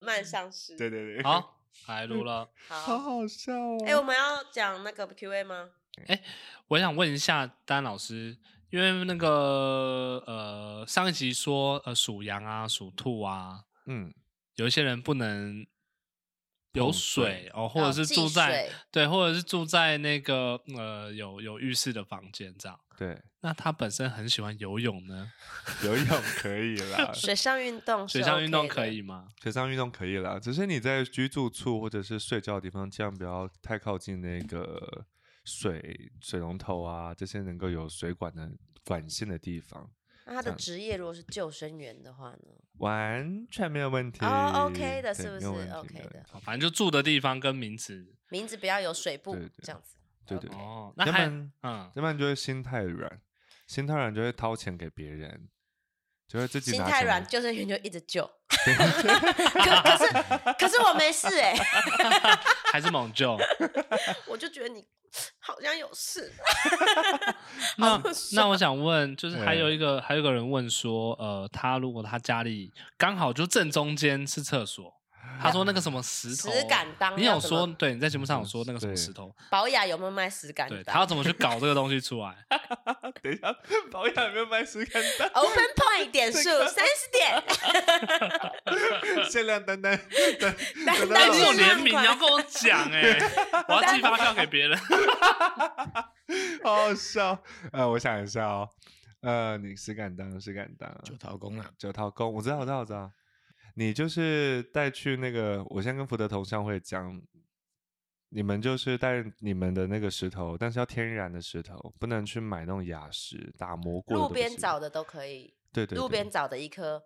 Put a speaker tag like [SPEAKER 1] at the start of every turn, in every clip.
[SPEAKER 1] 嗯
[SPEAKER 2] 慢丧失。
[SPEAKER 3] 对对对，
[SPEAKER 1] 好，来录了。
[SPEAKER 2] 好，
[SPEAKER 3] 好好笑哦。
[SPEAKER 2] 哎、我们要讲那个 Q&A 吗？，
[SPEAKER 1] 我想问一下丹老师，因为那个呃上一集说呃属羊啊、属兔啊，
[SPEAKER 3] 嗯，
[SPEAKER 1] 有一些人不能有
[SPEAKER 3] 碰
[SPEAKER 1] 水
[SPEAKER 3] 水
[SPEAKER 1] 哦，或者
[SPEAKER 4] 哦
[SPEAKER 1] 是
[SPEAKER 4] 忌
[SPEAKER 1] 住在、
[SPEAKER 4] 水
[SPEAKER 1] 对，或者是住在那个呃有有浴室的房间这样。
[SPEAKER 3] 对，
[SPEAKER 1] 那他本身很喜欢游泳呢，
[SPEAKER 3] 游泳可以啦
[SPEAKER 2] 水上运动是 OK 的，
[SPEAKER 1] 水上运动可以吗？
[SPEAKER 3] 水上运动可以啦，只是你在居住处或者是睡觉的地方，尽量不要太靠近那个水水龙头啊，这些能够有水管的管线的地方，
[SPEAKER 2] 那他的职业如果是救生员的话呢？
[SPEAKER 3] 完全没有问题。
[SPEAKER 2] 哦，OK 的
[SPEAKER 3] 对
[SPEAKER 2] 是不
[SPEAKER 3] 没有
[SPEAKER 2] 是
[SPEAKER 3] 问题
[SPEAKER 2] ？OK
[SPEAKER 3] 没有问
[SPEAKER 2] 的
[SPEAKER 3] 题
[SPEAKER 1] 好反正就住的地方跟名词
[SPEAKER 2] 名字不要有水部
[SPEAKER 3] 对对
[SPEAKER 2] 这样子。
[SPEAKER 3] 对对对，
[SPEAKER 1] 哦，那
[SPEAKER 3] 要不
[SPEAKER 1] 还
[SPEAKER 3] 然
[SPEAKER 1] 嗯，
[SPEAKER 3] 要不然就会心太软，心太软就会掏钱给别人，就会自己
[SPEAKER 2] 心
[SPEAKER 3] 拿
[SPEAKER 2] 太
[SPEAKER 3] 钱
[SPEAKER 2] 软，救生员就一直 救。 可可是可是我没事哎、
[SPEAKER 1] 还是猛救。
[SPEAKER 2] 我就觉得你好像有事。
[SPEAKER 1] 那
[SPEAKER 2] 好
[SPEAKER 1] 那
[SPEAKER 2] 爽
[SPEAKER 1] 我想问，就是还有
[SPEAKER 3] 对
[SPEAKER 1] 一个还有一个人问说，呃，他如果他家里刚好就正中间是厕所，他说那个什么石头，
[SPEAKER 2] 石敢当
[SPEAKER 1] 你
[SPEAKER 2] 要
[SPEAKER 1] 有
[SPEAKER 2] 怎
[SPEAKER 1] 说
[SPEAKER 2] 么
[SPEAKER 1] 对，你在节目上有说那个什么
[SPEAKER 3] 对
[SPEAKER 1] 石头，
[SPEAKER 2] 保雅有没有卖石敢
[SPEAKER 1] 对他要
[SPEAKER 2] 当
[SPEAKER 1] 怎么去搞这个东西 出来？
[SPEAKER 3] 等一下， 保养有没有卖石敢
[SPEAKER 2] ？Open point 点数三十 点，
[SPEAKER 3] 当？ 限量单 单，等
[SPEAKER 2] 单
[SPEAKER 3] 等
[SPEAKER 2] 单
[SPEAKER 1] 哎，
[SPEAKER 3] 到
[SPEAKER 1] 你
[SPEAKER 2] 限
[SPEAKER 1] 有
[SPEAKER 2] 量
[SPEAKER 1] 联名，你要跟我 讲哎、我要寄发票给别人。
[SPEAKER 3] 好好笑。呃，我想一下哦，呃，你石敢当，石敢当，
[SPEAKER 5] 九桃公啊，
[SPEAKER 3] 九桃宫，我知道，我知道，我知道。你就是带去那个，我先跟福德同乡会讲，你们就是带你们的那个石头，但是要天然的石头，不能去买那种雅石，打磨过的
[SPEAKER 2] 路
[SPEAKER 3] 都不
[SPEAKER 2] 边
[SPEAKER 3] 行
[SPEAKER 2] 找的都可以，
[SPEAKER 3] 对对
[SPEAKER 2] 路
[SPEAKER 3] 对
[SPEAKER 2] 边找的一颗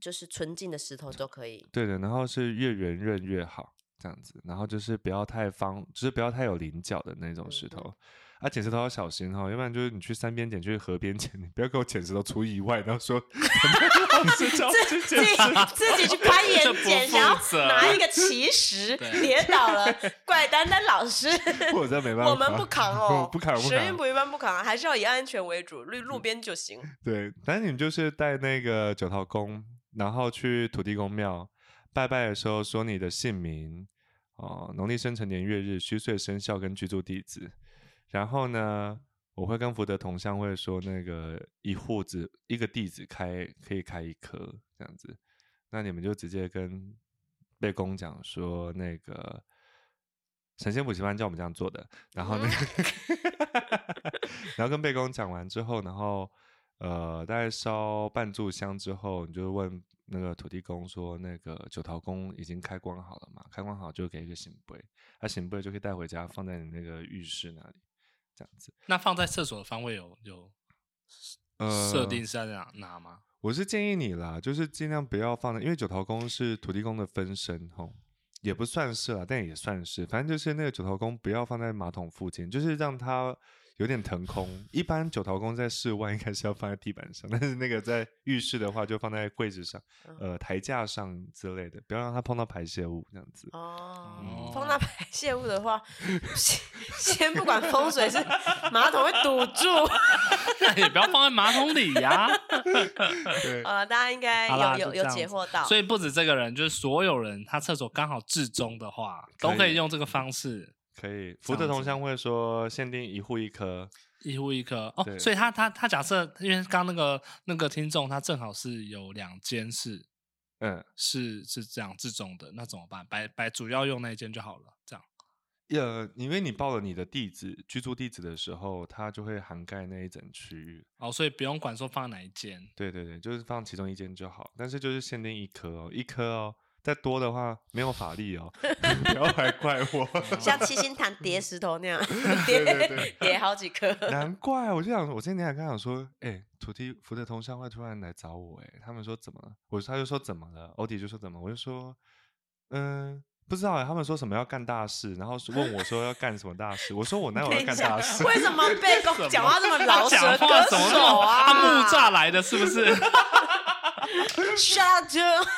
[SPEAKER 2] 就是纯净的石头都可 以。
[SPEAKER 3] 对的，然后是越圆润越好，这样子，然后就是不要太方，就是不要太有棱角的那种石
[SPEAKER 2] 嗯
[SPEAKER 3] 头。啊，捡石头要小心哦，要不然就是你去山边捡，去河边捡，你不要给我捡石头出意外，然后 说老师叫我去
[SPEAKER 2] 自
[SPEAKER 3] 捡
[SPEAKER 2] 己
[SPEAKER 3] 石头，
[SPEAKER 2] 自己去攀
[SPEAKER 1] 这
[SPEAKER 2] 岩
[SPEAKER 1] 不
[SPEAKER 2] 捡，
[SPEAKER 1] 负
[SPEAKER 2] 想要
[SPEAKER 1] 责
[SPEAKER 2] 拿一个奇石
[SPEAKER 1] 对
[SPEAKER 2] 跌倒 了，怪丹丹老师。
[SPEAKER 3] 我真没办法，
[SPEAKER 2] 我们不 扛哦，
[SPEAKER 3] 不扛，不嗯
[SPEAKER 2] 学运
[SPEAKER 3] 扛。
[SPEAKER 2] 补习班不扛，还是要以安全为主，路路边就行。
[SPEAKER 3] 对，但是你就是带那个九桃宫，然后去土地公庙拜拜的时候，说你的姓名哦，农历生辰年月日、虚岁生肖跟居住地址。然后呢，我会跟福德同乡会说，那个一户只一个地址开可以开一颗这样子。那你们就直接跟被公讲说，那个神仙补习班叫我们这样做的。然后呢， 然后跟被公讲完之后，然后呃，大概烧半炷香之后，你就问那个土地公说，那个九桃宫已经开光好了嘛？开光好就给一个醒杯，那醒杯就可以带回家，放在你那个浴室那里，这样子。
[SPEAKER 1] 那放在厕所的方位有有
[SPEAKER 3] 呃
[SPEAKER 1] 设定是要哪哪吗？
[SPEAKER 3] 我是建议你啦，就是尽量不要放的，因为九头宫是土地公的分身吼，也不算是啦，但也算是，反正就是那个九头宫不要放在马桶附近，就是让它有点腾空。一般九头宫在室外应该是要放在地板上，但是那个在浴室的话就放在柜子上、
[SPEAKER 1] 嗯
[SPEAKER 3] 呃台架上之类的，不要让它碰到排泄物这样 子。
[SPEAKER 2] 哦
[SPEAKER 1] 嗯，
[SPEAKER 2] 碰到排泄物的话，先 先不管风水是马桶会堵 住。
[SPEAKER 1] 那也不要放在马桶里 呀、
[SPEAKER 3] 对
[SPEAKER 2] 好呃了，大家应该
[SPEAKER 1] 好啦
[SPEAKER 2] 有有
[SPEAKER 1] 就
[SPEAKER 2] 有
[SPEAKER 1] 这样
[SPEAKER 2] 解
[SPEAKER 1] 子
[SPEAKER 2] 惑到。
[SPEAKER 1] 所以不止这个人，就是所有人，他厕所刚好至中的话，
[SPEAKER 3] 可以
[SPEAKER 1] 都可以用这个方式
[SPEAKER 3] 可以。
[SPEAKER 1] 这
[SPEAKER 3] 福德
[SPEAKER 1] 样
[SPEAKER 3] 同
[SPEAKER 1] 子
[SPEAKER 3] 乡会说限定一户一颗，
[SPEAKER 1] 一户一颗哦。
[SPEAKER 3] 对
[SPEAKER 1] 所以他他他假设，因为刚刚那个那个听众，他正好是有两间是
[SPEAKER 3] 嗯，
[SPEAKER 1] 是是这样至中的，那怎么办？摆摆主要用那一间就好了，这样
[SPEAKER 3] 呃，因为你报了你的地址、居住地址的时候，它就会涵盖那一整区域。
[SPEAKER 1] 哦。所以不用管说放哪一间，
[SPEAKER 3] 对对对，就是放其中一间就好，但是就是限定一颗哦，一颗哦，再多的话没有法力哦， 不要来怪我。
[SPEAKER 1] 哦
[SPEAKER 2] 像七星潭叠石头那样
[SPEAKER 3] 对对
[SPEAKER 2] 叠
[SPEAKER 3] 对
[SPEAKER 2] 叠 好几 颗，
[SPEAKER 3] 难怪，我就想，我今天还刚想说，哎、土地福德同乡会突然来找我、哎，他们说怎么了？我他就说怎么了？欧迪就说怎么？我就说，嗯、不知道、哎，他们说什么要干大事，然后说问我说要干什么大事，我说我哪有
[SPEAKER 2] 等
[SPEAKER 3] 要
[SPEAKER 2] 一
[SPEAKER 3] 干
[SPEAKER 2] 下
[SPEAKER 3] 大 事？
[SPEAKER 2] 为什么被公讲话这么
[SPEAKER 1] 他
[SPEAKER 2] 老
[SPEAKER 1] 讲
[SPEAKER 2] 舌
[SPEAKER 1] 话
[SPEAKER 2] 歌
[SPEAKER 1] 怎么那
[SPEAKER 2] 手
[SPEAKER 1] 么
[SPEAKER 2] 啊？
[SPEAKER 1] 阿木栅来的，是不是？
[SPEAKER 2] ，shut up，dude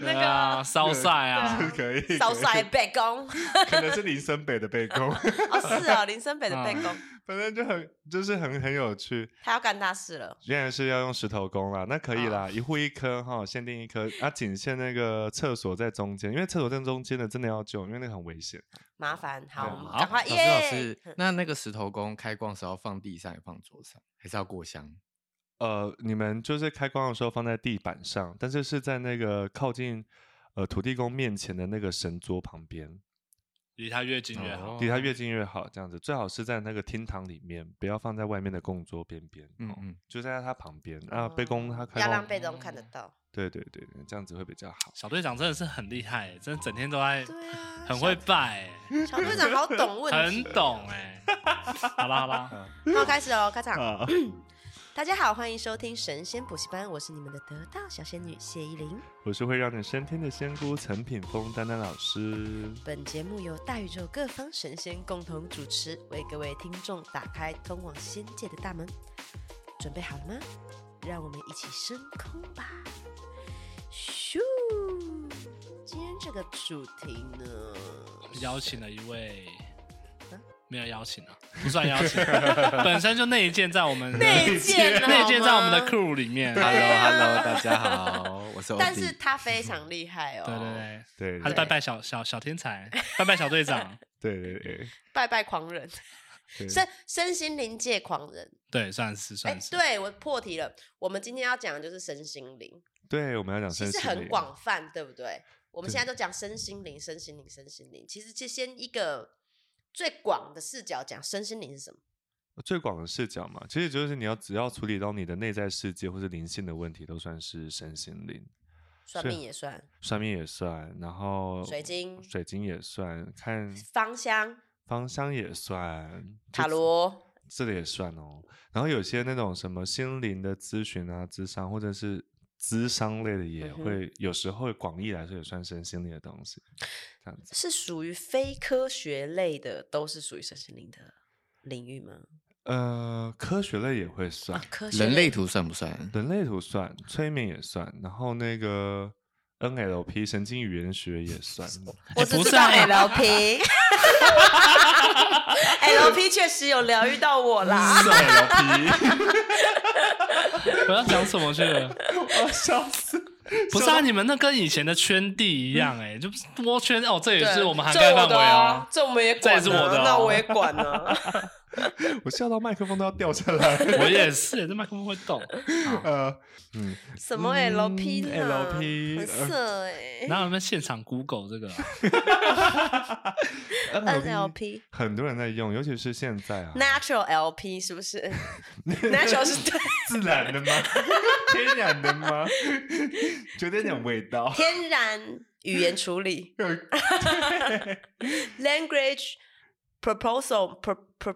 [SPEAKER 2] 那
[SPEAKER 1] 对啊
[SPEAKER 2] 个
[SPEAKER 1] 骚晒啊，
[SPEAKER 3] 是可以，可以
[SPEAKER 2] 少甩背弓，
[SPEAKER 3] 可能是林森北的背弓，
[SPEAKER 2] 哦是哦，林森北的背弓，
[SPEAKER 3] 反正就很就是很很有趣。
[SPEAKER 2] 他要干大事了。
[SPEAKER 3] 原来是要用石头弓啦，那可以啦，
[SPEAKER 4] 嗯
[SPEAKER 3] 一户一颗哈，限定一颗，啊，仅限那个厕所在中间，因为厕所在中间的真的要救，因为那个很危险。
[SPEAKER 2] 麻烦，好，
[SPEAKER 3] 对
[SPEAKER 2] 我们
[SPEAKER 1] 好
[SPEAKER 2] 赶快
[SPEAKER 4] 老师老
[SPEAKER 2] 耶！
[SPEAKER 4] 师，那那个石头公开光是要放地上，也放桌上，还是要过香？
[SPEAKER 3] 呃，你们就是开光的时候放在地板上，但是是在那个靠近呃土地公面前的那个神桌旁边，
[SPEAKER 1] 离他越近越好。
[SPEAKER 4] 哦
[SPEAKER 3] 离它越近越好，这样子最好是在那个厅堂里面，不要放在外面的供桌边边，嗯
[SPEAKER 4] 嗯嗯哦
[SPEAKER 3] 嗯，就在它旁边。啊那背公它开
[SPEAKER 2] 要让
[SPEAKER 3] 光，
[SPEAKER 2] 被动看得到。
[SPEAKER 3] 对对对对，这样子会比较好。
[SPEAKER 1] 小队长真的是很厉害，欸真的整天都在，
[SPEAKER 2] 对啊，
[SPEAKER 1] 嗯很会拜，欸
[SPEAKER 2] 小队长好懂问
[SPEAKER 1] 很
[SPEAKER 2] 题，
[SPEAKER 1] 懂哎。好啦好啦，
[SPEAKER 2] 那我开始哦，开场。
[SPEAKER 3] 啊，
[SPEAKER 2] 大家好，欢迎收听神仙补习班，我是你们的得道小仙女谢依霖。
[SPEAKER 3] 我是会让你升天的仙姑陈品峰丹丹老师。
[SPEAKER 2] 本节目由大宇宙各方神仙共同主持，为各位听众打开通往仙界的大门。准备好了吗？让我们一起升空吧！咻！今天这个主题呢，
[SPEAKER 1] 邀请了一位
[SPEAKER 2] 嗯。
[SPEAKER 1] 没有邀请啊，不算邀请，本身就内建在我们的
[SPEAKER 2] 内建好吗
[SPEAKER 1] 内建在我们的 crew 里面。对
[SPEAKER 4] Hello，Hello，大家好，我是 OD。
[SPEAKER 2] 但是他非常厉害哦。
[SPEAKER 1] 对对，
[SPEAKER 3] 对
[SPEAKER 1] 他是
[SPEAKER 3] 对
[SPEAKER 1] 拜拜小小小天才，拜拜小队长，
[SPEAKER 3] 对对
[SPEAKER 2] 拜拜狂人，
[SPEAKER 3] 对，
[SPEAKER 2] 身身心灵界狂人。
[SPEAKER 1] 对，算是
[SPEAKER 2] 哎
[SPEAKER 1] 算，是。
[SPEAKER 2] 对我破题了。我们今天要讲的就是身心灵，
[SPEAKER 3] 对我们要讲
[SPEAKER 2] 其
[SPEAKER 3] 身
[SPEAKER 2] 实
[SPEAKER 3] 心
[SPEAKER 2] 很
[SPEAKER 3] 灵
[SPEAKER 2] 广泛，对不对？我们
[SPEAKER 3] 对
[SPEAKER 2] 现在都讲身心灵、身心灵、身心灵，其实就先一个最广的视角讲身心灵是什么。
[SPEAKER 3] 哦最广的视角嘛，其实就是你要只要处理到你的内在世界或是灵性的问题，都算是身心灵。
[SPEAKER 2] 算
[SPEAKER 3] 是
[SPEAKER 1] 啊
[SPEAKER 2] 命也算，
[SPEAKER 3] 算命也算，然后
[SPEAKER 2] 水晶
[SPEAKER 3] 水晶也算，
[SPEAKER 1] 嗯
[SPEAKER 3] 看
[SPEAKER 2] 芳香、
[SPEAKER 3] 芳香也算，
[SPEAKER 2] 塔罗，
[SPEAKER 3] 这个也算哦。然后有些那种什么心灵的咨询啊、智商或者是咨商类的，也
[SPEAKER 2] 嗯哼
[SPEAKER 3] 会、有时候广义来说也算身心灵的东西。这样子，
[SPEAKER 2] 是属于非科学类的，都是属于身心灵的领域吗？
[SPEAKER 3] 呃，科学类也会算
[SPEAKER 2] 啊，，科学
[SPEAKER 4] 人类图算不算？
[SPEAKER 3] 人类图算，催眠也算，然后那个 NLP 神经语言学 也算。
[SPEAKER 2] 我
[SPEAKER 1] 哎
[SPEAKER 2] 只
[SPEAKER 1] 不
[SPEAKER 2] 知
[SPEAKER 1] 是
[SPEAKER 2] 道
[SPEAKER 1] 啊
[SPEAKER 2] LP。LP 确实有疗愈到我
[SPEAKER 1] 嗯
[SPEAKER 2] 啦，
[SPEAKER 1] 我要讲什么去了？
[SPEAKER 3] 我笑死！
[SPEAKER 1] 不是啊，你们那跟以前的圈地一样哎、就多圈哦，这也
[SPEAKER 2] 对
[SPEAKER 1] 是我们涵
[SPEAKER 2] 这
[SPEAKER 1] 盖
[SPEAKER 2] 我
[SPEAKER 1] 范
[SPEAKER 2] 的
[SPEAKER 1] 围哦
[SPEAKER 2] 啊。这我们也
[SPEAKER 1] 这
[SPEAKER 2] 管
[SPEAKER 1] 也
[SPEAKER 2] 啊，
[SPEAKER 1] 是我的
[SPEAKER 2] 那
[SPEAKER 1] 哦
[SPEAKER 2] 我也管呢。
[SPEAKER 3] 我笑到麦克风都要掉下来。
[SPEAKER 1] 我也是，这麦克风会动。
[SPEAKER 3] 呃，嗯，
[SPEAKER 2] 什么
[SPEAKER 3] 嗯
[SPEAKER 2] LP 呢
[SPEAKER 3] LP
[SPEAKER 2] 很
[SPEAKER 1] 呃
[SPEAKER 2] 色哎、
[SPEAKER 1] 然后我们现场 Google 这个啊、
[SPEAKER 2] NLP
[SPEAKER 3] 很多人在用，尤其是现在啊，
[SPEAKER 2] Natural LP 是不是 ？Natural 是对
[SPEAKER 3] 自然的吗？天然的吗？ 觉得有点味 道。
[SPEAKER 2] 天然语言处 理 ，Language Proposal Pro Pro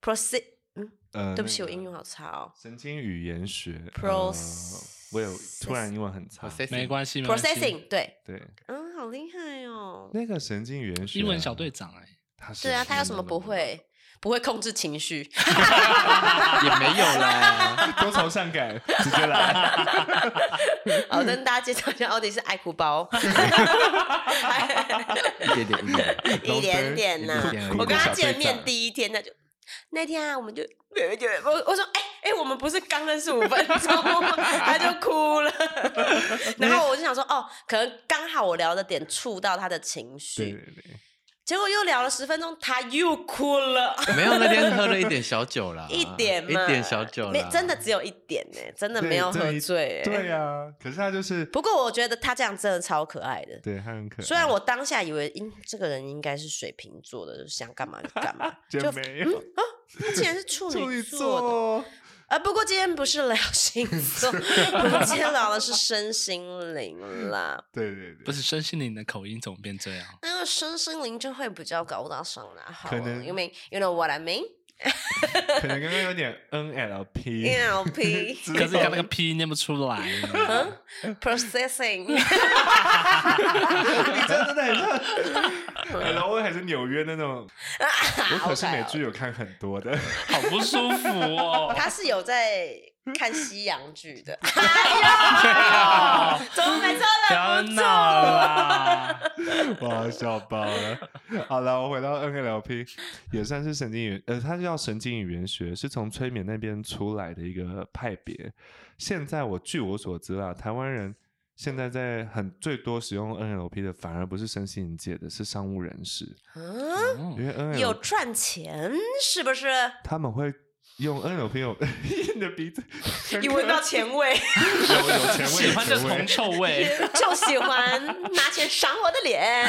[SPEAKER 2] Proce，嗯，
[SPEAKER 3] 呃
[SPEAKER 2] 对不起，我英
[SPEAKER 3] 文
[SPEAKER 2] 语好差哦。
[SPEAKER 3] 神经语言学呃
[SPEAKER 2] Process-
[SPEAKER 3] 我有突然英文很差。
[SPEAKER 1] 没关系，没关系。
[SPEAKER 2] Processing 对，
[SPEAKER 3] 对，
[SPEAKER 2] 嗯，好厉害哦。
[SPEAKER 3] 那个神经语言学，
[SPEAKER 1] 英
[SPEAKER 2] 啊
[SPEAKER 1] 文小队，长哎、
[SPEAKER 3] 他是
[SPEAKER 2] 对啊，
[SPEAKER 3] 是
[SPEAKER 2] 他有什么不？会？不会控制情 绪，
[SPEAKER 4] 系，也没有啦。
[SPEAKER 3] 多愁善感，直接来。
[SPEAKER 2] 好，跟大家介绍一下，奥迪是爱哭包，
[SPEAKER 4] 一点点，一
[SPEAKER 2] 一
[SPEAKER 4] 点点。
[SPEAKER 2] 点点呐、
[SPEAKER 4] 一点点而已
[SPEAKER 2] 我跟他
[SPEAKER 4] 小队
[SPEAKER 2] 见面
[SPEAKER 4] 长
[SPEAKER 2] 第一天，他就那天啊，我们就我我说哎哎、我们不是刚认识五分钟吗？他就哭了。然后我就想说哦，可能刚好我聊的点触到他的情
[SPEAKER 3] 对
[SPEAKER 2] 绪，
[SPEAKER 3] 对对，
[SPEAKER 2] 结果又聊了十分钟，他又哭了。
[SPEAKER 4] 没有，那天喝了一点小酒啦，
[SPEAKER 2] 一点
[SPEAKER 4] 啊一
[SPEAKER 2] 嘛，
[SPEAKER 4] 点小酒
[SPEAKER 2] 没
[SPEAKER 4] 啦，
[SPEAKER 2] 真的只有一点呢、真的
[SPEAKER 3] 对
[SPEAKER 2] 没有
[SPEAKER 3] 这
[SPEAKER 2] 喝
[SPEAKER 3] 一
[SPEAKER 2] 醉、欸。
[SPEAKER 3] 对啊，可是他就是
[SPEAKER 2] 不过我觉得他这样真的超可爱的。
[SPEAKER 3] 对他很可爱，
[SPEAKER 2] 虽然我当下以为，应这个人应该是水瓶座的，就是想干嘛就干嘛，
[SPEAKER 3] 就
[SPEAKER 2] 就
[SPEAKER 3] 没有
[SPEAKER 2] 嗯啊，他竟然是处
[SPEAKER 3] 处
[SPEAKER 2] 女
[SPEAKER 3] 女
[SPEAKER 2] 座的。
[SPEAKER 3] 座，
[SPEAKER 2] 啊，不过今天不是聊星 座，我们今天聊的是身心灵啦。
[SPEAKER 3] 对对对
[SPEAKER 1] 不，是身心灵的口音怎么变这样？
[SPEAKER 2] 那个身心灵就会比较高大上啦，好
[SPEAKER 3] 可
[SPEAKER 2] 了
[SPEAKER 3] 能
[SPEAKER 2] ，You mean you know what I mean?
[SPEAKER 3] 可能刚刚有点 NLP，
[SPEAKER 2] NLP
[SPEAKER 1] 可是你看那个 P 念不出来，欸
[SPEAKER 2] processing
[SPEAKER 3] 你真的很像 L O 还是纽约那种，
[SPEAKER 2] 啊
[SPEAKER 3] 我可是美剧哦有看很多的。
[SPEAKER 1] 好不舒服 哦。
[SPEAKER 2] 他是有在看西洋剧 的。
[SPEAKER 1] 对
[SPEAKER 2] 哎
[SPEAKER 1] 啊
[SPEAKER 2] 呦，怎么每次都
[SPEAKER 1] 不要
[SPEAKER 2] 忍不
[SPEAKER 1] 闹
[SPEAKER 2] 住？
[SPEAKER 1] 啦！
[SPEAKER 3] 我要笑爆 了。好了，我回到 NLP，也算是神经语，呃，它叫神经语言学，是从催眠那边出来的一个派别。现在我据我所知啊，台湾人现在在很最多使用 NLP 的，反而不是身心灵界的，是商务人士，
[SPEAKER 2] 嗯，
[SPEAKER 3] 因为
[SPEAKER 2] 有
[SPEAKER 3] NLP
[SPEAKER 2] 赚钱是不是？
[SPEAKER 3] 他们会。用 NLP 有你的鼻子，
[SPEAKER 2] 一闻到钱 味
[SPEAKER 3] 有有前 卫，
[SPEAKER 1] 喜欢
[SPEAKER 3] 有
[SPEAKER 1] 这
[SPEAKER 3] 前卫
[SPEAKER 1] 铜臭味，
[SPEAKER 2] 就喜欢拿钱赏我的
[SPEAKER 3] 哦
[SPEAKER 2] 脸。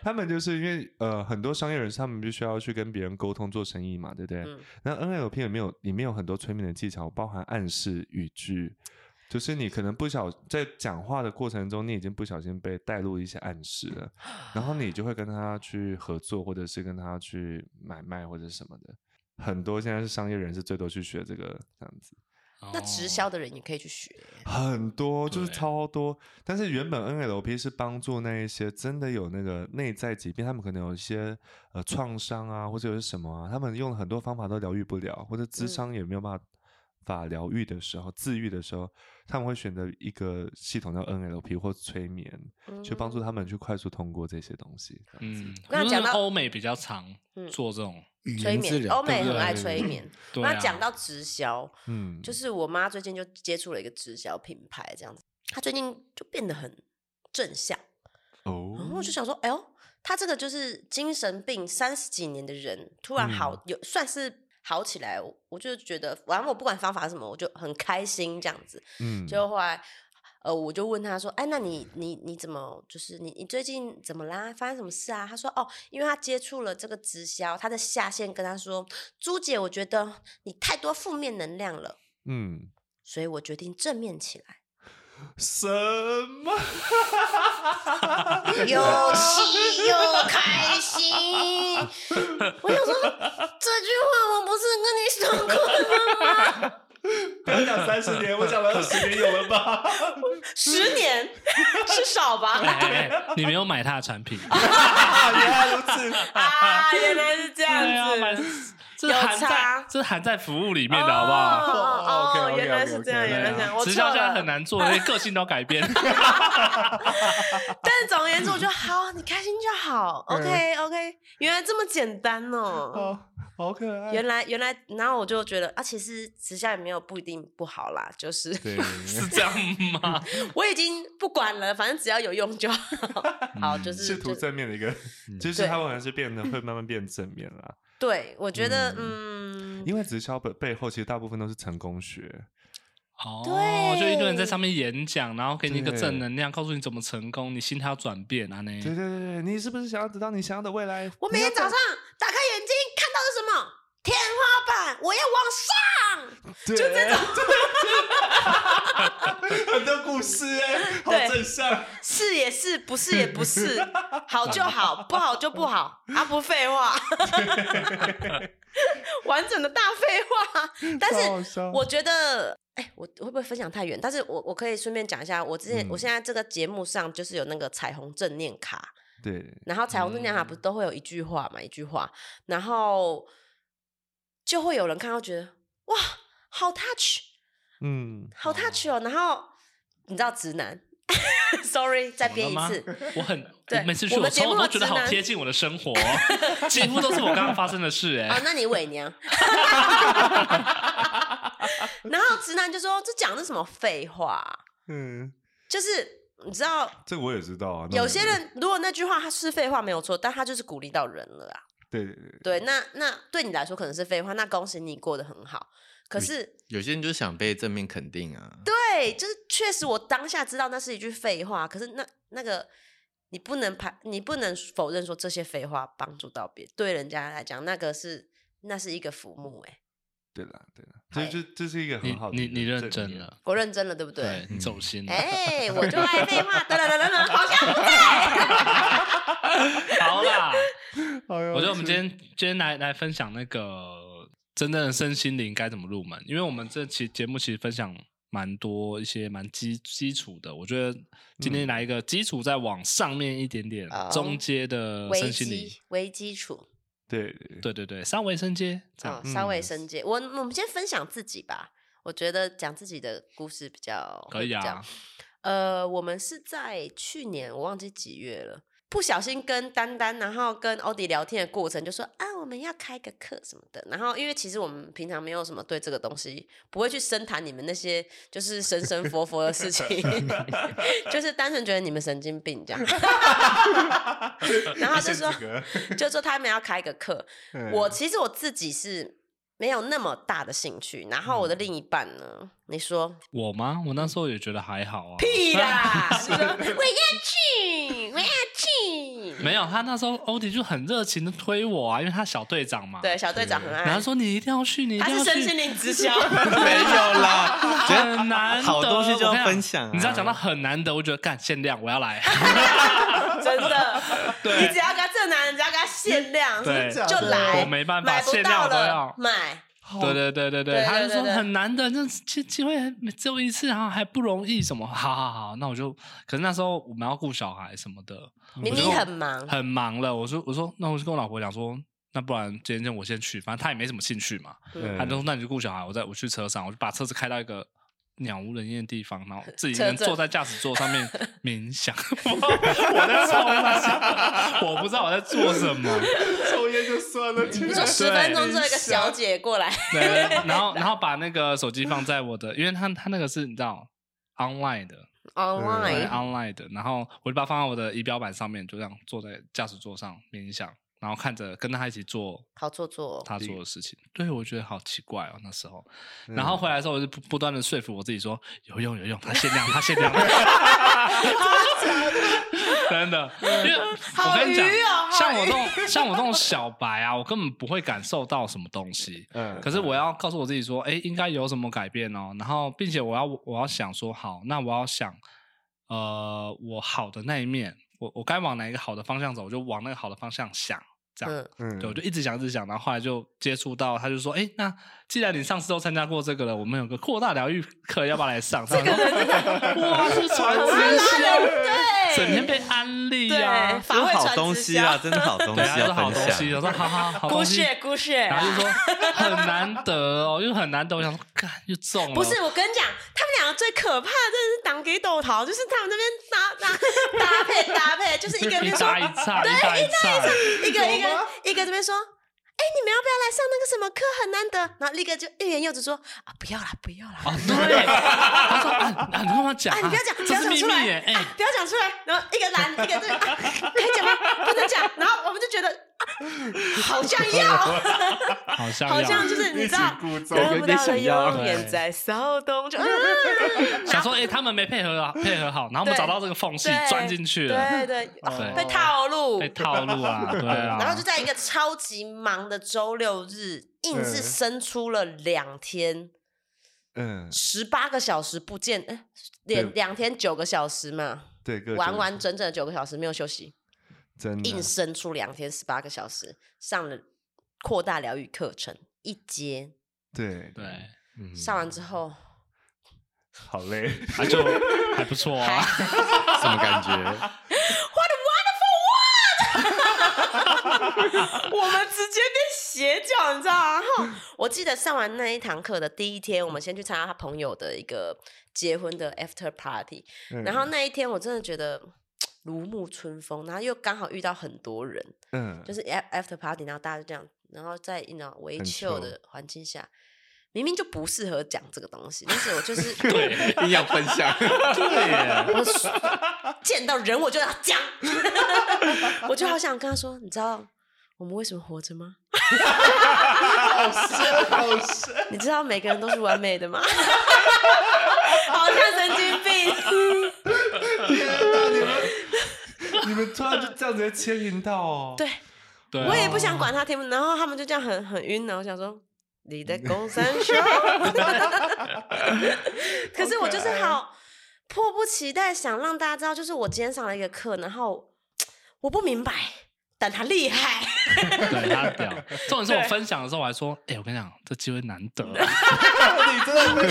[SPEAKER 3] 他们就是因为呃，很多商业人士他们必须要去跟别人沟通做生意嘛，对不对？
[SPEAKER 2] 嗯
[SPEAKER 3] 那 NLP 里面有里面有很多催眠的技巧，包含暗示、语句，就是你可能不小在讲话的过程中，你已经不小心被带入一些暗示了，然后你就会跟他去合作，或者是跟他去买卖或者什么的。很多现在是商业人士最多去学这个这样子，
[SPEAKER 2] 那直
[SPEAKER 1] 哦
[SPEAKER 2] 销的人也可以去学。
[SPEAKER 3] 很多就是
[SPEAKER 1] 对
[SPEAKER 3] 超多，但是原本 NLP 是帮助那一些真的有那个内在疾病，他们可能有一些呃创伤啊，或者是什么啊，他们用了很多方法都疗愈不了，或者
[SPEAKER 2] 嗯
[SPEAKER 3] 智商也没有办法法疗愈的时候，自愈的时候，他们会选择一个系统叫 NLP 或催眠，
[SPEAKER 2] 嗯
[SPEAKER 3] 去帮助他们去快速通过这些东西。
[SPEAKER 1] 嗯，
[SPEAKER 2] 那
[SPEAKER 1] 就是
[SPEAKER 2] 讲到
[SPEAKER 1] 欧美比较常
[SPEAKER 2] 嗯
[SPEAKER 1] 做这种，
[SPEAKER 4] 语
[SPEAKER 2] 催
[SPEAKER 4] 言之
[SPEAKER 2] 眠，哦
[SPEAKER 4] 人，
[SPEAKER 2] 欧美
[SPEAKER 4] 对不
[SPEAKER 2] 很
[SPEAKER 4] 对
[SPEAKER 2] 爱催眠。
[SPEAKER 1] 对啊
[SPEAKER 2] 那讲到直销，
[SPEAKER 3] 嗯，
[SPEAKER 2] 就是我妈最近就接触了一个直销品牌，这样子，她最近就变得很正向。然后
[SPEAKER 3] 哦
[SPEAKER 2] 我，就想说，哎呦，她这个就是精神病三十几年的人，突然好、
[SPEAKER 4] 嗯
[SPEAKER 2] 有算是好起来，我我就觉得，反正我不管方法是什么，我就很开心这样子。
[SPEAKER 3] 嗯，
[SPEAKER 2] 就后来，呃，我就问他说：“哎，那你你你怎么就是你你最近怎么啦？发生什么事啊？”他说：“哦，因为他接触了这个直销，他的下线跟他说，朱姐，我觉得你太多负面能量了，
[SPEAKER 3] 嗯，
[SPEAKER 2] 所以我决定正面起 来。
[SPEAKER 3] 什么？
[SPEAKER 2] 又气又开心，我想说这句话我不是跟你说过
[SPEAKER 3] 不要讲三十年，我讲了二十年有了吧？
[SPEAKER 2] 十年 是少吧？
[SPEAKER 1] 哎哎哎你没有买他的 产品，
[SPEAKER 3] 原来如此。
[SPEAKER 2] 啊，原来是这
[SPEAKER 1] 对啊，买
[SPEAKER 2] 样子。
[SPEAKER 1] 这
[SPEAKER 2] 有
[SPEAKER 1] 是含
[SPEAKER 2] 差
[SPEAKER 1] 在这是含在服务里面的好不好？
[SPEAKER 2] 哦哦哦，
[SPEAKER 3] OK，OK，OK，OK
[SPEAKER 2] 原来是这样，
[SPEAKER 3] 对啊
[SPEAKER 2] 原来是这样，我
[SPEAKER 1] 直
[SPEAKER 2] 错
[SPEAKER 1] 销现在
[SPEAKER 2] 了。
[SPEAKER 1] 很难做，连个性都改 变。
[SPEAKER 2] 但是总而言之，我觉得好，你开心就 好。OK OK，原来这么简单哦。
[SPEAKER 3] 哦，好可 爱。
[SPEAKER 2] 原来原来，然后我就觉得啊，其实直销也没有不一定不好啦，就是
[SPEAKER 3] 对，
[SPEAKER 1] 是这样吗？
[SPEAKER 2] 我已经不管了，反正只要有用就好。好，就是
[SPEAKER 3] 嗯试图
[SPEAKER 2] 就
[SPEAKER 3] 正面的一个，
[SPEAKER 1] 嗯
[SPEAKER 3] 就
[SPEAKER 2] 嗯
[SPEAKER 3] 是
[SPEAKER 2] 对
[SPEAKER 3] 它好像是变得会慢慢变正面啦。
[SPEAKER 2] 对，我觉得嗯，
[SPEAKER 3] 因为直销背背后其实大部分都是成功学，
[SPEAKER 1] 哦，
[SPEAKER 2] 对
[SPEAKER 1] 就一堆人在上面演讲，然后给你一个
[SPEAKER 3] 对
[SPEAKER 1] 正能量，告诉你怎么成功，你心态要转变啊，
[SPEAKER 3] 对对对
[SPEAKER 1] 呢。
[SPEAKER 3] 对，你是不是想要得到你想要的未来？
[SPEAKER 2] 我每天早上打开眼睛看到的是什么天花板，我要往上。
[SPEAKER 3] 就这种， 很多故 事哎，好
[SPEAKER 2] 对
[SPEAKER 3] 正向。
[SPEAKER 2] 是也是，不是也不是，好就好，不好就不好，啊不废话，完整的大废话。
[SPEAKER 3] 超 好
[SPEAKER 2] 但是
[SPEAKER 3] 笑
[SPEAKER 2] 我觉得，哎、我会不会分享太远？但是我我可以顺便讲一下，我之前、
[SPEAKER 3] 嗯
[SPEAKER 2] 我现在这个节目上就是有那个彩虹正念卡，
[SPEAKER 3] 对，
[SPEAKER 2] 然后彩虹正念卡
[SPEAKER 1] 嗯
[SPEAKER 2] 不是都会有一句话嘛，一句话，然后就会有人看到觉得哇，好 touch，
[SPEAKER 3] 嗯，
[SPEAKER 2] 好 touch 哦，然后你知道直男 ，sorry，再编一
[SPEAKER 1] 懂了吗
[SPEAKER 2] 次。
[SPEAKER 1] 我很，
[SPEAKER 2] 对
[SPEAKER 1] 我每次
[SPEAKER 2] 我
[SPEAKER 1] 去
[SPEAKER 2] 们
[SPEAKER 1] 我
[SPEAKER 2] 节目
[SPEAKER 1] 从我都觉得
[SPEAKER 2] 直
[SPEAKER 1] 好
[SPEAKER 2] 男
[SPEAKER 1] 贴近我的生活哦，几乎都是我刚刚发生 的事
[SPEAKER 2] 啊
[SPEAKER 1] 哎，。
[SPEAKER 2] 那你伪娘。然后直男就说：“这讲的是什么废话啊？
[SPEAKER 3] 嗯，
[SPEAKER 2] 就是你知道，
[SPEAKER 3] 这个我也知道啊。那
[SPEAKER 2] 有
[SPEAKER 3] 我
[SPEAKER 2] 些人如果那句话他是废话没有错，但他就是鼓励到人了啊。
[SPEAKER 3] 对对对，
[SPEAKER 2] 对，那那对你来说可能是废话，那恭喜你过得很好。可是，
[SPEAKER 4] 有些人就想被正面肯定啊，
[SPEAKER 2] 对，就是确实我当下知道那是一句废话，可是那那个你不能排，你不能否认说这些废话帮助到别对人家来讲，那个是那是一个浮木、欸。哎，
[SPEAKER 3] 对了对了，
[SPEAKER 2] 好
[SPEAKER 3] 这
[SPEAKER 2] 耶
[SPEAKER 3] 这这是一个
[SPEAKER 1] 你
[SPEAKER 3] 很好的
[SPEAKER 1] 你
[SPEAKER 3] 一个
[SPEAKER 1] 你认
[SPEAKER 3] 正
[SPEAKER 1] 真
[SPEAKER 3] 面
[SPEAKER 1] 了，。
[SPEAKER 2] 我认真了，对不对？
[SPEAKER 1] 对你走心了。
[SPEAKER 2] 哎、我就爱废话，等等等等等，好像不对。
[SPEAKER 1] 好啦，
[SPEAKER 3] 哎呦
[SPEAKER 1] 我觉得我们今天今天来来分享那个真正的身心灵该怎么入门，因为我们这期节目其实分享蛮多一些蛮基基础的。我觉得今
[SPEAKER 2] 嗯
[SPEAKER 1] 天来一个基础再往上面一点点，
[SPEAKER 2] 哦
[SPEAKER 1] 中阶的
[SPEAKER 2] 为
[SPEAKER 1] 身心灵
[SPEAKER 2] 基，为基础，
[SPEAKER 3] 对，
[SPEAKER 1] 对对对，稍微升阶这样
[SPEAKER 2] 哦，稍微
[SPEAKER 3] 嗯
[SPEAKER 2] 升阶。我我们先分享自己吧，我觉得讲自己的故事比较
[SPEAKER 1] 可
[SPEAKER 2] 会
[SPEAKER 1] 以
[SPEAKER 2] 比较
[SPEAKER 1] 啊。
[SPEAKER 2] 呃，我们是在去年，我忘记几月了，不小心跟丹丹，然后跟欧迪聊天的过程，就说啊，我们要开个课什么的。然后因为其实我们平常没有什么对这个东西，不会去深谈你们那些就是神神佛佛的事情， 就是单纯觉得你们神经病这样。然后他就说， 就说他们要开个课，我其实我自己是。没有那么大的兴趣，然后我的另一半呢？你说
[SPEAKER 1] 我吗？我那时候也觉得还好啊。
[SPEAKER 2] 屁 啦！是说我要去，我要去。
[SPEAKER 1] 没有，他那时候欧迪就很热情的推我啊，因为他小队长嘛。
[SPEAKER 2] 对，。小队长很
[SPEAKER 1] 然后
[SPEAKER 2] 爱
[SPEAKER 1] 他，说你一定要去，你一
[SPEAKER 2] 他
[SPEAKER 1] 定
[SPEAKER 2] 是
[SPEAKER 1] 要
[SPEAKER 2] 身
[SPEAKER 1] 去
[SPEAKER 2] 心。灵直 销。
[SPEAKER 4] 没 有啦，觉得
[SPEAKER 1] 很难得，
[SPEAKER 4] 好东西就要
[SPEAKER 1] 我跟你讲
[SPEAKER 4] 分享啊
[SPEAKER 1] 你知道讲到很难得，我觉得干限量，我 要来。
[SPEAKER 2] 真的，
[SPEAKER 1] 对
[SPEAKER 2] 你只要给他这男人，只要给他限量，
[SPEAKER 1] 对
[SPEAKER 2] 就来，
[SPEAKER 1] 我没办法
[SPEAKER 2] 买不
[SPEAKER 1] 限
[SPEAKER 2] 到
[SPEAKER 1] 量我都
[SPEAKER 2] 了
[SPEAKER 1] 要
[SPEAKER 2] 买。
[SPEAKER 1] 对对对
[SPEAKER 2] 对
[SPEAKER 1] 对对，他
[SPEAKER 2] 对
[SPEAKER 1] 就说
[SPEAKER 2] 对对
[SPEAKER 1] 很难得，那机机会还只有一次，然后还不容易，什么？好好好，那我就，可是那时候我们要顾小孩什么的，
[SPEAKER 2] 明明很忙，
[SPEAKER 1] 很忙了。我说我说，那我就跟我老婆讲说，那不然今天我先去，反正她也没什么兴趣嘛。
[SPEAKER 3] 嗯
[SPEAKER 1] 她就说那你就顾小孩，我在我去车上，我就把车子开到一个。鸟无人烟的地方，然后自己一 个人
[SPEAKER 2] 车震
[SPEAKER 1] 坐在驾驶座上面 冥想。我在冲他笑，我不知道我在做什么。
[SPEAKER 3] 抽烟就算了，
[SPEAKER 2] 你说十分钟做一个小姐过 来，
[SPEAKER 1] 对，然后然后把那个手机放在我的，因为他他那个是你知道 online 的，
[SPEAKER 2] 哦
[SPEAKER 1] 对
[SPEAKER 2] online，
[SPEAKER 1] online 的，然后我就把它放在我的仪表板上面，就这样坐在驾驶座上冥想，然后看着跟他一起做
[SPEAKER 2] 好做作哦。
[SPEAKER 1] 他做的事情，对我觉得好奇怪哦那时候，
[SPEAKER 2] 嗯
[SPEAKER 1] 然
[SPEAKER 3] 嗯
[SPEAKER 1] 后回来的时候我就不不断的说服我自己说有用有用，他限量他限量， 真的，因为我跟你讲
[SPEAKER 2] 好愚哦，嗯好
[SPEAKER 1] 像我这种像我这种小白啊，我根本不会感受到什么东西，
[SPEAKER 3] 嗯
[SPEAKER 1] 可是我要告诉我自己说，哎、应该有什么改变哦。然后，并且我要我要想说，好，那我要想，呃，我好的那一面，我我该往哪一个好的方向走，我就往那个好的方向想，这样。
[SPEAKER 2] 嗯，
[SPEAKER 3] 嗯
[SPEAKER 1] 对，我就一直想，一直想，然后后来就接触到，他就说：“哎，那既然你上次都参加过这个了，我们有个扩大疗愈课，要不要来上？”这个哇，是传直销，啊整天被安利呀、
[SPEAKER 2] 对，
[SPEAKER 1] 啊，
[SPEAKER 2] 法会
[SPEAKER 4] 好
[SPEAKER 2] 传
[SPEAKER 4] 东
[SPEAKER 2] 直
[SPEAKER 4] 西
[SPEAKER 2] 销
[SPEAKER 4] 啊，，真的好东西
[SPEAKER 1] 对啊，这是
[SPEAKER 4] 要
[SPEAKER 1] 好
[SPEAKER 4] 分
[SPEAKER 1] 东西。
[SPEAKER 4] 享。
[SPEAKER 1] 我说：“好好好，好
[SPEAKER 2] 姑
[SPEAKER 1] 东西。”
[SPEAKER 2] 血姑血
[SPEAKER 1] 然
[SPEAKER 2] 啊。
[SPEAKER 1] 后就说很难得哦，又很难得。我想说，干又中了，
[SPEAKER 2] 不是，我跟你讲，他们两个最可怕的真的是党给斗桃，就是他们那边搭 搭搭配搭配，就是一个人
[SPEAKER 1] 一
[SPEAKER 2] 就说
[SPEAKER 1] 炸一炸，一炸一炸，
[SPEAKER 2] 一个一个一个这边说。哎、你们要不要来上那个什么课？很难得。然后立刻就欲言又止说啊，不要啦，不要啦，
[SPEAKER 1] 哦，对， 他说啊啊，你干嘛讲？
[SPEAKER 2] 啊，你不要讲，不
[SPEAKER 1] 这
[SPEAKER 2] 要
[SPEAKER 1] 是
[SPEAKER 2] 讲
[SPEAKER 1] 秘
[SPEAKER 2] 出
[SPEAKER 1] 密
[SPEAKER 2] 来
[SPEAKER 1] 耶，，哎
[SPEAKER 2] 啊，，不要讲出来。然后一个 拦，一个对，啊，可以讲吗？不能讲。然后我们就觉得、啊、好像要，
[SPEAKER 1] 好像
[SPEAKER 2] 好
[SPEAKER 1] 好
[SPEAKER 2] 像就是你知道，得不到的永远在骚动，就、啊、
[SPEAKER 1] 想说，哎，他们没配合好，配合好，然后我们
[SPEAKER 2] 对
[SPEAKER 1] 找到这个缝隙
[SPEAKER 2] 对
[SPEAKER 1] 钻进去了，
[SPEAKER 2] 对对、啊
[SPEAKER 1] 哦对
[SPEAKER 2] 被套路，
[SPEAKER 1] 被套 路啊，对啊，
[SPEAKER 2] 然后就在一个超级忙的周六日，硬是
[SPEAKER 3] 嗯
[SPEAKER 2] 生出了两天
[SPEAKER 3] 嗯，
[SPEAKER 2] 十八个小时不见，哎，
[SPEAKER 3] 对
[SPEAKER 2] 两两天九个小时嘛，
[SPEAKER 3] 对，各
[SPEAKER 2] 完
[SPEAKER 3] 种
[SPEAKER 2] 完整整的九个小时没有休息，
[SPEAKER 3] 真的
[SPEAKER 2] 硬生出两天十八个小时，上了扩大疗愈课程一节，
[SPEAKER 3] 对
[SPEAKER 1] 对，，
[SPEAKER 3] 嗯
[SPEAKER 2] 上完之后
[SPEAKER 3] 好累，
[SPEAKER 1] 他就还不错啊，
[SPEAKER 4] 什么感觉？
[SPEAKER 2] 我们直接变邪教，你知道吗？然 后我记得上完那一堂课的第一天，我们先去参加他朋友的一个结婚的 after party，
[SPEAKER 3] 嗯
[SPEAKER 2] 然后那一天我真的觉得如沐春风，然后又刚好遇到很多人，
[SPEAKER 3] 嗯
[SPEAKER 2] 就是 af- after party，然后大家就这样，然后在一种围
[SPEAKER 3] 很
[SPEAKER 2] 球
[SPEAKER 3] chill
[SPEAKER 2] 的环境下，明明就不适合讲这个东西，但是 我就是
[SPEAKER 1] 对
[SPEAKER 4] 硬要分享，
[SPEAKER 1] 对耶，
[SPEAKER 2] 我是 见到人我就要讲， 我就好想跟他说，你知道我们为什么活着吗？ 你知道每个人都是完美的吗？ 好像神经病，
[SPEAKER 3] 你们突然就这样直接牵引到哦，
[SPEAKER 2] 对
[SPEAKER 1] 对啊，
[SPEAKER 2] 我也不想管他听不，然后他们就这样很很晕呢。我想说你在公山修，可是我就是好迫不及待想让大家知道，就是我今天上了一个课，然后我不明白，但他厉害，
[SPEAKER 1] 对他屌。重点是我
[SPEAKER 2] 对
[SPEAKER 1] 分享的时候，我还说：“哎、我跟你讲，这机会难得，
[SPEAKER 4] 你真的没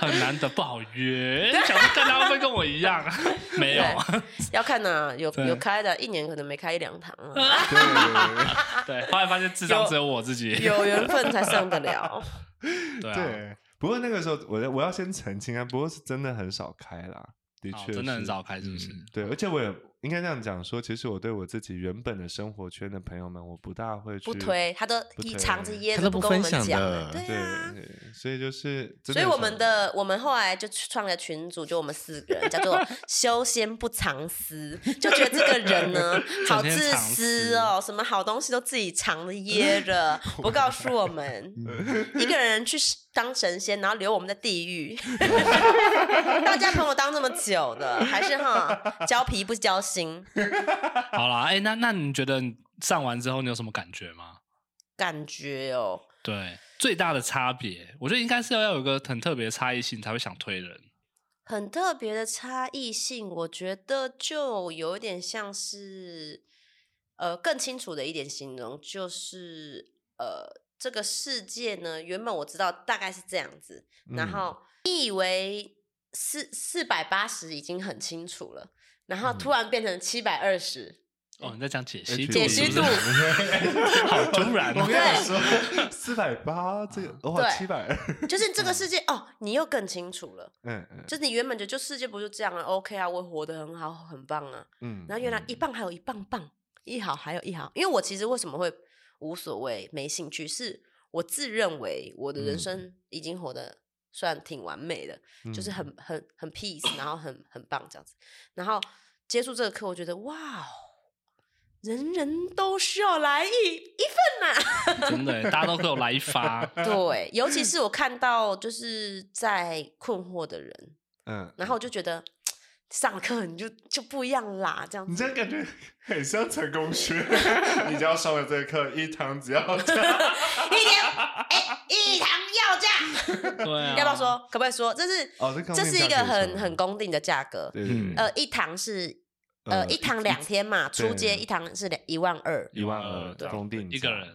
[SPEAKER 1] 很难得，不好 约。”想说看他会不会跟我一样？ 没有，
[SPEAKER 2] 啊要看呐、有
[SPEAKER 1] 对
[SPEAKER 2] 有开的，一年可能没开一两堂啊。
[SPEAKER 4] 对
[SPEAKER 1] 对。后来发现智商只有我自己。
[SPEAKER 2] 有缘分才上得了。
[SPEAKER 1] 对啊，
[SPEAKER 3] 对，不过那个时候我我要先澄清啊，不过是真的很少开啦，的
[SPEAKER 1] 哦
[SPEAKER 3] 确、
[SPEAKER 1] 真的很少。开，是不是？
[SPEAKER 4] 嗯
[SPEAKER 3] 对，而且我也应该这样讲说，其实我对我自己原本的生活圈的朋友们，我不大会去
[SPEAKER 2] 不推，他都
[SPEAKER 3] 不
[SPEAKER 2] 一
[SPEAKER 3] 推
[SPEAKER 2] 藏着掖
[SPEAKER 4] 他
[SPEAKER 2] 着
[SPEAKER 4] 都
[SPEAKER 2] 不
[SPEAKER 4] 不
[SPEAKER 2] 跟我们
[SPEAKER 4] 分享
[SPEAKER 2] 讲
[SPEAKER 4] 的
[SPEAKER 2] 欸。对
[SPEAKER 3] 对
[SPEAKER 2] 啊，
[SPEAKER 3] 对所以就是
[SPEAKER 2] 所
[SPEAKER 3] 真的很少，
[SPEAKER 2] 以我们的我们后来就创了群组，就我们四个人，叫做“修仙不藏私”，就觉得这个人呢好
[SPEAKER 1] 天
[SPEAKER 2] 自
[SPEAKER 1] 藏
[SPEAKER 2] 私哦，什么好东西都自己藏着掖着，不告诉我们。一个人去当神仙，然后留我们在地狱。大家朋友当这么久的，还是哈交皮不交心，
[SPEAKER 1] 好啦，哎、那那你觉得你上完之后你有什么感觉吗？
[SPEAKER 2] 感觉哦，
[SPEAKER 1] 对，最大的差别，我觉得应该是要要有一个很特别的差异性才会想推人。
[SPEAKER 2] 很特别的差异性，我觉得就有点像是，呃，更清楚的一点形容就是，呃，这个世界呢，原本我知道大概是这样子，然
[SPEAKER 3] 嗯
[SPEAKER 2] 后你以为四四百八十已经很清楚了，然后突然变成七百二十，
[SPEAKER 1] 哦，你在讲解析
[SPEAKER 3] H
[SPEAKER 1] 度，
[SPEAKER 2] 哎解
[SPEAKER 1] 是
[SPEAKER 2] 析
[SPEAKER 1] 不
[SPEAKER 2] 度
[SPEAKER 1] 是好突然
[SPEAKER 3] 我
[SPEAKER 1] 哦
[SPEAKER 3] 跟你说，四百八这个哇，
[SPEAKER 2] 对
[SPEAKER 3] 七百二，
[SPEAKER 2] 就是这个世界哦，你又更清楚了，
[SPEAKER 3] 嗯嗯
[SPEAKER 2] 就是你原本就就世界不就这样啊？OK 啊，我活得很好，很棒啊，
[SPEAKER 3] 嗯
[SPEAKER 2] 然后原来一棒还有一棒棒，一毫还有一毫。因为我其实为什么会无所谓、没兴趣，是我自认为我的人
[SPEAKER 3] 嗯
[SPEAKER 2] 生已经活得算挺完美的，就是
[SPEAKER 3] 嗯
[SPEAKER 2] 很很很 peace，然后很很棒这样子。然后接触这个课，我觉得哇哦，人人都需要来一 一
[SPEAKER 1] 真的耶，大家都给我来一发。
[SPEAKER 2] 对，尤其是我看到就是在困惑的人，
[SPEAKER 3] 嗯，
[SPEAKER 2] 然后我就觉得上了课你就就不一样啦，这样
[SPEAKER 3] 你
[SPEAKER 2] 子。
[SPEAKER 3] 这样感觉很像成功学， 你只要上了这个课，一堂只要
[SPEAKER 2] 一点，哎、一堂要价。
[SPEAKER 1] 对、啊，
[SPEAKER 2] 要不要说？可不可以说？这是
[SPEAKER 3] 哦这公定
[SPEAKER 2] 这是一个
[SPEAKER 3] 价格是
[SPEAKER 2] 很
[SPEAKER 3] 吗
[SPEAKER 2] 很公定的价格。
[SPEAKER 3] 对对对
[SPEAKER 2] 呃，一堂是呃一堂两天嘛，
[SPEAKER 3] 对
[SPEAKER 2] 出街一堂是两一万二。
[SPEAKER 3] 一万二
[SPEAKER 1] 对
[SPEAKER 3] 公定
[SPEAKER 1] 一个
[SPEAKER 3] 价
[SPEAKER 1] 人。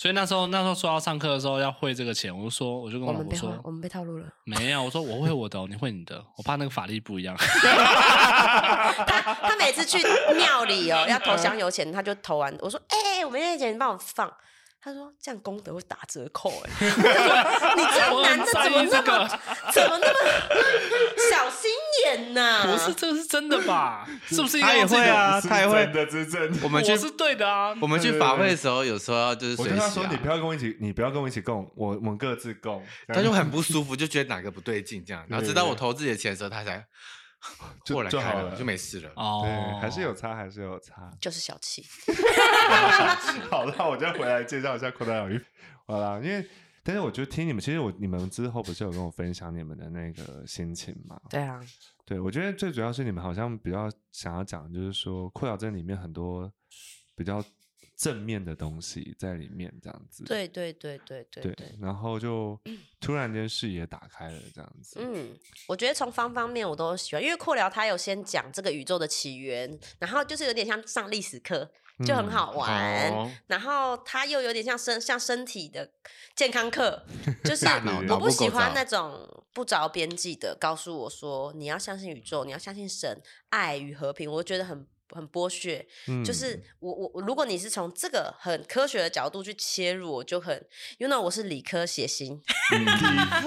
[SPEAKER 1] 所以那时候那时候说要上课的时候要汇这个钱，我就说我就跟
[SPEAKER 2] 我
[SPEAKER 1] 老
[SPEAKER 2] 们
[SPEAKER 1] 婆
[SPEAKER 2] 被花
[SPEAKER 1] 说
[SPEAKER 2] 我们被套路了。
[SPEAKER 1] 没有，我说我会我的哦、你会你的，我怕那个法 力不一样。
[SPEAKER 2] 他他每次去庙里哦，要投香油钱，他就投完，我说：“哎、哎，我们那钱你帮我放。”他说：“这样功德会打折扣。”哎，你这
[SPEAKER 1] 我
[SPEAKER 2] 男
[SPEAKER 1] 很
[SPEAKER 2] 的
[SPEAKER 1] 在
[SPEAKER 2] 怎么
[SPEAKER 1] 意
[SPEAKER 2] 那么
[SPEAKER 1] 这个，
[SPEAKER 2] 怎么那么小心眼呐、
[SPEAKER 1] 不是这个是真的吧？
[SPEAKER 2] 嗯
[SPEAKER 1] 是不是？
[SPEAKER 4] 他也会啊
[SPEAKER 3] 是
[SPEAKER 4] 他也会
[SPEAKER 3] 真的，是真的。
[SPEAKER 4] 我们去
[SPEAKER 1] 我是对的啊。
[SPEAKER 4] 我们去法会的时候，有时候要就是
[SPEAKER 3] 我
[SPEAKER 4] 随
[SPEAKER 3] 跟他
[SPEAKER 4] 喜、啊，
[SPEAKER 3] 说，你不要跟我一起，你不要跟我一起供，我我们各自供。
[SPEAKER 4] 他就很不舒服，就觉得哪个不对劲这样。然后直到我投自己的钱的时候，他才
[SPEAKER 3] 就
[SPEAKER 4] 豁然
[SPEAKER 3] 就
[SPEAKER 4] 开
[SPEAKER 3] 好
[SPEAKER 4] 朗，
[SPEAKER 3] 了
[SPEAKER 4] 就没事 了。
[SPEAKER 1] 哦
[SPEAKER 3] 对，，还是有差，还是有差。
[SPEAKER 2] 就是小气。
[SPEAKER 3] 好了，我再回来介绍一下扩大疗愈。好啦，因为但是我就听你们，其实我你们之后不是有跟我分享你们的那个心情嘛？
[SPEAKER 2] 对啊，
[SPEAKER 3] 对，我觉得最主要是你们好像比较想要讲，就是说扩疗这里面很多比较正面的东西在里面，这样子。
[SPEAKER 2] 对对对对对
[SPEAKER 3] 对
[SPEAKER 2] 对。
[SPEAKER 3] 然后就突然间视野打开了，这样子。
[SPEAKER 2] 嗯，我觉得从方方面我都喜欢，因为扩聊它有先讲这个宇宙的起源，然后就是有点像上历史课，就很
[SPEAKER 3] 嗯
[SPEAKER 2] 好 玩。
[SPEAKER 4] 哦
[SPEAKER 2] 然后它又有点像身像身体的健康 课，就是
[SPEAKER 4] 大脑
[SPEAKER 2] 我
[SPEAKER 4] 脑
[SPEAKER 2] 不
[SPEAKER 4] 部
[SPEAKER 2] 喜
[SPEAKER 4] 构
[SPEAKER 2] 欢
[SPEAKER 4] 造
[SPEAKER 2] 那种不着边际的告诉我说你要相信宇宙，你要相信神、爱与和平，我觉得很很剥削。
[SPEAKER 3] 嗯
[SPEAKER 2] 就是 我我我如果你是从这个很科学的角度去切入，我就很，you know，我是理科血型，
[SPEAKER 3] 嗯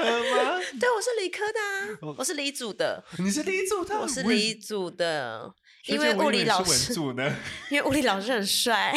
[SPEAKER 2] 对，我是理科的啊，我是理组的，
[SPEAKER 3] 你是第一组的，
[SPEAKER 2] 我是
[SPEAKER 3] 以
[SPEAKER 2] 理组的，
[SPEAKER 3] 学
[SPEAKER 2] 因
[SPEAKER 3] 姐
[SPEAKER 2] 为
[SPEAKER 3] 我以
[SPEAKER 2] 物
[SPEAKER 3] 你
[SPEAKER 2] 理
[SPEAKER 3] 是
[SPEAKER 2] 老
[SPEAKER 3] 文
[SPEAKER 2] 师，
[SPEAKER 3] 组呢。
[SPEAKER 2] 因为物理老师很 帅，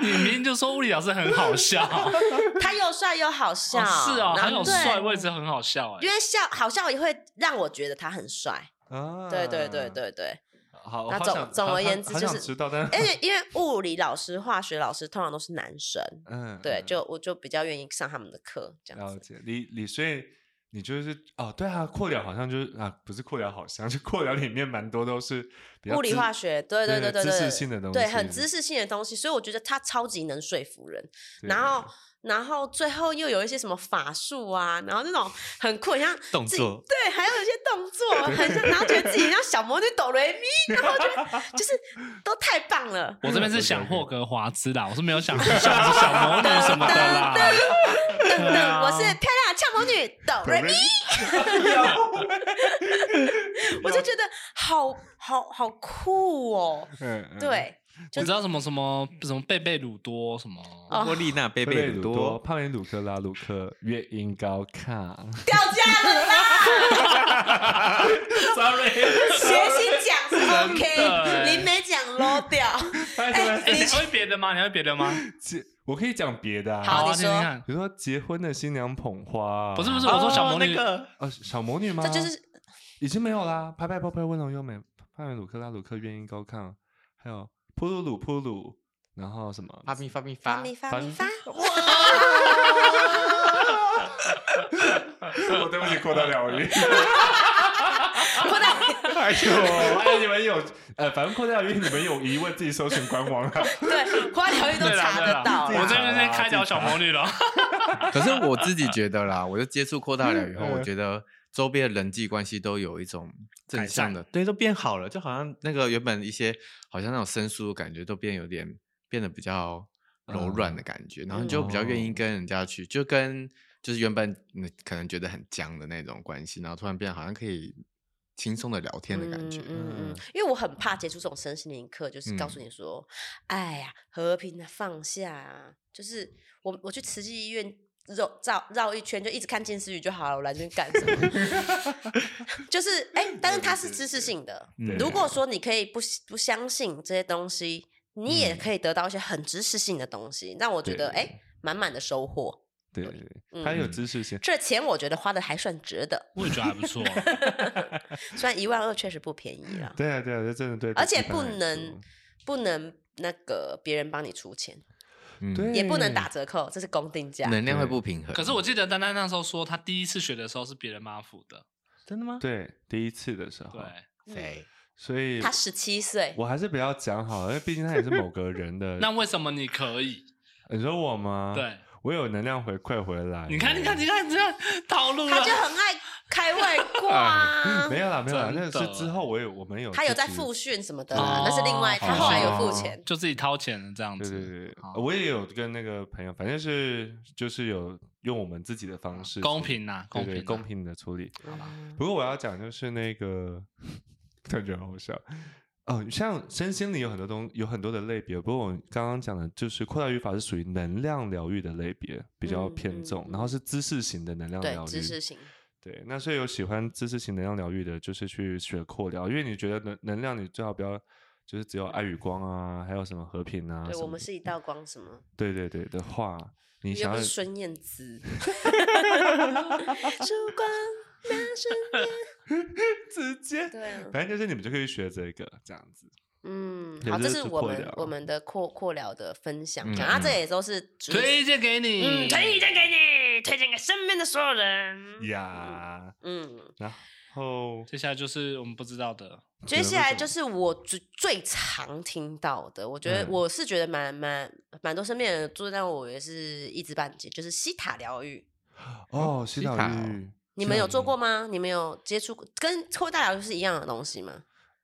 [SPEAKER 1] 你明明就说物理老师很好笑，哦
[SPEAKER 2] 他又帅又好
[SPEAKER 1] 是
[SPEAKER 2] 笑，
[SPEAKER 1] 哦，
[SPEAKER 2] 然
[SPEAKER 1] 很
[SPEAKER 2] 后
[SPEAKER 1] 有
[SPEAKER 2] 对
[SPEAKER 1] 帅，我也觉得很好笑哎
[SPEAKER 2] 因。为笑好笑也会让我觉得他很帅，
[SPEAKER 3] 啊，
[SPEAKER 2] 对对对，对 对，
[SPEAKER 3] 好。
[SPEAKER 2] 那
[SPEAKER 3] 好
[SPEAKER 2] 总
[SPEAKER 3] 想
[SPEAKER 2] 总
[SPEAKER 3] 好
[SPEAKER 2] 而
[SPEAKER 3] 好
[SPEAKER 2] 言之
[SPEAKER 3] 好
[SPEAKER 2] 就
[SPEAKER 3] 想
[SPEAKER 2] 是
[SPEAKER 3] 知道，但
[SPEAKER 2] 而且因为物理老师、化学老师通常都是男生，
[SPEAKER 3] 嗯，
[SPEAKER 2] 对，
[SPEAKER 3] 嗯
[SPEAKER 2] 就我就比较愿意上他们的课，这样
[SPEAKER 3] 了
[SPEAKER 2] 子。
[SPEAKER 3] 解。李李，所以你就是哦，对啊，扩疗好像就是啊，不是扩疗，好像就扩疗里面蛮多都是比较
[SPEAKER 2] 物理
[SPEAKER 3] 知
[SPEAKER 2] 化学，对对
[SPEAKER 3] 对
[SPEAKER 2] 对对对，
[SPEAKER 3] 知识性的东
[SPEAKER 2] 对，
[SPEAKER 3] 西
[SPEAKER 2] 很知识性的东西，所以我觉得他超级能说服人。
[SPEAKER 3] 对
[SPEAKER 2] 然后，然后最后又有一些什么法术啊，然后那种很酷，很像
[SPEAKER 4] 动
[SPEAKER 2] 自己
[SPEAKER 4] 作
[SPEAKER 2] 对，还有一些动作，做，很像，然后觉得自己像小魔女哆瑞咪，然后就就是都太棒了。
[SPEAKER 1] 我这边是想霍格华兹啦，我是没有想想小魔女什么的啦。
[SPEAKER 2] 噔
[SPEAKER 1] 对
[SPEAKER 2] 噔，嗯
[SPEAKER 1] 啊
[SPEAKER 2] 我是漂亮的俏魔女哆瑞咪， 我就觉得好好好酷哦。
[SPEAKER 3] 嗯，嗯，
[SPEAKER 2] 对，
[SPEAKER 1] 你知道什么什么什么贝贝鲁多什么？
[SPEAKER 2] 哦
[SPEAKER 4] 波丽娜贝
[SPEAKER 3] 贝
[SPEAKER 4] 贝
[SPEAKER 3] 贝
[SPEAKER 4] 鲁
[SPEAKER 3] 鲁多、
[SPEAKER 4] 多，
[SPEAKER 3] 帕梅鲁克、拉鲁克、月音高卡，
[SPEAKER 2] 掉价了啦，
[SPEAKER 1] Sorry，
[SPEAKER 2] 谐星奖是 OK，
[SPEAKER 1] 欸
[SPEAKER 2] 林美奖 low 掉。
[SPEAKER 1] 哎，你会别的吗？你会别的吗？
[SPEAKER 3] 结我可以讲别的 啊。
[SPEAKER 2] 好
[SPEAKER 1] 啊，
[SPEAKER 2] 你
[SPEAKER 1] 听听
[SPEAKER 2] 说
[SPEAKER 1] 看。
[SPEAKER 3] 比如说结婚的新娘捧花，啊
[SPEAKER 1] 不是不是，我说小魔女，
[SPEAKER 4] 个
[SPEAKER 3] 哦，小魔女吗？
[SPEAKER 2] 这就是
[SPEAKER 3] 已经没有啦。拍拍泡拍温柔优美，帕梅鲁克、拉鲁克、愿意高亢，还有普鲁鲁普鲁，然后什么？
[SPEAKER 4] 发咪发咪
[SPEAKER 2] 发
[SPEAKER 4] 发，
[SPEAKER 2] 咪发咪发，
[SPEAKER 3] 我对不起，扩大疗愈。
[SPEAKER 2] 扩大
[SPEAKER 3] 哎呦，哎，你们有呃，反正扩大疗愈，你们有疑问自己搜寻官网啊。
[SPEAKER 2] 对，花疗愈都
[SPEAKER 1] 对啦
[SPEAKER 2] 查
[SPEAKER 1] 对啦
[SPEAKER 2] 得到
[SPEAKER 1] 我
[SPEAKER 2] 啦。
[SPEAKER 1] 这边在开聊小魔女了。
[SPEAKER 4] 可是我自己觉得啦，我就接触扩大了以后，
[SPEAKER 3] 嗯
[SPEAKER 4] 我觉得周边的人际关系都有一种正向的，对，都变好了，就好像那个原本一些好像那种生疏的感觉，都变有点变得比较柔软的
[SPEAKER 3] 嗯
[SPEAKER 4] 感觉，然后你就比较愿意
[SPEAKER 3] 哦
[SPEAKER 4] 跟人家去，就跟就是原本你可能觉得很僵的那种关系，然后突然变好像可以轻松的聊天的感觉，
[SPEAKER 2] 嗯嗯嗯
[SPEAKER 3] 嗯，
[SPEAKER 2] 因为我很怕接触这种身心灵课，就是告诉
[SPEAKER 4] 嗯
[SPEAKER 2] 你说，哎呀，和平的放下啊，就是我我去慈济医院。绕绕绕一圈就一直看近视语就好了，我来这边干什么？ 就是哎、但是它是知识性的。
[SPEAKER 4] 嗯
[SPEAKER 2] 如果说你可以不不相信这些东西，你也可以得到一些很知识性的东西，让我觉得
[SPEAKER 3] 对
[SPEAKER 2] 哎满满的收获。
[SPEAKER 3] 对对对，
[SPEAKER 2] 嗯
[SPEAKER 3] 它有知识性。
[SPEAKER 2] 这钱我觉得花的还算值得，
[SPEAKER 1] 我也觉得还不错。
[SPEAKER 2] 虽然一万二确实不便宜啦。
[SPEAKER 3] 对啊对啊，这真的对，
[SPEAKER 2] 而且不
[SPEAKER 3] 一般来
[SPEAKER 2] 能
[SPEAKER 3] 说
[SPEAKER 2] 不能那个别人帮你出钱，
[SPEAKER 4] 嗯
[SPEAKER 3] 对，
[SPEAKER 2] 也不能打折扣，这是公定价。
[SPEAKER 4] 能量会
[SPEAKER 3] 对
[SPEAKER 4] 不平 衡。
[SPEAKER 1] 可是我记得丹丹那时候说，她第一次学的时候是别人帮她付的。真的吗？
[SPEAKER 3] 对第一次的时候
[SPEAKER 1] 对，，
[SPEAKER 4] 谁？
[SPEAKER 3] 所以
[SPEAKER 2] 嗯他十七岁，
[SPEAKER 3] 我还是不要讲好了，因为毕竟他也是某个人的。
[SPEAKER 1] 那为什么你可以？
[SPEAKER 3] 你说我吗？，
[SPEAKER 1] 对，
[SPEAKER 3] 我有能量回馈回来。。
[SPEAKER 1] 你看，你看，你看，你看，套路
[SPEAKER 2] 他
[SPEAKER 1] 了哦
[SPEAKER 2] 就。很爱开外挂啊
[SPEAKER 3] 没有啦，没有啦，
[SPEAKER 1] 真
[SPEAKER 3] 那
[SPEAKER 1] 的
[SPEAKER 3] 是之后我有我们有
[SPEAKER 2] 他有
[SPEAKER 3] 自
[SPEAKER 2] 在
[SPEAKER 3] 己
[SPEAKER 2] 复训什么的
[SPEAKER 1] 哦
[SPEAKER 2] 啦，呃那是另外，他后来有付钱。
[SPEAKER 1] 就自己掏钱了这样
[SPEAKER 3] 对
[SPEAKER 1] 子。
[SPEAKER 3] 对对，
[SPEAKER 1] 好
[SPEAKER 3] 呃我也有跟那个朋友，反正是就是有用我们自己的方式，
[SPEAKER 1] 公平呐
[SPEAKER 3] 对
[SPEAKER 1] 公
[SPEAKER 3] 对
[SPEAKER 1] 平呐啊
[SPEAKER 3] 公平的处理。
[SPEAKER 2] 嗯
[SPEAKER 3] 不过我要讲就是那个，突然觉得好笑。哦，像身心灵有很多东，有很多的类别。不过我刚刚讲的就是扩大语法是属于能量疗愈的类别，比较
[SPEAKER 2] 嗯
[SPEAKER 3] 偏
[SPEAKER 2] 嗯
[SPEAKER 3] 重，
[SPEAKER 2] 嗯
[SPEAKER 3] 然后是知识型的能量
[SPEAKER 2] 对
[SPEAKER 3] 疗，愈。
[SPEAKER 2] 知识型，
[SPEAKER 3] 对，那所以有喜欢知识型能量疗愈的，就是去学扩疗，因为你觉得能能量，你最好不要就是只有爱与光啊，还有什么和平啊什么的。
[SPEAKER 2] 对我们是一道光，什么？
[SPEAKER 3] 对对对的话，你
[SPEAKER 2] 又
[SPEAKER 3] 想
[SPEAKER 2] 不
[SPEAKER 3] 要
[SPEAKER 2] 是孙燕姿，烛光那瞬间，
[SPEAKER 3] 直接，
[SPEAKER 2] 对啊，
[SPEAKER 3] 反正就是你们就可以学这个这样子。
[SPEAKER 2] 嗯，
[SPEAKER 3] 对
[SPEAKER 2] 好，
[SPEAKER 3] 这
[SPEAKER 2] 这
[SPEAKER 3] 是
[SPEAKER 2] 是
[SPEAKER 3] 突
[SPEAKER 2] 我
[SPEAKER 3] 破
[SPEAKER 2] 们
[SPEAKER 3] 了
[SPEAKER 2] 我们的扩扩聊的分享，
[SPEAKER 4] 嗯
[SPEAKER 2] 然后这
[SPEAKER 4] 嗯
[SPEAKER 2] 也都是主
[SPEAKER 1] 推荐给你，
[SPEAKER 2] 嗯，推荐给你，推荐给身边的所有人。
[SPEAKER 3] 呀，
[SPEAKER 2] 嗯，
[SPEAKER 3] 然后
[SPEAKER 1] 接下来就是我们不知道的，
[SPEAKER 3] 觉
[SPEAKER 2] 接
[SPEAKER 3] 得
[SPEAKER 2] 下
[SPEAKER 3] 为
[SPEAKER 2] 来
[SPEAKER 3] 什
[SPEAKER 2] 就
[SPEAKER 3] 么
[SPEAKER 2] 是我最最常听到的，我觉得
[SPEAKER 3] 嗯
[SPEAKER 2] 我是觉得蛮蛮蛮多身边人做，但我也是一知半解，就是西塔疗愈。
[SPEAKER 3] 哦，西
[SPEAKER 4] 西
[SPEAKER 3] 塔
[SPEAKER 4] 塔
[SPEAKER 3] 浴，
[SPEAKER 2] 你们有
[SPEAKER 3] 嗯
[SPEAKER 2] 做过吗？你们有接触过跟扩大疗愈是一样的东西吗？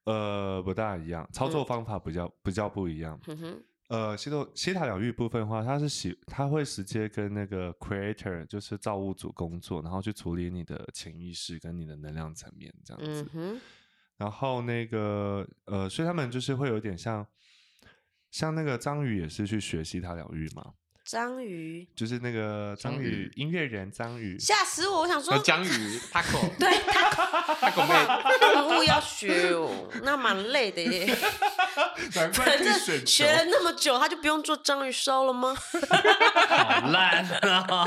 [SPEAKER 3] 呃，不大一样，操作方法比较比较不一样。
[SPEAKER 2] 哼嗯哼，
[SPEAKER 3] 呃，西塔西塔疗愈部分的话，它是喜，它会直接跟那个 creator，就是造物主工作，然后去处理你的潜意识跟你的能量层面这样子。
[SPEAKER 2] 嗯哼，
[SPEAKER 3] 然后那个呃，所以他们就是会有点像，像那个章鱼也是去学西塔疗愈嘛，
[SPEAKER 2] 章鱼
[SPEAKER 3] 就是那个
[SPEAKER 4] 章
[SPEAKER 3] 章
[SPEAKER 4] 鱼
[SPEAKER 3] 鱼音乐人章鱼，
[SPEAKER 2] 吓死我！我想说
[SPEAKER 3] 呃
[SPEAKER 4] 那，江宇 Taco
[SPEAKER 2] 对他
[SPEAKER 4] Taco 妹，
[SPEAKER 2] 动物要学哦，那蛮累的 耶。
[SPEAKER 3] 难怪
[SPEAKER 2] 反
[SPEAKER 3] 可以
[SPEAKER 2] 正
[SPEAKER 3] 选
[SPEAKER 2] 学
[SPEAKER 3] 球
[SPEAKER 2] 了那么久，他就不用做章鱼烧了吗？
[SPEAKER 1] 好烂啊！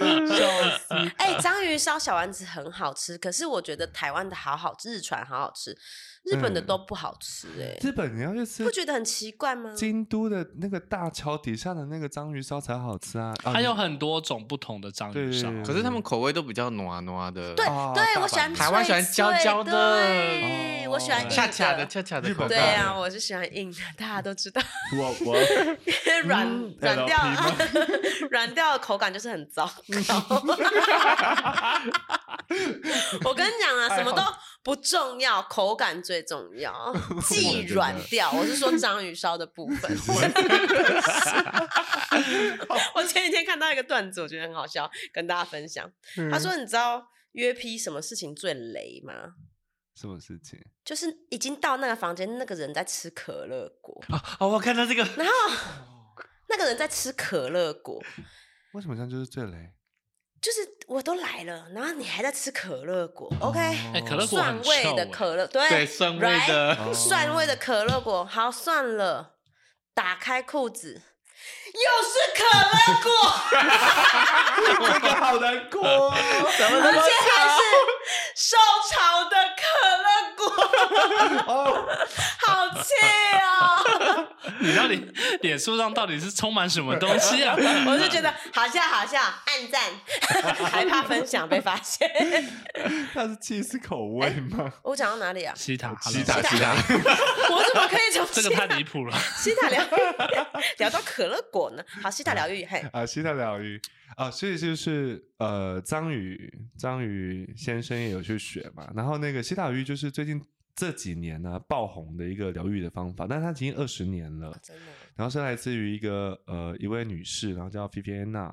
[SPEAKER 2] 哎、章鱼烧小丸子很好吃，可是我觉得台湾的好好吃，日传好好吃，日本的
[SPEAKER 3] 嗯
[SPEAKER 2] 都不好吃、哎、
[SPEAKER 3] 日本你要去吃
[SPEAKER 2] 不觉得很奇怪吗？
[SPEAKER 3] 京都的那个大桥底下的那个章鱼烧才好吃啊！啊
[SPEAKER 1] 它有很多种不同的章鱼烧，
[SPEAKER 3] 对
[SPEAKER 4] 可是他们口味都比较糯糯啊的，
[SPEAKER 2] 对、
[SPEAKER 3] 哦
[SPEAKER 2] 对，
[SPEAKER 3] 大
[SPEAKER 2] 我
[SPEAKER 3] 阪
[SPEAKER 2] 喜欢
[SPEAKER 4] 台湾喜欢
[SPEAKER 2] 脆
[SPEAKER 4] 焦
[SPEAKER 2] 脆
[SPEAKER 4] 焦的
[SPEAKER 2] 对我喜欢
[SPEAKER 3] 哦
[SPEAKER 2] 硬
[SPEAKER 4] 恰恰的恰恰的
[SPEAKER 3] 日
[SPEAKER 4] 口
[SPEAKER 3] 本
[SPEAKER 2] 对
[SPEAKER 4] 感，
[SPEAKER 3] 大
[SPEAKER 2] 啊，我是喜欢硬的，大家都知道，
[SPEAKER 3] 我我
[SPEAKER 2] 因为 软
[SPEAKER 3] 嗯
[SPEAKER 2] 软
[SPEAKER 3] LP
[SPEAKER 2] 掉
[SPEAKER 3] 吗
[SPEAKER 2] 软掉的口感就是很糟糕。我跟你讲 啊，
[SPEAKER 3] 太
[SPEAKER 2] 什么都
[SPEAKER 3] 好
[SPEAKER 2] 不重要，口感最重 要。
[SPEAKER 4] 真
[SPEAKER 2] 既
[SPEAKER 4] 的
[SPEAKER 2] 软掉，我是说章鱼烧的部分。 我前几天看到一个段子，我觉得很好笑，跟大家分享。
[SPEAKER 3] 嗯
[SPEAKER 2] 他说：“你知道约 P 什么事情最雷吗？
[SPEAKER 3] 什么事情？
[SPEAKER 2] 就是已经到那个房间，那个人在吃可乐果，
[SPEAKER 3] 啊
[SPEAKER 4] 哦，我看到这个，
[SPEAKER 2] 然后那个人在吃可乐果，
[SPEAKER 3] 为什么这样就是最 雷？
[SPEAKER 2] 就是我都来了，然后你还在吃可乐果、o k
[SPEAKER 1] 哎可乐果
[SPEAKER 2] 蒜
[SPEAKER 1] 很
[SPEAKER 2] 味
[SPEAKER 1] 臭
[SPEAKER 2] 的
[SPEAKER 1] 欸
[SPEAKER 2] 可乐，对
[SPEAKER 4] 哦对，蒜味
[SPEAKER 2] right？
[SPEAKER 4] 的，
[SPEAKER 3] 哦
[SPEAKER 2] 蒜味的可乐果，好，算了，打开裤子，又是可乐果，
[SPEAKER 3] 好难过哦，
[SPEAKER 2] 而 且还是
[SPEAKER 4] 啊
[SPEAKER 2] 受潮的可乐果，
[SPEAKER 4] 哦
[SPEAKER 2] 好气哦！
[SPEAKER 1] 你到底脸书上到底是充满什么东西 啊？
[SPEAKER 2] 我就觉得好笑，好笑，暗赞， 害怕分享被发现。
[SPEAKER 3] 那是气死口味吗？
[SPEAKER 2] 我讲到哪里啊？
[SPEAKER 1] 西塔，
[SPEAKER 3] 哎西塔
[SPEAKER 2] 西
[SPEAKER 3] 西塔，
[SPEAKER 2] 我怎么可以从
[SPEAKER 1] 这个
[SPEAKER 2] 西
[SPEAKER 1] 太
[SPEAKER 2] 塔
[SPEAKER 1] 离谱了。
[SPEAKER 2] 西塔疗愈聊到可乐果 呢？好，西塔疗愈，嘿，
[SPEAKER 3] 啊，西塔疗愈啊，所以就是呃，章鱼章鱼先生也有去学嘛，然后那个西塔疗愈就是最近这几年呢、爆红的一个疗愈的方法，但它已经二十年了，
[SPEAKER 2] 真的
[SPEAKER 3] 然后是来自于一个呃一位女士，然后叫 Viviana，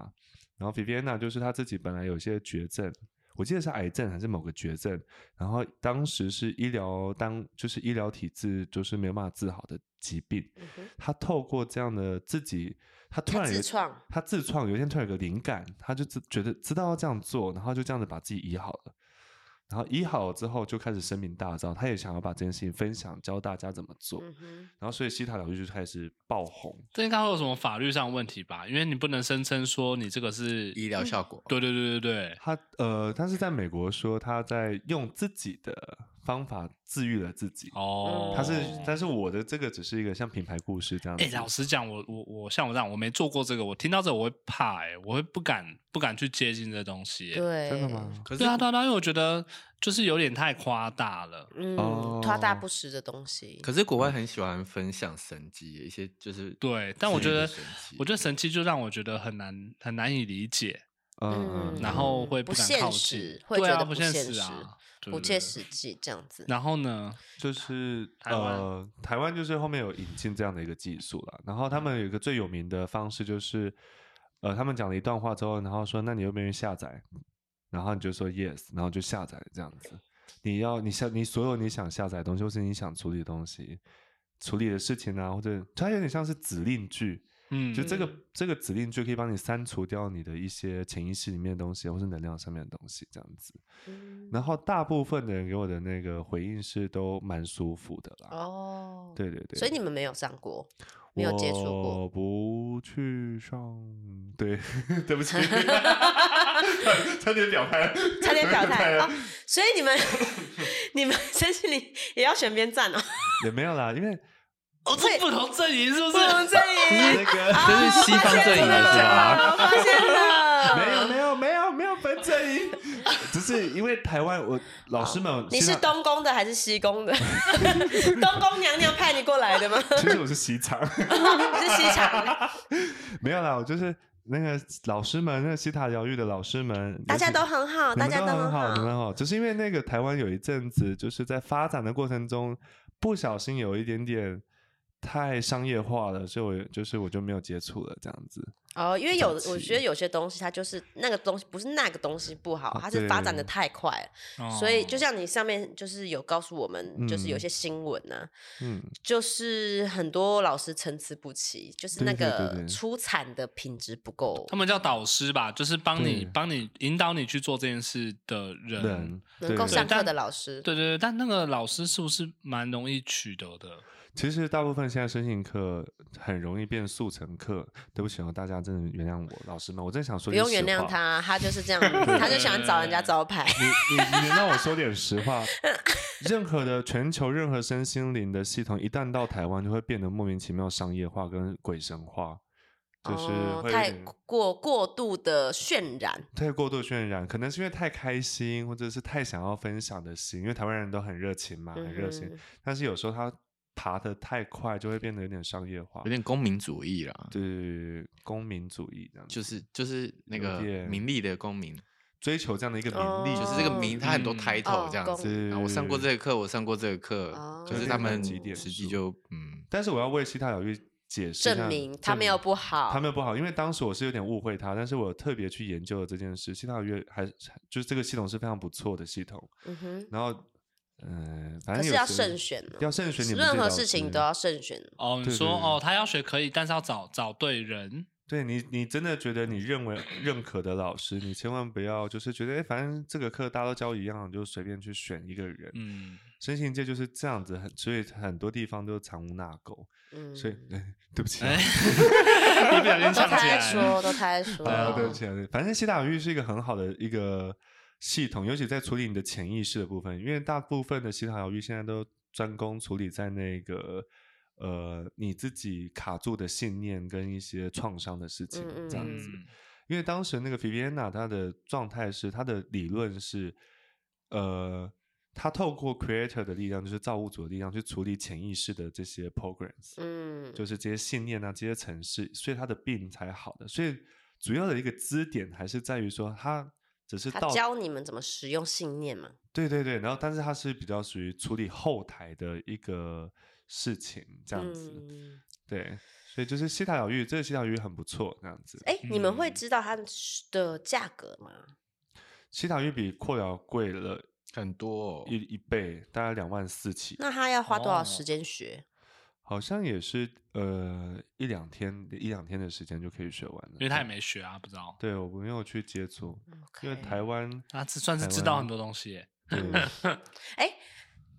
[SPEAKER 3] 然后 Viviana 就是她自己本来有一些绝症，我记得是癌症还是某个绝症，然后当时是医疗当就是医疗体制就是没有办法治好的疾病，
[SPEAKER 2] 嗯哼
[SPEAKER 3] 她透过这样的自己，她突
[SPEAKER 2] 她
[SPEAKER 3] 然有
[SPEAKER 2] 自创，
[SPEAKER 3] 她自创有一天突然有个灵感，她就自觉得知道要这样做，然后就这样子把自己医好了。然后医好了之后，就开始声名大噪，她也想要把这件事情分享，教大家怎么做。
[SPEAKER 2] 嗯哼，
[SPEAKER 3] 然后，所以西塔疗愈就开始爆红，
[SPEAKER 1] 这应该会有什么法律上的问题吧？因为你不能声称说你这个是
[SPEAKER 4] 医疗效果，
[SPEAKER 1] 对对对对对，
[SPEAKER 3] 他呃，他是在美国说他在用自己的方法治愈了自己。
[SPEAKER 1] 哦，
[SPEAKER 3] 他是，
[SPEAKER 4] 嗯
[SPEAKER 3] 但是我的这个只是一个像品牌故事这样子。
[SPEAKER 1] 哎、老实讲，我我我像我这样，我没做过这个，我听到这我会怕、哎，我会不敢不敢去接近这东西、哎
[SPEAKER 2] 对，
[SPEAKER 3] 真的吗？？
[SPEAKER 4] 可是
[SPEAKER 1] 对啊，对啊，对啊因为我觉得就是有点太夸大了。
[SPEAKER 2] 嗯
[SPEAKER 3] 哦，
[SPEAKER 2] 夸大不实的东西，
[SPEAKER 4] 可是国外很喜欢分享神迹，一些就是
[SPEAKER 1] 对，但我觉得
[SPEAKER 4] 自己的神迹，
[SPEAKER 1] 我觉得神奇就让我觉得很难很难以理解，
[SPEAKER 3] 嗯
[SPEAKER 2] 嗯
[SPEAKER 1] 然后会
[SPEAKER 2] 不
[SPEAKER 1] 敢
[SPEAKER 2] 现
[SPEAKER 1] 靠
[SPEAKER 2] 实
[SPEAKER 1] 近，
[SPEAKER 2] 会
[SPEAKER 1] 对
[SPEAKER 2] 觉
[SPEAKER 1] 啊，
[SPEAKER 2] 得
[SPEAKER 1] 不
[SPEAKER 2] 不
[SPEAKER 1] 现
[SPEAKER 2] 现
[SPEAKER 1] 实
[SPEAKER 2] 实
[SPEAKER 1] 啊，对
[SPEAKER 2] 不
[SPEAKER 1] 对
[SPEAKER 2] 切
[SPEAKER 1] 对
[SPEAKER 2] 实际这样子。
[SPEAKER 1] 然后呢，
[SPEAKER 3] 就是
[SPEAKER 1] 台湾
[SPEAKER 3] 呃，台湾就是后面有引进这样的一个技术了。然后他们有一个最有名的方式就是，呃，他们讲了一段话之后，然后说：“那你愿不愿意下载？”然后你就说 “yes”，然后就下载了这样子。你要你下你所有你想下载的东西，或是你想处理的东西、处理的事情啊，或者它有点像是指令句，
[SPEAKER 1] 嗯，
[SPEAKER 3] 就这个、这个指令句可以帮你删除掉你的一些潜意识里面的东西，或是能量上面的东西，这样子。
[SPEAKER 2] 嗯
[SPEAKER 3] 然后大部分的人给我的那个回应是都蛮舒服的啦。
[SPEAKER 2] 哦，，
[SPEAKER 3] 对对对，
[SPEAKER 2] 所以你们没有上过，没有接触过，
[SPEAKER 3] 我不去上，对， 对不起，差点表态，
[SPEAKER 2] 差点表 态哦。所以你们 你们身心灵也要选边 站哦，
[SPEAKER 3] 也没有啦， 因为
[SPEAKER 1] 哦，这不同阵营是不是
[SPEAKER 2] 不？能这样。
[SPEAKER 3] 那个
[SPEAKER 2] 啊
[SPEAKER 4] 这是西方阵营的家，
[SPEAKER 2] 我发现了，
[SPEAKER 3] 没有没有没有没有分阵营， 只是因为台湾 我老师们，
[SPEAKER 2] 你
[SPEAKER 3] 其实
[SPEAKER 2] 是东宫的还是西宫的？ 东宫娘娘派你过来的吗？
[SPEAKER 3] 其实我是西厂，
[SPEAKER 2] 是西厂的，
[SPEAKER 3] 没有啦，我就是那个老师们，那个西塔疗愈的老师们，
[SPEAKER 2] 大家
[SPEAKER 3] 尤其
[SPEAKER 2] 都很好，
[SPEAKER 3] 你
[SPEAKER 2] 哦大
[SPEAKER 3] 们
[SPEAKER 2] 家
[SPEAKER 3] 都
[SPEAKER 2] 很
[SPEAKER 3] 很好，你们很好，只是因为那个台湾有一阵子就是在发展的过程中，不小心有一点点太商业化了，所以我就是我就没有接触了这样子。
[SPEAKER 2] 哦，因为有
[SPEAKER 3] 早
[SPEAKER 2] 我
[SPEAKER 3] 期
[SPEAKER 2] 觉得有些东西它就是那个东西不是那个东西不好，
[SPEAKER 3] 啊
[SPEAKER 2] 它是发展
[SPEAKER 3] 对
[SPEAKER 2] 的太快了。
[SPEAKER 1] 哦
[SPEAKER 2] 所以就像你上面就是有告诉我们，就是有
[SPEAKER 3] 嗯
[SPEAKER 2] 些新闻呢、
[SPEAKER 3] 嗯，
[SPEAKER 2] 就是很多老师参差不齐，就是
[SPEAKER 3] 对
[SPEAKER 2] 那
[SPEAKER 3] 对对
[SPEAKER 2] 个
[SPEAKER 3] 对
[SPEAKER 2] 出产的品质不够
[SPEAKER 1] 他，们叫导师吧，就是帮你
[SPEAKER 3] 对
[SPEAKER 1] 帮你引导你去做这件事的人。
[SPEAKER 3] 人
[SPEAKER 2] 能够
[SPEAKER 3] 对
[SPEAKER 2] 上课
[SPEAKER 1] 但
[SPEAKER 2] 的老师，
[SPEAKER 1] 对对对，但那个老师是不是蛮容易取得的？
[SPEAKER 3] 其实大部分现在申请课很容易变速成课，对不起哦，大家真的原谅我，老师们，我真的想说
[SPEAKER 2] 不
[SPEAKER 3] 句
[SPEAKER 2] 用
[SPEAKER 3] 实
[SPEAKER 2] 原谅
[SPEAKER 3] 话。
[SPEAKER 2] 他，他就是这样，他就想找人家招牌。
[SPEAKER 3] 你你你让我说点实话，任何的全球任何身心灵的系统，一旦到台湾，就会变得莫名其妙商业化跟鬼神化，就是
[SPEAKER 2] 哦
[SPEAKER 3] 会有
[SPEAKER 2] 太
[SPEAKER 3] 点
[SPEAKER 2] 过过度的渲染，
[SPEAKER 3] 太过度渲染，可能是因为太开心，或者是太想要分享的心，因为台湾人都很热情嘛，很热情，
[SPEAKER 2] 嗯哼
[SPEAKER 3] 但是有时候他爬得太快，就会变得有点商业化
[SPEAKER 4] 有，点公民主义啦，
[SPEAKER 3] 对公民主义这样子，
[SPEAKER 4] 就是就是那
[SPEAKER 3] 有
[SPEAKER 4] 个
[SPEAKER 3] 点
[SPEAKER 4] 名利的公民，
[SPEAKER 3] 追求这样的一个
[SPEAKER 2] 哦
[SPEAKER 3] 名利，
[SPEAKER 4] 就是这个名，它很多
[SPEAKER 1] 嗯
[SPEAKER 4] title 这样
[SPEAKER 5] 哦
[SPEAKER 4] 子。
[SPEAKER 3] 是
[SPEAKER 4] 然后我上过这个课，我上过这个课
[SPEAKER 5] 哦，
[SPEAKER 4] 可是他们
[SPEAKER 3] 就是那个嗯几点
[SPEAKER 4] 实
[SPEAKER 3] 数
[SPEAKER 4] 际就嗯，
[SPEAKER 3] 但是我要为西塔疗愈解释一下
[SPEAKER 5] 证明他没有不好，
[SPEAKER 3] 他没有不好，因为当时我是有点误会他，但是我有特别去研究了这件事。西塔疗愈还是就是这个系统是非常不错的系统，
[SPEAKER 5] 嗯哼，
[SPEAKER 3] 然后嗯、呃反
[SPEAKER 5] 可
[SPEAKER 3] 正
[SPEAKER 5] 是
[SPEAKER 3] 有
[SPEAKER 5] 要
[SPEAKER 3] 时
[SPEAKER 5] 慎选哦
[SPEAKER 3] 要慎选你们
[SPEAKER 5] 任
[SPEAKER 3] 这
[SPEAKER 5] 何
[SPEAKER 3] 老
[SPEAKER 5] 事情
[SPEAKER 3] 师
[SPEAKER 5] 都要慎选。
[SPEAKER 1] 哦，你
[SPEAKER 3] 对
[SPEAKER 1] 说
[SPEAKER 3] 对对
[SPEAKER 1] 哦，他要学可以，但是要找找对人，
[SPEAKER 3] 对你，你真的觉得你认为认可的老师，你千万不要就是觉得，哎，反正这个课大家都教一样，你就随便去选一个人。
[SPEAKER 1] 嗯，
[SPEAKER 3] 身心界就是这样子，很所以很多地方都藏污纳垢。
[SPEAKER 5] 嗯，
[SPEAKER 3] 所以， 对不起啊、
[SPEAKER 1] 哎，
[SPEAKER 5] 都
[SPEAKER 1] 一不小心唱
[SPEAKER 5] 他
[SPEAKER 1] 起
[SPEAKER 5] 在
[SPEAKER 1] 来
[SPEAKER 5] 说，都他在说，
[SPEAKER 3] 啊，对
[SPEAKER 2] 哦
[SPEAKER 3] 不起啊，对反正西塔疗愈是一个很好的一个系统，尤其在处理你的潜意识的部分，因为大部分的西塔疗愈现在都专攻处理在那个呃你自己卡住的信念跟一些创伤的事情、
[SPEAKER 5] 嗯嗯
[SPEAKER 3] 这样子。
[SPEAKER 1] 嗯
[SPEAKER 3] 因为当时那个 Viviana 她的状态是，她的理论是，呃，她透过 Creator 的力量，就是造物主的力量，去处理潜意识的这些 programs，、
[SPEAKER 5] 嗯，
[SPEAKER 3] 就是这些信念啊，这些城市，所以她的病才好的。所以主要的一个支点还是在于说，她只是
[SPEAKER 5] 他
[SPEAKER 3] 到
[SPEAKER 5] 教你们怎么使用信念嘛，
[SPEAKER 3] 对对对，然后但是她是比较属于处理后台的一个事情这样子，
[SPEAKER 5] 嗯，
[SPEAKER 3] 对。所以就是西塔疗愈，这个西塔疗愈很不错，这样子。
[SPEAKER 5] 哎，你们会
[SPEAKER 1] 嗯
[SPEAKER 5] 知道它的价格吗？
[SPEAKER 3] 西塔疗愈比扩疗贵了
[SPEAKER 4] 很多
[SPEAKER 3] 一一倍，大概两万四起，
[SPEAKER 5] 那他要花多少时
[SPEAKER 1] 哦
[SPEAKER 5] 间学？
[SPEAKER 3] 好像也是呃一两天一两天的时间就可以学完了。
[SPEAKER 1] 因为他也没学啊，不知道，
[SPEAKER 3] 对我没有去接触，因为
[SPEAKER 5] 嗯 OK
[SPEAKER 3] 台湾
[SPEAKER 1] 他只算是知道很多东西耶，
[SPEAKER 3] 对
[SPEAKER 1] 啊
[SPEAKER 5] 哎，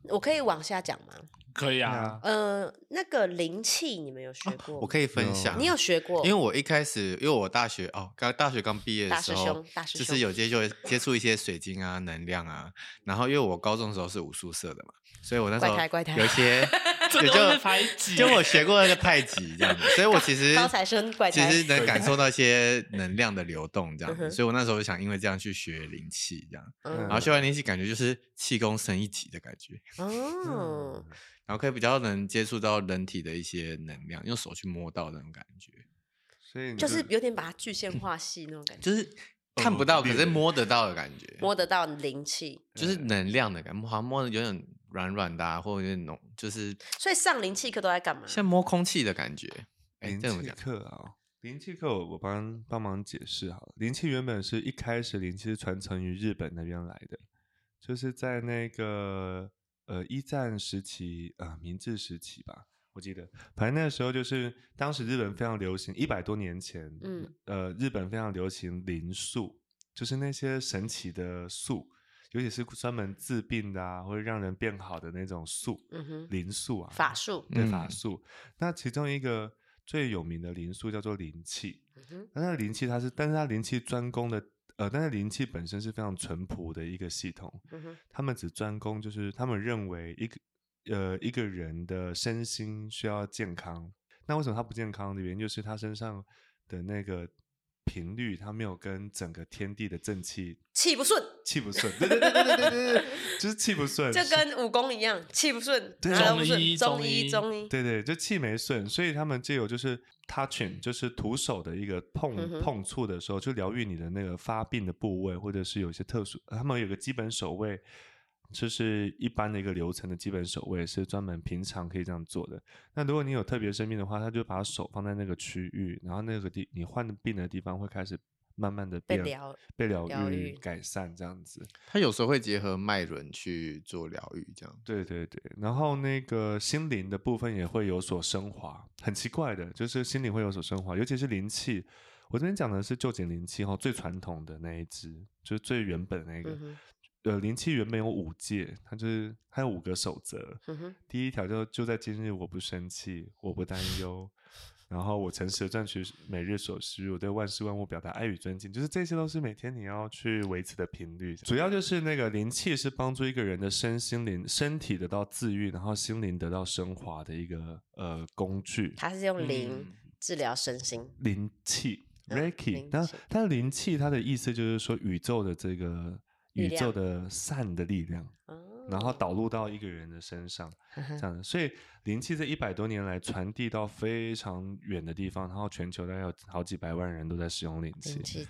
[SPEAKER 5] 我可以往下讲吗？
[SPEAKER 1] 可以啊，
[SPEAKER 3] 啊，
[SPEAKER 5] 呃，那个灵气你们有
[SPEAKER 3] 哦
[SPEAKER 5] 学过吗？
[SPEAKER 4] 我可以分
[SPEAKER 3] 有
[SPEAKER 4] 享。
[SPEAKER 5] 你有学过？
[SPEAKER 4] 因为我一开始，因为我大学哦，刚大学刚毕业
[SPEAKER 5] 大
[SPEAKER 4] 的
[SPEAKER 5] 师
[SPEAKER 4] 时候
[SPEAKER 5] 兄大，师
[SPEAKER 4] 就是
[SPEAKER 5] 兄
[SPEAKER 4] 有 接触接触一些水晶啊、能量啊。然后因为我高中的时候是武术社的嘛，所以我那时
[SPEAKER 5] 怪
[SPEAKER 4] 候
[SPEAKER 5] 胎怪胎
[SPEAKER 4] 有一 些
[SPEAKER 1] 这
[SPEAKER 4] 啊也
[SPEAKER 1] 都是排
[SPEAKER 4] 就
[SPEAKER 1] 挤
[SPEAKER 4] 就我学过那个太极这样子，所以我其实
[SPEAKER 5] 高材生怪
[SPEAKER 4] 其
[SPEAKER 5] 胎
[SPEAKER 4] 实 能感受到一些能量的流动这样
[SPEAKER 5] 嗯
[SPEAKER 4] 子，
[SPEAKER 5] 哼
[SPEAKER 4] 所以我那时候就想因为这样去学灵气这样，
[SPEAKER 5] 嗯
[SPEAKER 4] 然
[SPEAKER 3] 啊
[SPEAKER 4] 后学完灵气感觉就是气功升一级的感觉。
[SPEAKER 5] 嗯
[SPEAKER 3] 嗯
[SPEAKER 5] 哦，
[SPEAKER 4] 然后可以比较能接触到人体的一些能量，用手去摸到的那种感觉，
[SPEAKER 3] 所以你
[SPEAKER 5] 就是有点把它具现化系那种感觉，
[SPEAKER 4] 就是看不到，可是摸得哦到的感觉，
[SPEAKER 5] 摸得到灵气，
[SPEAKER 4] 就是能量的感觉，好像摸的有点软软的、啊，或者有点浓，就是
[SPEAKER 5] 所以上灵气课都在干嘛？
[SPEAKER 4] 像摸空气的感觉。哎、
[SPEAKER 3] 灵
[SPEAKER 4] 这怎么
[SPEAKER 3] 气
[SPEAKER 4] 讲？
[SPEAKER 3] 课啊。灵气课，我我帮帮忙解释好了。灵气原本是一开始灵气是传承于日本那边来的，就是在那个呃一战时期啊、呃明治时期吧，我记得，反正那时候就是当时日本非常流行，一百多年前，
[SPEAKER 5] 嗯，
[SPEAKER 3] 呃，日本非常流行灵术，就是那些神奇的术，尤其是专门治病的啊，或者让人变好的那种术，
[SPEAKER 5] 嗯哼
[SPEAKER 3] 灵术啊，
[SPEAKER 5] 法术，
[SPEAKER 3] 对法
[SPEAKER 4] 嗯
[SPEAKER 3] 术。那其中一个最有名的灵术叫做灵气，
[SPEAKER 5] 嗯哼
[SPEAKER 3] 那它的灵气它是，但是它灵气专攻的，呃，但是灵气本身是非常淳朴的一个系统，
[SPEAKER 5] 嗯哼
[SPEAKER 3] 他们只专攻就是他们认为一个呃一个人的身心需要健康，那为什么他不健康的原因就是他身上的那个。频率，它没有跟整个天地的正气
[SPEAKER 5] 气不顺，
[SPEAKER 3] 气不顺，对对对对对对对，就是气不顺，
[SPEAKER 5] 就跟武功一样，气不顺，
[SPEAKER 3] 对
[SPEAKER 5] 哪来
[SPEAKER 1] 中
[SPEAKER 5] 不顺
[SPEAKER 1] 医
[SPEAKER 5] 中
[SPEAKER 1] 中
[SPEAKER 5] 医
[SPEAKER 1] 医
[SPEAKER 5] 中医，
[SPEAKER 3] 对对，就气没顺，所以他们借由就是 touching，就是徒手的一个碰、
[SPEAKER 5] 嗯哼
[SPEAKER 3] 碰触的时候，就疗愈你的那个发病的部位，或者是有一些特殊，他们有个基本手位，就是一般的一个流程的基本手位是专门平常可以这样做的。那如果你有特别生病的话，他就把手放在那个区域，然后那个地你患病的地方会开始慢慢的
[SPEAKER 5] 被
[SPEAKER 3] 变
[SPEAKER 5] 疗
[SPEAKER 3] 被疗
[SPEAKER 5] 疗
[SPEAKER 3] 愈
[SPEAKER 5] 愈
[SPEAKER 3] 改善这样子。
[SPEAKER 4] 它有时候会结合脉轮去做疗愈，这样。
[SPEAKER 3] 对对对，然后那个心灵的部分也会有所升华，很奇怪的，就是心灵会有所升华，尤其是灵气。我这边讲的是旧景灵气哈，最传统的那一只，就是最原本的那个。
[SPEAKER 5] 嗯哼
[SPEAKER 3] 呃，灵气原本有五戒，它就是它有五个守则。
[SPEAKER 5] 嗯哼
[SPEAKER 3] 第一条就就在今日，我不生气，我 不担忧，然后我诚实地赚取每日所需，我对万事万物表达爱与尊敬，就是这些都是每天你要去维持的频率。主要就是那个灵气是帮助一个人的身心灵、身体得到自愈，然后心灵得到升华的一个呃工具。
[SPEAKER 5] 他是用灵
[SPEAKER 1] 嗯
[SPEAKER 5] 治疗身心，
[SPEAKER 3] 灵气
[SPEAKER 5] 嗯
[SPEAKER 3] Reiki，
[SPEAKER 5] 灵
[SPEAKER 3] 那
[SPEAKER 5] 气
[SPEAKER 3] 它的灵气它的意思就是说宇宙的这个
[SPEAKER 5] 力
[SPEAKER 3] 宇
[SPEAKER 5] 量
[SPEAKER 3] 宙的善的力量。
[SPEAKER 5] 哦
[SPEAKER 3] 然后导入到一个人的身上，
[SPEAKER 5] 嗯哼
[SPEAKER 3] 这样的。所以灵气这一百多年来传递到非常远的地方，然后全球大概有好几百万人都在使用灵气
[SPEAKER 5] 灵。气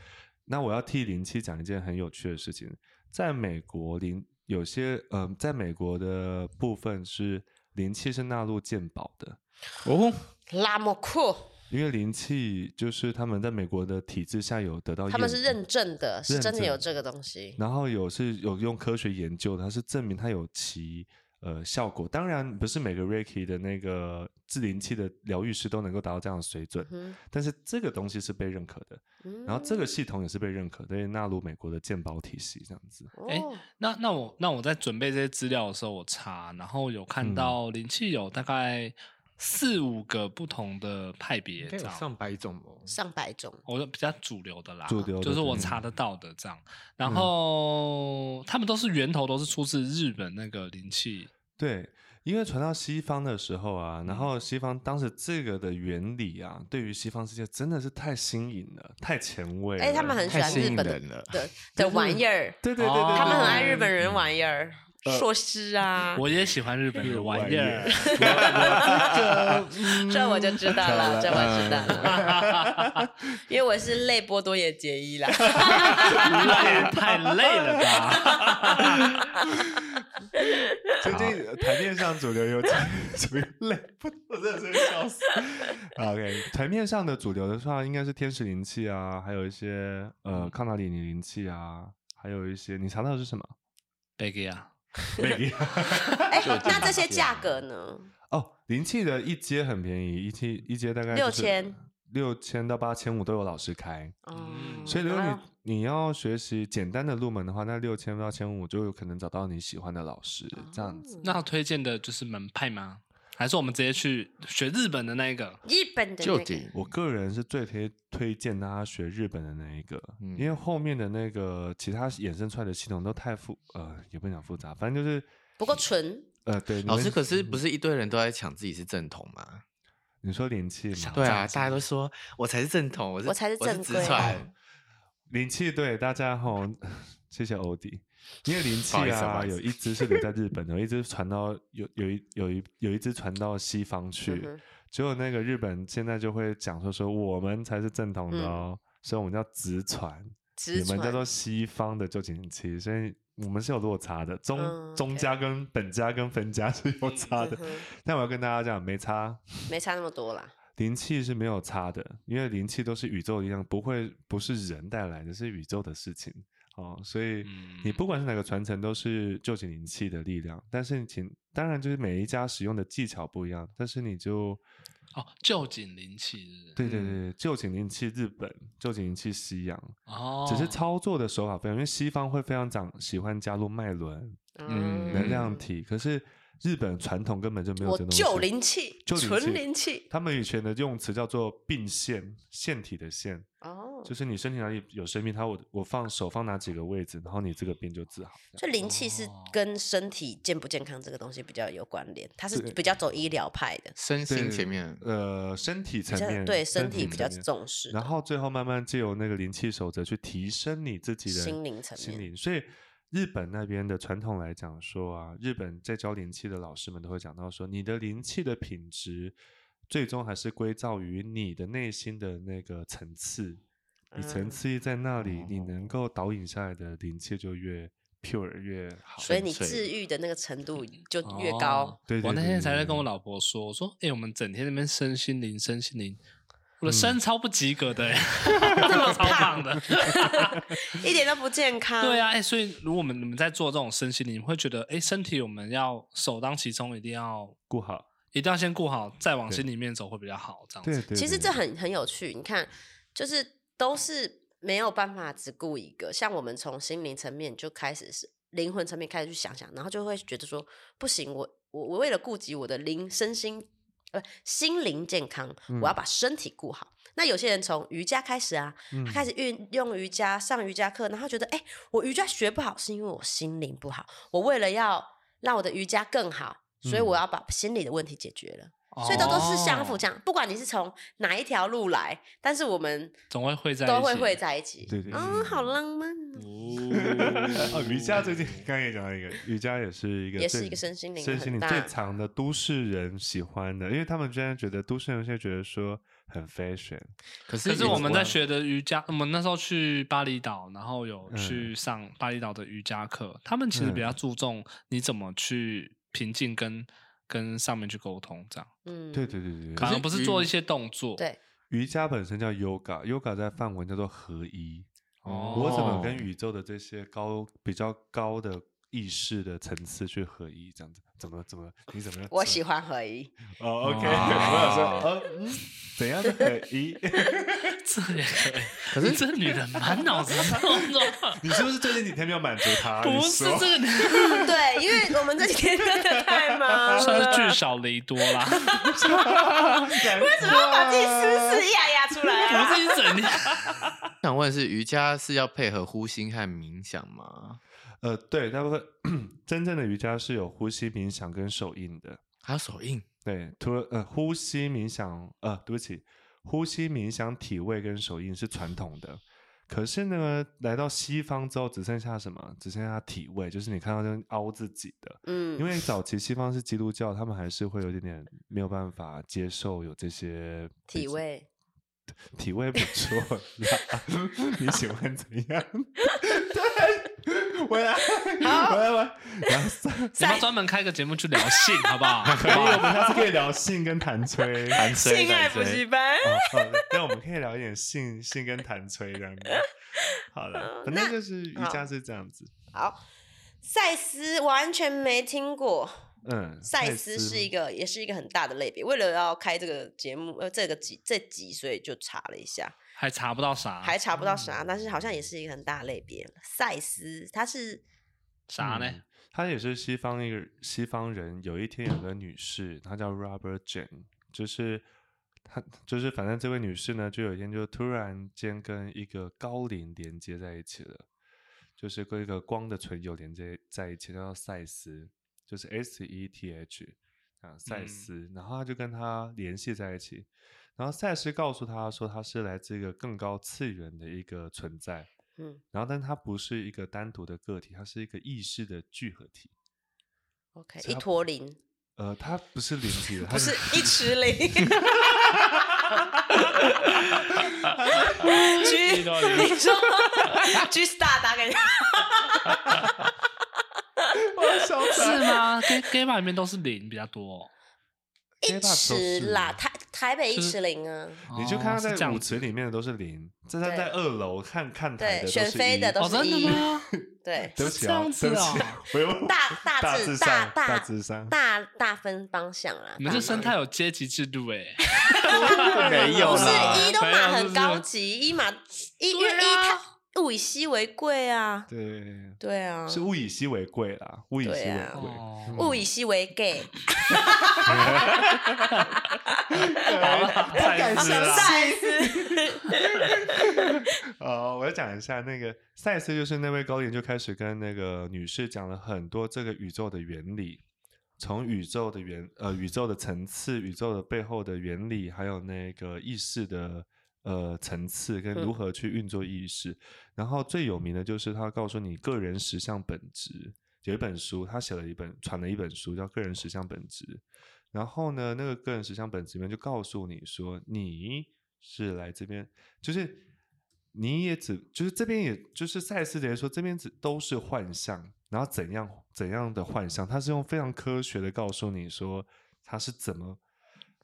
[SPEAKER 3] 那我要替零七讲一件很有趣的事情，在美国零有些呃，在美国的部分是零七是纳入健保的，
[SPEAKER 1] 哦，
[SPEAKER 2] 拉莫库，
[SPEAKER 3] 因为灵气就是他们在美国的体制下有得到，
[SPEAKER 2] 他们是认，证的，是真的
[SPEAKER 3] 哦认
[SPEAKER 2] 有这
[SPEAKER 3] 证
[SPEAKER 2] 个东西。
[SPEAKER 3] 然后有是有用科学研究的，它是证明它有其呃效果。当然不是每个 Reiki 的那个治灵气的疗愈师都能够达到这样的水准，
[SPEAKER 2] 嗯
[SPEAKER 3] 但是这个东西是被认可的，
[SPEAKER 2] 哼，
[SPEAKER 3] 然后这个系统也是被认可的，也纳入美国的健保体系这样子。
[SPEAKER 2] 嗯
[SPEAKER 1] 哎
[SPEAKER 2] 哦
[SPEAKER 1] 那那我那我在准备这些资料的时候，我查，然后有
[SPEAKER 4] 嗯
[SPEAKER 1] 看到灵气有大概四五个不同的派别，
[SPEAKER 4] 应该
[SPEAKER 1] 这
[SPEAKER 4] 有
[SPEAKER 1] 样。
[SPEAKER 4] 上百种哦。
[SPEAKER 2] 上百种，
[SPEAKER 1] 我就比较主流的啦，
[SPEAKER 3] 主流的
[SPEAKER 1] 就是我
[SPEAKER 4] 嗯
[SPEAKER 3] 对
[SPEAKER 1] 查得到的这样。然后、他们都是源头都是出自日本那个灵气，
[SPEAKER 3] 对，因为传到西方的时候啊，然后西方当时这个的原理啊，对于西方世界真的是太新颖了，太前卫了。
[SPEAKER 2] 哎，他们很喜
[SPEAKER 4] 太
[SPEAKER 2] 欢
[SPEAKER 4] 吸
[SPEAKER 2] 日
[SPEAKER 4] 引
[SPEAKER 2] 本的
[SPEAKER 4] 人了，
[SPEAKER 2] 的的玩意儿，
[SPEAKER 3] 对对对对
[SPEAKER 1] 哦
[SPEAKER 3] 对，
[SPEAKER 2] 他们很爱
[SPEAKER 3] 对
[SPEAKER 2] 日本人玩意儿，硕士 啊，
[SPEAKER 1] 我也喜欢日本的玩意儿。
[SPEAKER 3] 嗯
[SPEAKER 2] 这我就知道了，这我知道了，
[SPEAKER 3] 嗯
[SPEAKER 2] 因为我是类波多野结衣啦。
[SPEAKER 1] 那也太累了吧？
[SPEAKER 3] 最近呃台面上主流有 主流类，不，我真的是笑死。OK，台面上的主流的话，应该是天使灵气啊，还有一些呃康纳里尼灵气啊，还有一些你查到的是什么？
[SPEAKER 1] 贝吉啊，
[SPEAKER 3] 美丽
[SPEAKER 2] 哎，那这
[SPEAKER 3] 啊
[SPEAKER 2] 些价格呢？
[SPEAKER 3] 哦，灵气的一阶很便宜，一阶一阶大概就是
[SPEAKER 2] 6000
[SPEAKER 3] 六千到八千五都有老师开。
[SPEAKER 2] 哦
[SPEAKER 3] 嗯所以，如果
[SPEAKER 2] 啊
[SPEAKER 3] 你你要学习简单的入门的话，那六千到千五就有可能找到你喜欢的老师，这样子。
[SPEAKER 1] 那推荐的就是门派吗？还是我们直接去学日本的那一个？
[SPEAKER 2] 日本的那
[SPEAKER 4] 就
[SPEAKER 2] 个
[SPEAKER 4] 顶
[SPEAKER 3] 我个人是最推推荐大家学日本的那一个，
[SPEAKER 4] 嗯
[SPEAKER 3] 因为后面的那个其他衍生出来的系统都太复，呃，也不想复杂，反正就是，
[SPEAKER 2] 不够纯，
[SPEAKER 3] 呃，对，你
[SPEAKER 4] 老
[SPEAKER 3] 们
[SPEAKER 4] 师可是不是一堆人都在抢自己是正统吗？
[SPEAKER 3] 你说灵气嘛，
[SPEAKER 1] 想
[SPEAKER 4] 对
[SPEAKER 1] 这
[SPEAKER 4] 啊，
[SPEAKER 1] 样子
[SPEAKER 4] 大家都说我才是正统，我是
[SPEAKER 2] 我才是正
[SPEAKER 4] 直
[SPEAKER 2] 规
[SPEAKER 4] 传，
[SPEAKER 3] 灵气对大家吼， 谢谢欧弟，因为灵气
[SPEAKER 4] 不好意思不
[SPEAKER 3] 啊，
[SPEAKER 4] 好意思
[SPEAKER 3] 有一只是留在日本的，有一只传到有有一有一有一只传到西方去，
[SPEAKER 2] 嗯哼
[SPEAKER 3] 结果那个日本现在就会讲说说我们才是正统的
[SPEAKER 2] 嗯
[SPEAKER 3] 哦，所以我们叫直传。
[SPEAKER 2] 直
[SPEAKER 3] 你们叫
[SPEAKER 2] 传。
[SPEAKER 3] 做西方的旧景气，所以我们是有落差的，中、
[SPEAKER 2] 嗯
[SPEAKER 3] 中家跟本家跟分家是有差的。
[SPEAKER 2] 嗯哼
[SPEAKER 3] 但我要跟大家讲，没差，
[SPEAKER 2] 没差那么多啦。
[SPEAKER 3] 灵气是没有差的，因为灵气都是宇宙力量，不会不是人带来的，是宇宙的事情哦。所以
[SPEAKER 1] 嗯
[SPEAKER 3] 你不管是哪个传承，都是旧景灵气的力量。但是你请，当然就是每一家使用的技巧不一样，但是你就
[SPEAKER 1] 哦，旧景灵气是不嗯是
[SPEAKER 3] 对对
[SPEAKER 2] 嗯
[SPEAKER 3] 对，旧景灵气日本，旧景灵气西洋，
[SPEAKER 1] 哦，
[SPEAKER 3] 只是操作的手法不一样，因为西方会非常讲喜欢加入脉轮、
[SPEAKER 4] 嗯
[SPEAKER 3] 能量体，可是日本传统根本就没有
[SPEAKER 2] 我
[SPEAKER 3] 这东西。
[SPEAKER 2] 旧灵气，
[SPEAKER 3] 旧灵气
[SPEAKER 2] 纯灵气。
[SPEAKER 3] 他们以前的用词叫做并线，腺体的腺，
[SPEAKER 2] 哦，
[SPEAKER 3] 就是你身体哪里有生命，它我我放手放哪几个位置，然后你这个病就治好。
[SPEAKER 2] 所以灵气是
[SPEAKER 1] 哦
[SPEAKER 2] 跟身体健不健康这个东西比较有关联，它是
[SPEAKER 3] 对
[SPEAKER 2] 比较走医疗派的，
[SPEAKER 4] 身
[SPEAKER 3] 对
[SPEAKER 4] 心前面
[SPEAKER 3] 呃，身体
[SPEAKER 2] 比
[SPEAKER 3] 层
[SPEAKER 2] 较
[SPEAKER 3] 面
[SPEAKER 2] 对身体比较
[SPEAKER 3] 层面
[SPEAKER 2] 重视的。
[SPEAKER 3] 然后最后慢慢借由那个灵气守则去提升你自己的
[SPEAKER 2] 心灵层
[SPEAKER 3] 心
[SPEAKER 2] 面
[SPEAKER 3] 灵。所以日本那边的传统来讲说啊，日本在教灵气的老师们都会讲到说，你的灵气的品质最终还是归造于你的内心的那个层次，你层
[SPEAKER 2] 嗯哦
[SPEAKER 3] 次一在那里，你能够导引下来的灵气就越 pure 越好。
[SPEAKER 2] 所以你
[SPEAKER 4] 纯粹
[SPEAKER 2] 治愈的那个程度就越高
[SPEAKER 1] 嗯哦。
[SPEAKER 3] 对对
[SPEAKER 1] 我那
[SPEAKER 3] 对
[SPEAKER 1] 天
[SPEAKER 3] 对
[SPEAKER 1] 才在跟
[SPEAKER 3] 对
[SPEAKER 1] 我老婆说，我说：“哎、我们整天那边身心灵，身心灵，
[SPEAKER 3] 嗯
[SPEAKER 1] 我的身超不及 格的、欸，这么超胖的。
[SPEAKER 2] 一点都不健康。
[SPEAKER 1] 对，啊，哎、所以如果我们你们在做这种身心灵，你们会觉得，哎、身体我们要首当其冲，一定要
[SPEAKER 3] 顾好，
[SPEAKER 1] 一定要先顾好，再往
[SPEAKER 3] 对
[SPEAKER 1] 心里面走会比较好。这样
[SPEAKER 3] 对
[SPEAKER 1] 子，
[SPEAKER 3] 对。
[SPEAKER 2] 其实
[SPEAKER 3] 对
[SPEAKER 2] 这很很有趣。你看，就是都是没有办法只顾一个，像我们从心灵层面就开始是灵魂层面开始去想想，然后就会觉得说不行，我我我为了顾及我的灵身心呃心灵健康，
[SPEAKER 3] 嗯
[SPEAKER 2] 我要把身体顾好。那有些人从瑜伽开始啊，
[SPEAKER 3] 嗯
[SPEAKER 2] 他开始运用瑜伽上瑜伽课，然后觉得哎、诶我瑜伽学不好是因为我心灵不好，我为了要让我的瑜伽更好，所以我要把心理的问题解决了。所以都都是相辅
[SPEAKER 1] 哦
[SPEAKER 2] 相，不管你是从哪一条路来，但是我们
[SPEAKER 1] 总会会在
[SPEAKER 2] 都
[SPEAKER 1] 一
[SPEAKER 2] 会
[SPEAKER 1] 起
[SPEAKER 2] 会在一起。
[SPEAKER 3] 对对对
[SPEAKER 2] 啊，好浪漫哦，
[SPEAKER 3] 哦，
[SPEAKER 1] 哦
[SPEAKER 3] 瑜伽最近刚刚也讲到一个，瑜伽也是一个
[SPEAKER 2] 也是
[SPEAKER 3] 最
[SPEAKER 2] 一个身心灵
[SPEAKER 3] 身心
[SPEAKER 2] 很
[SPEAKER 3] 灵
[SPEAKER 2] 大
[SPEAKER 3] 最长的都市人喜欢的，因为他们居然觉得都市人现在觉得说很 fashion。
[SPEAKER 4] 可是
[SPEAKER 1] 可是我们在
[SPEAKER 4] 也
[SPEAKER 1] 学的瑜伽，我们那时候去巴厘岛，然后有
[SPEAKER 3] 嗯
[SPEAKER 1] 去上巴厘岛的瑜伽课，他们其实比较注重你怎么去平静跟跟上面去沟通，这样
[SPEAKER 2] 嗯，
[SPEAKER 3] 对对对对
[SPEAKER 1] 反
[SPEAKER 3] 对，
[SPEAKER 1] 而不是
[SPEAKER 4] 瑜
[SPEAKER 1] 做一些动作。
[SPEAKER 2] 对，
[SPEAKER 3] 瑜伽本身叫 yoga，yoga 在梵文叫做合一。
[SPEAKER 1] 哦
[SPEAKER 3] 我怎么跟宇宙的这些高比较高的意识的层次去合一？这样子怎么怎么你怎么？
[SPEAKER 2] 我喜欢合一，
[SPEAKER 3] 欢哦，OK，
[SPEAKER 1] 哦
[SPEAKER 3] 我想说呃嗯，怎样的合一？
[SPEAKER 1] 这也可以。可是这女人满脑子动 动，
[SPEAKER 3] 你是不是最近几天没有满足他？
[SPEAKER 1] 不
[SPEAKER 3] 啊你
[SPEAKER 1] 是
[SPEAKER 3] 说
[SPEAKER 1] 这个女人
[SPEAKER 2] 嗯对，因为我们这几天真的太 忙
[SPEAKER 1] 算
[SPEAKER 2] 了
[SPEAKER 1] 是，聚少离多啦，
[SPEAKER 3] 为什么
[SPEAKER 2] 要把自己私事压压出来啊
[SPEAKER 1] 不！是一 整天。
[SPEAKER 4] 想问的是，瑜伽是要配合呼吸和冥想吗？
[SPEAKER 3] 呃，对，大部分 真正的瑜伽是有呼吸、冥想跟手印的。
[SPEAKER 4] 还有手印？
[SPEAKER 3] 对，除了呃呼吸冥想，呃，对不起，呼吸冥想、体位跟手印是传统的。可是呢，来到西方之后，只剩下什么？只剩下体位，就是你看到那种凹自己的。
[SPEAKER 2] 嗯，
[SPEAKER 3] 因为早期西方是基督教，他们还是会有一点点没有办法接受有这些比
[SPEAKER 2] 体
[SPEAKER 3] 较
[SPEAKER 2] 位，
[SPEAKER 3] 体位不错啦，你喜欢怎样？对，我来，我来，我来。然后下
[SPEAKER 1] 你们专门开个节目去聊性，好不好？
[SPEAKER 3] 可以，我们下次可以聊性跟弹吹。
[SPEAKER 4] 男生
[SPEAKER 2] 性爱补习 班。
[SPEAKER 3] 哦好的那我们可以聊一点性性跟弹吹这样子。好了，反正就是瑜伽是这样子。
[SPEAKER 2] 好，赛斯完全没听过，
[SPEAKER 3] 嗯，
[SPEAKER 2] 赛斯是一
[SPEAKER 3] 个
[SPEAKER 2] 个也是一个很大的类别。为了要开这个节目，呃，这个集这集，所以就查了一下，
[SPEAKER 1] 还查不到啥？
[SPEAKER 2] 还查不到啥，但是好像也是一个很大类别。赛斯他是
[SPEAKER 1] 啥呢？
[SPEAKER 3] 她嗯也是西方一个西方人。有一天有个女士，她叫 Robert Jane，就是她就是反正这位女士呢，就有一天就突然间跟一个高龄连接在一起了，就是跟一个光的存有连接在一起，叫做赛斯，就是 S E T H 啊，赛
[SPEAKER 1] 嗯
[SPEAKER 3] 斯。然后她就跟他联系在一起，然后赛斯告诉她说，她是来自一个更高次元的一个存在。
[SPEAKER 2] 嗯
[SPEAKER 3] 然后，但它不是一个单独的个体，它是一个意识的聚合体。
[SPEAKER 2] OK
[SPEAKER 3] 所以
[SPEAKER 2] 一
[SPEAKER 3] 他
[SPEAKER 2] 坨零，
[SPEAKER 3] 呃，它不是零级 的，它
[SPEAKER 2] 不是一池零，G
[SPEAKER 1] 一坨零
[SPEAKER 2] 你说 G star 打给他，
[SPEAKER 1] 是 吗？gay gay bar 里面都是零比较多
[SPEAKER 2] 一池啦，
[SPEAKER 3] 它
[SPEAKER 2] 台台北一
[SPEAKER 1] 就是
[SPEAKER 2] 池零啊，
[SPEAKER 1] 哦，
[SPEAKER 3] 你就看
[SPEAKER 1] 哦是
[SPEAKER 3] 它
[SPEAKER 1] 这
[SPEAKER 3] 在
[SPEAKER 1] 样
[SPEAKER 3] 舞
[SPEAKER 1] 子
[SPEAKER 3] 池里面的都是零，这在
[SPEAKER 2] 对
[SPEAKER 3] 在二楼看看
[SPEAKER 2] 对，
[SPEAKER 3] 台的都
[SPEAKER 2] 选
[SPEAKER 3] 是
[SPEAKER 2] 妃
[SPEAKER 3] 一
[SPEAKER 2] 的都
[SPEAKER 1] 哦，
[SPEAKER 2] 是
[SPEAKER 1] 真
[SPEAKER 2] 一
[SPEAKER 1] 的， 吗？
[SPEAKER 2] 对，
[SPEAKER 3] 对不起
[SPEAKER 1] 这
[SPEAKER 3] 啊，
[SPEAKER 1] 样子
[SPEAKER 3] 对不起
[SPEAKER 1] 哦，
[SPEAKER 3] 我又
[SPEAKER 2] 大大
[SPEAKER 3] 大
[SPEAKER 2] 致
[SPEAKER 3] 致
[SPEAKER 2] 大
[SPEAKER 3] 上
[SPEAKER 2] 大
[SPEAKER 3] 大致上
[SPEAKER 2] 大大分方向啦。
[SPEAKER 1] 你们这
[SPEAKER 2] 大
[SPEAKER 1] 生
[SPEAKER 2] 方
[SPEAKER 1] 态有阶级制度哎，
[SPEAKER 3] 啊
[SPEAKER 4] 没有
[SPEAKER 2] 不是
[SPEAKER 4] 啦，
[SPEAKER 2] 一都
[SPEAKER 1] 没有
[SPEAKER 2] 马
[SPEAKER 1] 就
[SPEAKER 2] 很
[SPEAKER 1] 是
[SPEAKER 2] 高级，一马一因为一它物以稀为贵啊，
[SPEAKER 3] 对，
[SPEAKER 2] 对啊，
[SPEAKER 3] 是物以稀为贵啦，物以稀
[SPEAKER 2] 对
[SPEAKER 3] 为
[SPEAKER 2] 啊
[SPEAKER 3] 贵。
[SPEAKER 1] 哦
[SPEAKER 2] 物以稀为 gay，
[SPEAKER 1] 好了，太
[SPEAKER 3] 是
[SPEAKER 1] 子
[SPEAKER 3] 啦
[SPEAKER 1] 了，
[SPEAKER 2] 赛斯
[SPEAKER 3] 呃，我要讲一下那个赛斯，就是那位高研就开始跟那个女士讲了很多这个宇宙的原理，从宇宙的原呃宇宙的层次、宇宙的背后的原理，还有那个意识的呃层次跟如
[SPEAKER 2] 嗯
[SPEAKER 3] 何去运作意识。然后最有名的就是他告诉你个人实相本质，有一本书，他写了一本传了一本书叫《个人实相本质》。然后呢，那个个人实相本质里面就告诉你说，你是来这边，就是你也只就是这边也就是赛斯直接说这边只都是幻象，然后怎样怎样的幻象，他是用非常科学的告诉你说他是怎么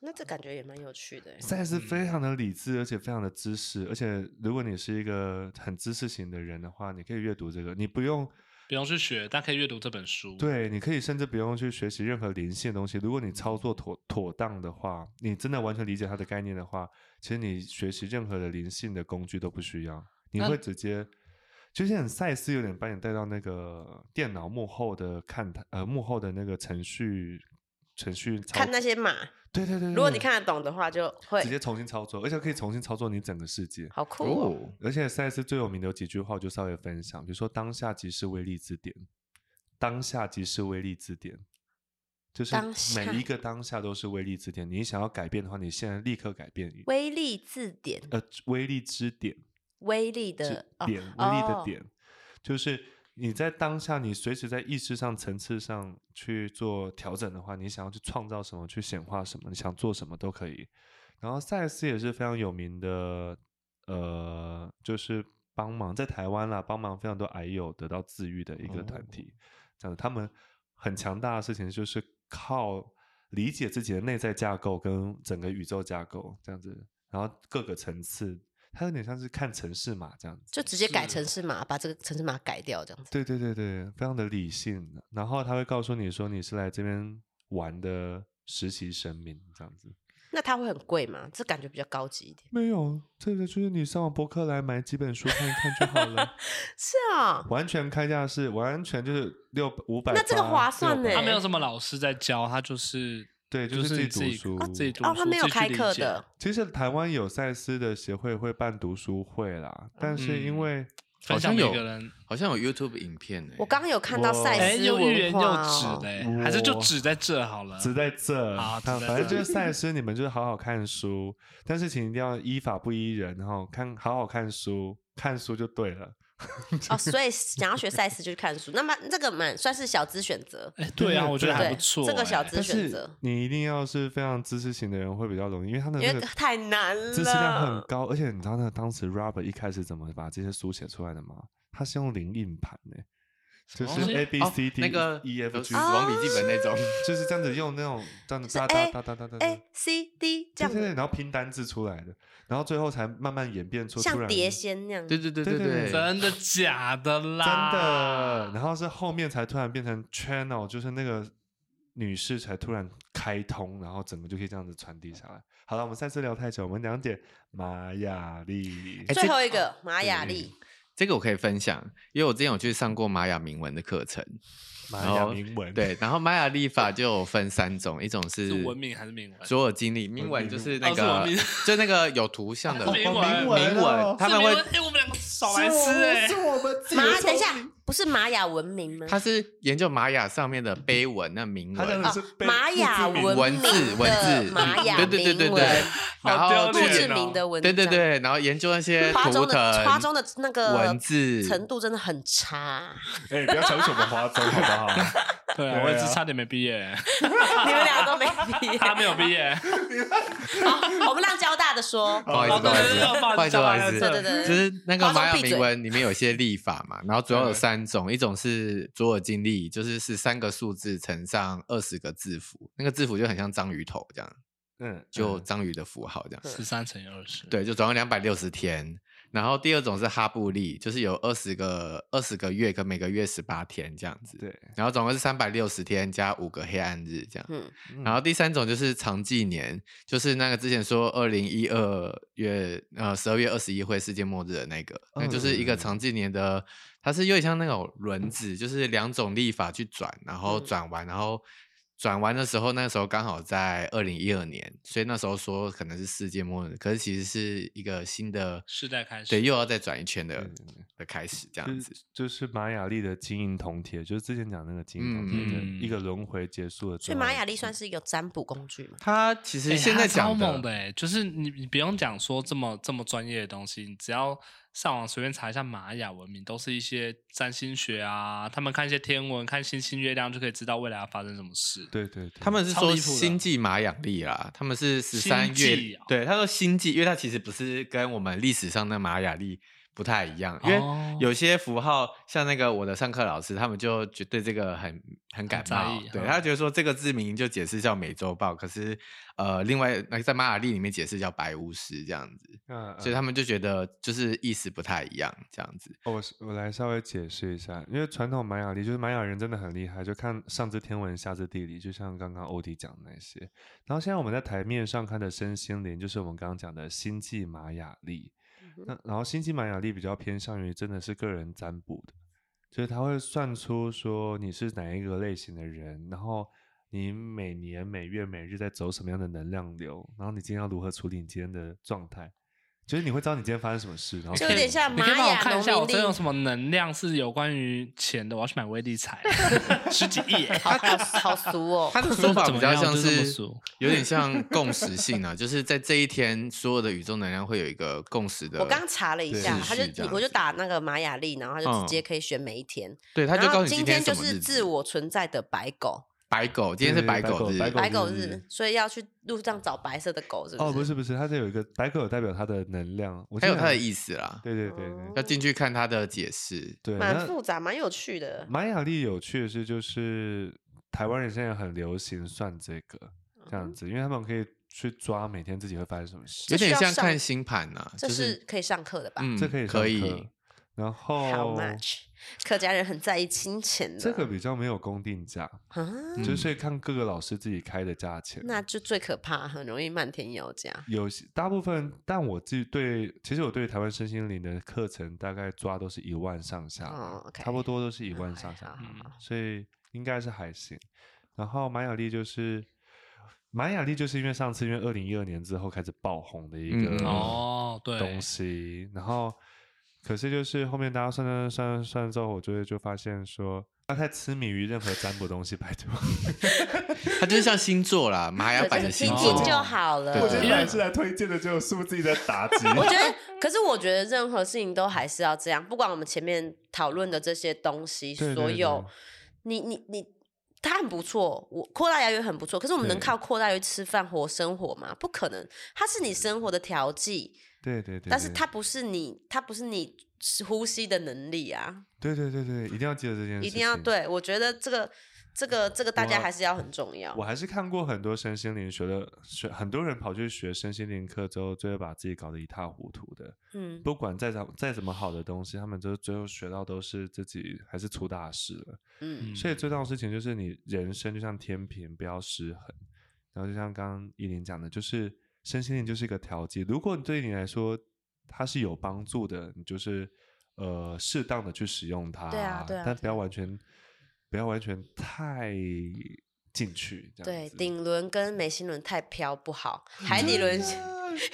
[SPEAKER 2] 那这感觉也蛮有趣的欸。
[SPEAKER 3] 赛斯非常的理智，而且非常的知识，而且如果你是一个很知识型的人的话，你可以阅读这个，你不用
[SPEAKER 1] 不用去学，但可以阅读这本书。，
[SPEAKER 3] 对，你可以甚至不用去学习任何灵性的东西。如果你操作妥妥当的话，你真的完全理解它的概念的话，其实你学习任何的灵性的工具都不需要，你
[SPEAKER 1] 那
[SPEAKER 3] 会直接。就是很赛斯有点把你带到那个电脑幕后的看台，呃，幕后的那个程序程序操
[SPEAKER 2] 看，那些马，
[SPEAKER 3] 对对对对
[SPEAKER 2] 如果
[SPEAKER 3] 对
[SPEAKER 2] 你看得懂的话，就会
[SPEAKER 3] 嗯直接重新操作，而且可以重新操作你整个世界。
[SPEAKER 2] 好酷哦。
[SPEAKER 4] 哦，
[SPEAKER 3] 而且赛斯最有名的有几句话，我就稍微分享，比如说“当下即是威力之点”，“当下即是威力之点”，就是
[SPEAKER 2] 当下
[SPEAKER 3] 每一个当下都是威力之点。你想要改变的话，你现在立刻改变。
[SPEAKER 2] 威力字典，
[SPEAKER 3] 呃，威力之点，
[SPEAKER 2] 威力
[SPEAKER 3] 之
[SPEAKER 2] 的哦
[SPEAKER 3] 点，威力
[SPEAKER 2] 哦
[SPEAKER 3] 的点，就是你在当下，你随时在意识上、层次上去做调整的话，你想要去创造什么，去显化什么，你想做什么都可以。然后赛斯也是非常有名的，呃，就是帮忙在台湾啦，帮忙非常多癌友得到自愈的一个团体。这样，他们很强大的事情就是靠理解自己的内在架构跟整个宇宙架构这样子，然后各个层次，它有点像是看城市码这样子。
[SPEAKER 5] 就直接改
[SPEAKER 1] 是
[SPEAKER 5] 城市码，把这个城市码改掉，这样子。
[SPEAKER 3] 对对对对，非常的理性。然后他会告诉你说你是来这边玩的实习生命这样子。
[SPEAKER 5] 那它会很贵吗？这感觉比较高级一点。
[SPEAKER 3] 没有，这个就是你上网博客来买几本书看一看就 好了，
[SPEAKER 5] 是啊，
[SPEAKER 3] 完全开价是完全就是六五百，
[SPEAKER 5] 那这个划算欸
[SPEAKER 3] 呢
[SPEAKER 5] 呢？
[SPEAKER 1] 他没有什么老师在教，他就是
[SPEAKER 3] 对就
[SPEAKER 1] 就是是
[SPEAKER 3] 自己
[SPEAKER 1] 己
[SPEAKER 3] 读书
[SPEAKER 1] 自己读
[SPEAKER 5] 哦，
[SPEAKER 1] 书
[SPEAKER 5] 他没有
[SPEAKER 1] 自己去
[SPEAKER 5] 开
[SPEAKER 1] 理
[SPEAKER 5] 课
[SPEAKER 1] 解啊
[SPEAKER 5] 的，
[SPEAKER 3] 其实台湾有赛斯的协会会办读书会啦，但是因
[SPEAKER 4] 嗯
[SPEAKER 3] 为、
[SPEAKER 1] 分享
[SPEAKER 4] 好像
[SPEAKER 1] 每
[SPEAKER 4] 有
[SPEAKER 1] 个人。
[SPEAKER 4] 好像有 YouTube 影片欸呢、
[SPEAKER 5] 我
[SPEAKER 2] 哦
[SPEAKER 5] 刚刚有看到
[SPEAKER 3] 哇
[SPEAKER 5] 赛
[SPEAKER 1] 哎，
[SPEAKER 5] 斯
[SPEAKER 1] 又欲言
[SPEAKER 5] 文
[SPEAKER 1] 又
[SPEAKER 5] 化
[SPEAKER 1] 止
[SPEAKER 5] 哦，
[SPEAKER 1] 嘞，
[SPEAKER 3] 哇
[SPEAKER 1] 还是就止在这好了。
[SPEAKER 3] 只在这，
[SPEAKER 1] 好
[SPEAKER 3] 他
[SPEAKER 1] 只在
[SPEAKER 3] 反正
[SPEAKER 1] 这
[SPEAKER 3] 就是 赛斯，你们就是好好看书，但是请一定要依法不依人，然后看好好看书，看书就对了。
[SPEAKER 5] 哦，所以想要学赛斯就去看书，那么这个蛮算是小资选择，
[SPEAKER 1] 哎，对啊，我觉得还
[SPEAKER 5] 对
[SPEAKER 1] 不错哎。
[SPEAKER 5] 这个小资
[SPEAKER 3] 但
[SPEAKER 5] 选
[SPEAKER 3] 是
[SPEAKER 5] 择
[SPEAKER 3] 你一定要是非常知识型的人会比较容易，因为他的
[SPEAKER 5] 因
[SPEAKER 3] 那
[SPEAKER 4] 嗯
[SPEAKER 5] 为
[SPEAKER 3] 个
[SPEAKER 5] 太难了。
[SPEAKER 3] 知识量很高，而且你知道那个当时 Robert 一开始怎么把这些书写出来的吗？他是用零印盘呢、就
[SPEAKER 4] 哦
[SPEAKER 1] 东
[SPEAKER 3] 是
[SPEAKER 1] 西
[SPEAKER 3] A B
[SPEAKER 4] 哦
[SPEAKER 3] C D
[SPEAKER 4] 那个
[SPEAKER 3] E
[SPEAKER 4] 有
[SPEAKER 3] F
[SPEAKER 4] 死
[SPEAKER 3] G，
[SPEAKER 5] 啊
[SPEAKER 4] 亡笔记本那种，
[SPEAKER 3] 就是这样子用那种这样子
[SPEAKER 5] 是
[SPEAKER 3] 哒哒
[SPEAKER 5] A-
[SPEAKER 3] 哒哒哒哒
[SPEAKER 5] A
[SPEAKER 3] 哒
[SPEAKER 5] 哎 C D 这
[SPEAKER 3] 对
[SPEAKER 5] 样
[SPEAKER 3] 对对，
[SPEAKER 5] 子，
[SPEAKER 3] 然后拼单字出来的，然后最后才慢慢演变出突
[SPEAKER 5] 像
[SPEAKER 3] 然
[SPEAKER 5] 碟仙那样。
[SPEAKER 4] 对对对
[SPEAKER 3] 对对
[SPEAKER 4] 对，
[SPEAKER 1] 真的假的
[SPEAKER 3] 真
[SPEAKER 1] 啦？
[SPEAKER 3] 的，然后是后面才突然变成 channel，就是那个女士才突然开通，然后整个就可以这样子传递下来。好了，我们赛斯聊太久，我们讲点玛雅历。
[SPEAKER 4] 哎
[SPEAKER 5] 最
[SPEAKER 4] 这
[SPEAKER 5] 后一个玛
[SPEAKER 4] 对
[SPEAKER 5] 雅历，
[SPEAKER 4] 这个我可以分享，因为我之前有去上过玛雅铭文的课 程，
[SPEAKER 3] 玛
[SPEAKER 4] 然
[SPEAKER 3] 雅
[SPEAKER 4] 后
[SPEAKER 3] 铭文，
[SPEAKER 4] 对，然后玛雅历法就有分三种，一种是
[SPEAKER 1] 是文明还是铭文？
[SPEAKER 4] 所有经历，铭文就是那
[SPEAKER 1] 哦
[SPEAKER 4] 个
[SPEAKER 1] 是文明，
[SPEAKER 4] 就那个有图像的
[SPEAKER 1] 哦铭文
[SPEAKER 4] 铭
[SPEAKER 3] 铭文
[SPEAKER 5] 哦
[SPEAKER 4] 文，他们
[SPEAKER 1] 是铭
[SPEAKER 4] 会
[SPEAKER 1] 文，哎，我们两个少来吃哎。
[SPEAKER 3] 我们自
[SPEAKER 5] 玛等一下不是玛雅文明吗？
[SPEAKER 4] 他是研究玛雅上面的碑文，那铭
[SPEAKER 3] 他真
[SPEAKER 4] 文
[SPEAKER 3] 的
[SPEAKER 5] 哦
[SPEAKER 3] 是被
[SPEAKER 5] 玛雅
[SPEAKER 3] 不知名
[SPEAKER 5] 文
[SPEAKER 4] 文字
[SPEAKER 5] 明
[SPEAKER 4] 文
[SPEAKER 5] 的
[SPEAKER 4] 字，
[SPEAKER 5] 玛雅
[SPEAKER 4] 对对对对
[SPEAKER 5] 铭
[SPEAKER 4] 对
[SPEAKER 5] 文，
[SPEAKER 4] 然
[SPEAKER 1] 好丢
[SPEAKER 4] 后
[SPEAKER 5] 墓
[SPEAKER 1] 脸
[SPEAKER 5] 志
[SPEAKER 1] 哦
[SPEAKER 5] 铭的文
[SPEAKER 4] 对对
[SPEAKER 5] 章
[SPEAKER 4] 对，然后研究那些
[SPEAKER 5] 华
[SPEAKER 4] 图
[SPEAKER 5] 中的华
[SPEAKER 4] 腾
[SPEAKER 5] 中的那个
[SPEAKER 4] 文字
[SPEAKER 5] 程度真的很差，
[SPEAKER 3] 哎，不要瞧不起我们华中好不好？
[SPEAKER 1] 对
[SPEAKER 3] 对
[SPEAKER 1] 啊，
[SPEAKER 3] 啊
[SPEAKER 1] 我也是差点没毕 业，
[SPEAKER 5] 你们俩都 没毕业。
[SPEAKER 1] 他没有毕业。
[SPEAKER 5] 好，我们让交大的说，
[SPEAKER 4] 不好意
[SPEAKER 1] 哦
[SPEAKER 4] 思，不好意思，
[SPEAKER 1] 对对对不好意思
[SPEAKER 4] 不好意思，不好意
[SPEAKER 5] 对对
[SPEAKER 4] 思，
[SPEAKER 5] 对
[SPEAKER 4] 就是那
[SPEAKER 5] 华
[SPEAKER 4] 个
[SPEAKER 5] 中
[SPEAKER 4] 玛雅
[SPEAKER 5] 闭嘴嗯
[SPEAKER 4] 铭文里面有一些历法嘛，然后主要有三种，一种是左耳经历，就是是三个数字乘上二十个字符，那个字符就很像章鱼头这样，
[SPEAKER 3] 嗯，
[SPEAKER 4] 就章鱼的符号这样，
[SPEAKER 1] 十三乘以二十，，
[SPEAKER 4] 对，就总共两百六十天。然后第二种是哈布利，就是有二十个二十个月跟每个月十八天这样子，
[SPEAKER 3] 对。
[SPEAKER 4] 然后总共是三百六十天加五个黑暗日这样。
[SPEAKER 5] 嗯，
[SPEAKER 4] 然后第三种就是长纪年，就是那个之前说二零一二月呃十二月二十一会世界末日的那个，那就是一个长纪年的，它是有点像那种轮子，就是两种历法去转，然后
[SPEAKER 5] 嗯
[SPEAKER 4] 转完，然后转完的时候，那时候刚好在二零一二年，所以那时候说可能是世界末日，可是其实是一个新的
[SPEAKER 1] 世代开始
[SPEAKER 4] 对，又要再转一圈
[SPEAKER 3] 对
[SPEAKER 4] 的
[SPEAKER 3] 对对
[SPEAKER 4] 的开始这样
[SPEAKER 3] 就
[SPEAKER 4] 子
[SPEAKER 3] 是。就是玛雅历的金银铜铁，就是之前讲那个金银铜铁的
[SPEAKER 1] 嗯
[SPEAKER 3] 一个轮回结束了之
[SPEAKER 5] 所
[SPEAKER 3] 后。
[SPEAKER 4] 啊
[SPEAKER 5] 以玛雅历算是一个占卜工 具嘛？
[SPEAKER 4] 它其实
[SPEAKER 1] 欸
[SPEAKER 4] 现在
[SPEAKER 1] 它超
[SPEAKER 4] 讲
[SPEAKER 1] 猛的、欸，就是你你不用讲说这么这么专业的东西，你只要上网随便查一下玛雅文明，都是一些占星学啊，他们看一些天文、看星星、月亮就可以知道未来要发生什么事。，
[SPEAKER 3] 对对，对
[SPEAKER 4] 他们是
[SPEAKER 1] 超
[SPEAKER 4] 说
[SPEAKER 1] 离谱的
[SPEAKER 4] 星际玛雅历啦，他们是十三
[SPEAKER 1] 星际
[SPEAKER 4] 月
[SPEAKER 1] 哦，
[SPEAKER 4] 对，他说星际，因为它其实不是跟我们历史上的玛雅历不太一样，因为
[SPEAKER 1] 哦
[SPEAKER 4] 有些符号像那个我的上课老师，他们就觉对这个很很感
[SPEAKER 1] 在
[SPEAKER 4] 冒
[SPEAKER 1] 意，
[SPEAKER 4] 对
[SPEAKER 1] 嗯
[SPEAKER 4] 他觉得说这个字名就解释叫美洲豹，可是呃，另外那个在玛雅历里面解释叫白巫师这样子，
[SPEAKER 3] 嗯，
[SPEAKER 4] 所以他们就觉得就是意思不太一样这样子，
[SPEAKER 3] 哦我是我来稍微解释一下，因为传统玛雅历就是玛雅人真的很厉害，就看上知天文下知地理，就像刚刚欧迪讲的那些。然后现在我们在台面上看的身心灵，就是我们刚刚讲的星际玛雅历。
[SPEAKER 5] 嗯
[SPEAKER 3] 那然后星际玛雅历比较偏向于真的是个人占卜的，就是他会算出说你是哪一个类型的人，然后你每年每月每日在走什么样的能量流，然后你今天要如何处理你今天的状态，就是你会知道你今天发生什么事，然后
[SPEAKER 5] 就
[SPEAKER 3] 可
[SPEAKER 5] 有
[SPEAKER 3] 以
[SPEAKER 5] 点像
[SPEAKER 1] 你可以
[SPEAKER 5] 玛
[SPEAKER 1] 帮我
[SPEAKER 5] 雅
[SPEAKER 1] 看一下，我
[SPEAKER 5] 农
[SPEAKER 1] 这
[SPEAKER 5] 民
[SPEAKER 1] 有
[SPEAKER 5] 历。
[SPEAKER 1] 什么能量是有关于钱的，我要去买威力彩， 十几亿、欸。
[SPEAKER 5] 好好好俗哦！
[SPEAKER 4] 他的说法
[SPEAKER 1] 怎
[SPEAKER 4] 比
[SPEAKER 1] 么
[SPEAKER 4] 较
[SPEAKER 1] 样
[SPEAKER 4] 像
[SPEAKER 1] 就这么
[SPEAKER 4] 是
[SPEAKER 1] 说
[SPEAKER 4] 有点像共识性啊，就是在这一天所有的宇宙能量会有一个共识的。
[SPEAKER 5] 我刚查了一
[SPEAKER 3] 对
[SPEAKER 5] 下
[SPEAKER 4] 秩，
[SPEAKER 5] 他就
[SPEAKER 4] 序这样
[SPEAKER 5] 我就
[SPEAKER 4] 子
[SPEAKER 5] 打那个玛雅历，然后他就直
[SPEAKER 4] 嗯
[SPEAKER 5] 接可以选每一天。
[SPEAKER 4] 对，他就
[SPEAKER 5] 然后
[SPEAKER 4] 告诉你
[SPEAKER 5] 今
[SPEAKER 4] 天
[SPEAKER 5] 就
[SPEAKER 4] 什么
[SPEAKER 5] 是
[SPEAKER 4] 日
[SPEAKER 5] 自
[SPEAKER 4] 子。
[SPEAKER 5] 我存在的白狗，
[SPEAKER 4] 白狗，今天是
[SPEAKER 3] 对
[SPEAKER 4] 白
[SPEAKER 3] 白
[SPEAKER 4] 狗
[SPEAKER 3] 狗
[SPEAKER 4] 日，
[SPEAKER 3] 白
[SPEAKER 2] 白狗
[SPEAKER 3] 日
[SPEAKER 2] 日，所以要去路上找白色的狗，是不是？
[SPEAKER 3] 哦，不是不是，它是有一个白狗有代表它的能量，我记
[SPEAKER 4] 还有
[SPEAKER 3] 得
[SPEAKER 4] 它的意思啦，
[SPEAKER 3] 对对对对
[SPEAKER 2] 哦
[SPEAKER 4] 要进去看它的解释。
[SPEAKER 3] 对，那
[SPEAKER 2] 蛮复杂，蛮有趣的。
[SPEAKER 3] 玛雅历有趣的是，就是台湾人现在很流行算这个这
[SPEAKER 2] 嗯
[SPEAKER 3] 样子，因为他们可以去抓每天自己会发生什么事，
[SPEAKER 2] 这
[SPEAKER 4] 有
[SPEAKER 2] 需
[SPEAKER 4] 点
[SPEAKER 2] 要
[SPEAKER 4] 像
[SPEAKER 2] 上
[SPEAKER 4] 看星盘呐、
[SPEAKER 2] 这
[SPEAKER 4] 就是
[SPEAKER 2] 可以上课的吧？
[SPEAKER 4] 嗯，哦
[SPEAKER 3] 这可以上
[SPEAKER 4] 可以
[SPEAKER 3] 课，。然
[SPEAKER 2] 好
[SPEAKER 3] 后
[SPEAKER 2] much，客家人很在意金钱的。
[SPEAKER 3] 这个比较没有公定价，
[SPEAKER 2] 啊，
[SPEAKER 4] 嗯
[SPEAKER 3] 就是看各个老师自己开的价钱。
[SPEAKER 2] 那就最可怕，很容易漫天要价。
[SPEAKER 3] 有些大部分，但我自己对，其实我对台湾身心灵的课程大概抓都是一万上下吧，
[SPEAKER 4] 啊
[SPEAKER 2] 哦，OK
[SPEAKER 3] 差不多都是一
[SPEAKER 2] 一
[SPEAKER 3] 万上下。
[SPEAKER 2] 好好好
[SPEAKER 3] 所以应该是还行。然后玛雅历就是玛雅历，就是因为上次因为二零一二年之后开始爆红的一
[SPEAKER 4] 嗯
[SPEAKER 3] 个
[SPEAKER 4] 嗯
[SPEAKER 1] 哦，对，
[SPEAKER 3] 东西，然后可是就是后面大家算算算算之后，我就会就发现说，他太痴迷于任何占卜东西，拜托，
[SPEAKER 4] 它就是像星 座啦，玛雅
[SPEAKER 2] 对
[SPEAKER 4] 版
[SPEAKER 2] 就
[SPEAKER 4] 的
[SPEAKER 2] 是听
[SPEAKER 4] 星
[SPEAKER 2] 听
[SPEAKER 4] 座。
[SPEAKER 2] 就好了。
[SPEAKER 4] 对
[SPEAKER 3] 我觉
[SPEAKER 4] 对
[SPEAKER 3] 得
[SPEAKER 4] 对
[SPEAKER 1] 因为
[SPEAKER 3] 本来是来推荐的，就数字的打击。
[SPEAKER 2] 我觉得，可是我觉得任何事情都还是要这样，不管我们前面讨论的这些东西，
[SPEAKER 3] 对对
[SPEAKER 2] 所
[SPEAKER 3] 对
[SPEAKER 2] 有你你你，它很不错，我扩大牙语很不错，可是我们能
[SPEAKER 3] 对
[SPEAKER 2] 靠扩大牙语吃饭活生活吗？不可能，它是你生活的调剂，
[SPEAKER 3] 对对对，
[SPEAKER 2] 但是
[SPEAKER 3] 对
[SPEAKER 2] 它不是你，它不是你呼吸的能力啊，
[SPEAKER 3] 对对对对，一定要记得这件事情，
[SPEAKER 2] 一定要。对我觉得这个这个这个大家
[SPEAKER 3] 我
[SPEAKER 2] 还是要很重要
[SPEAKER 3] 我。还是看过很多身心灵学的学，很多人跑去学身心灵课之后，最后把自己搞得一塌糊涂的。
[SPEAKER 2] 嗯，
[SPEAKER 3] 不管再怎再怎么好的东西，他们就是最后学到都是自己还是出大事了。
[SPEAKER 2] 嗯，
[SPEAKER 3] 所以最重要的事情就是你人生就像天平，不要失衡。然后就像刚刚依林讲的，就是身心灵就是一个调剂。如果对你来说它是有帮助的，你就是呃适当的去使用它，
[SPEAKER 2] 对啊对啊
[SPEAKER 3] 但不
[SPEAKER 2] 对
[SPEAKER 3] 要
[SPEAKER 2] 啊
[SPEAKER 3] 完全不要完全太进去这样
[SPEAKER 2] 对，
[SPEAKER 3] 子。
[SPEAKER 2] 顶轮跟眉心轮太飘不好，海底轮。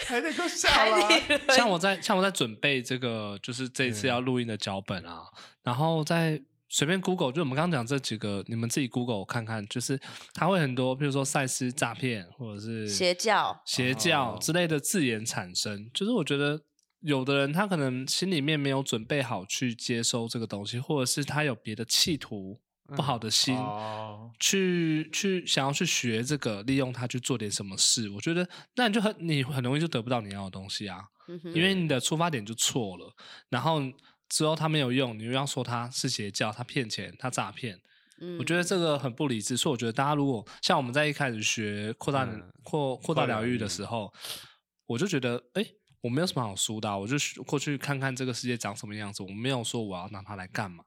[SPEAKER 3] 还 能够下
[SPEAKER 2] 海
[SPEAKER 3] 来。
[SPEAKER 2] 底轮
[SPEAKER 1] 像我在像我在准备这个，就是这一次
[SPEAKER 3] 嗯
[SPEAKER 1] 要录音的脚本啊，然后再随便 Google，就我们刚刚讲这几个，你们自己 Google 看看，就是它会很多，比如说赛斯诈骗或者是
[SPEAKER 2] 邪教
[SPEAKER 1] 邪教
[SPEAKER 3] 哦
[SPEAKER 1] 之类的字眼产生。就是我觉得有的人他可能心里面没有准备好去接收这个东西，或者是他有别的企图。不好的心，
[SPEAKER 4] 哦，
[SPEAKER 1] 去去想要去学这个，利用它去做点什么事，我觉得那你就很你很容易就得不到你要的东西啊，
[SPEAKER 2] 嗯哼
[SPEAKER 1] 因为你的出发点就错了，然后之后它没有用，你又要说它是邪教，它骗钱，它诈骗，
[SPEAKER 2] 嗯
[SPEAKER 1] 我觉得这个很不理智，所以我觉得大家如果像我们在一开始学扩大、
[SPEAKER 3] 嗯
[SPEAKER 1] 扩扩大
[SPEAKER 3] 扩大
[SPEAKER 1] 疗愈
[SPEAKER 3] 疗
[SPEAKER 1] 的
[SPEAKER 3] 愈
[SPEAKER 1] 时候，我就觉得哎。诶我没有什么好输的啊、我就过去看看这个世界长什么样子。我没有说我要拿它来干嘛，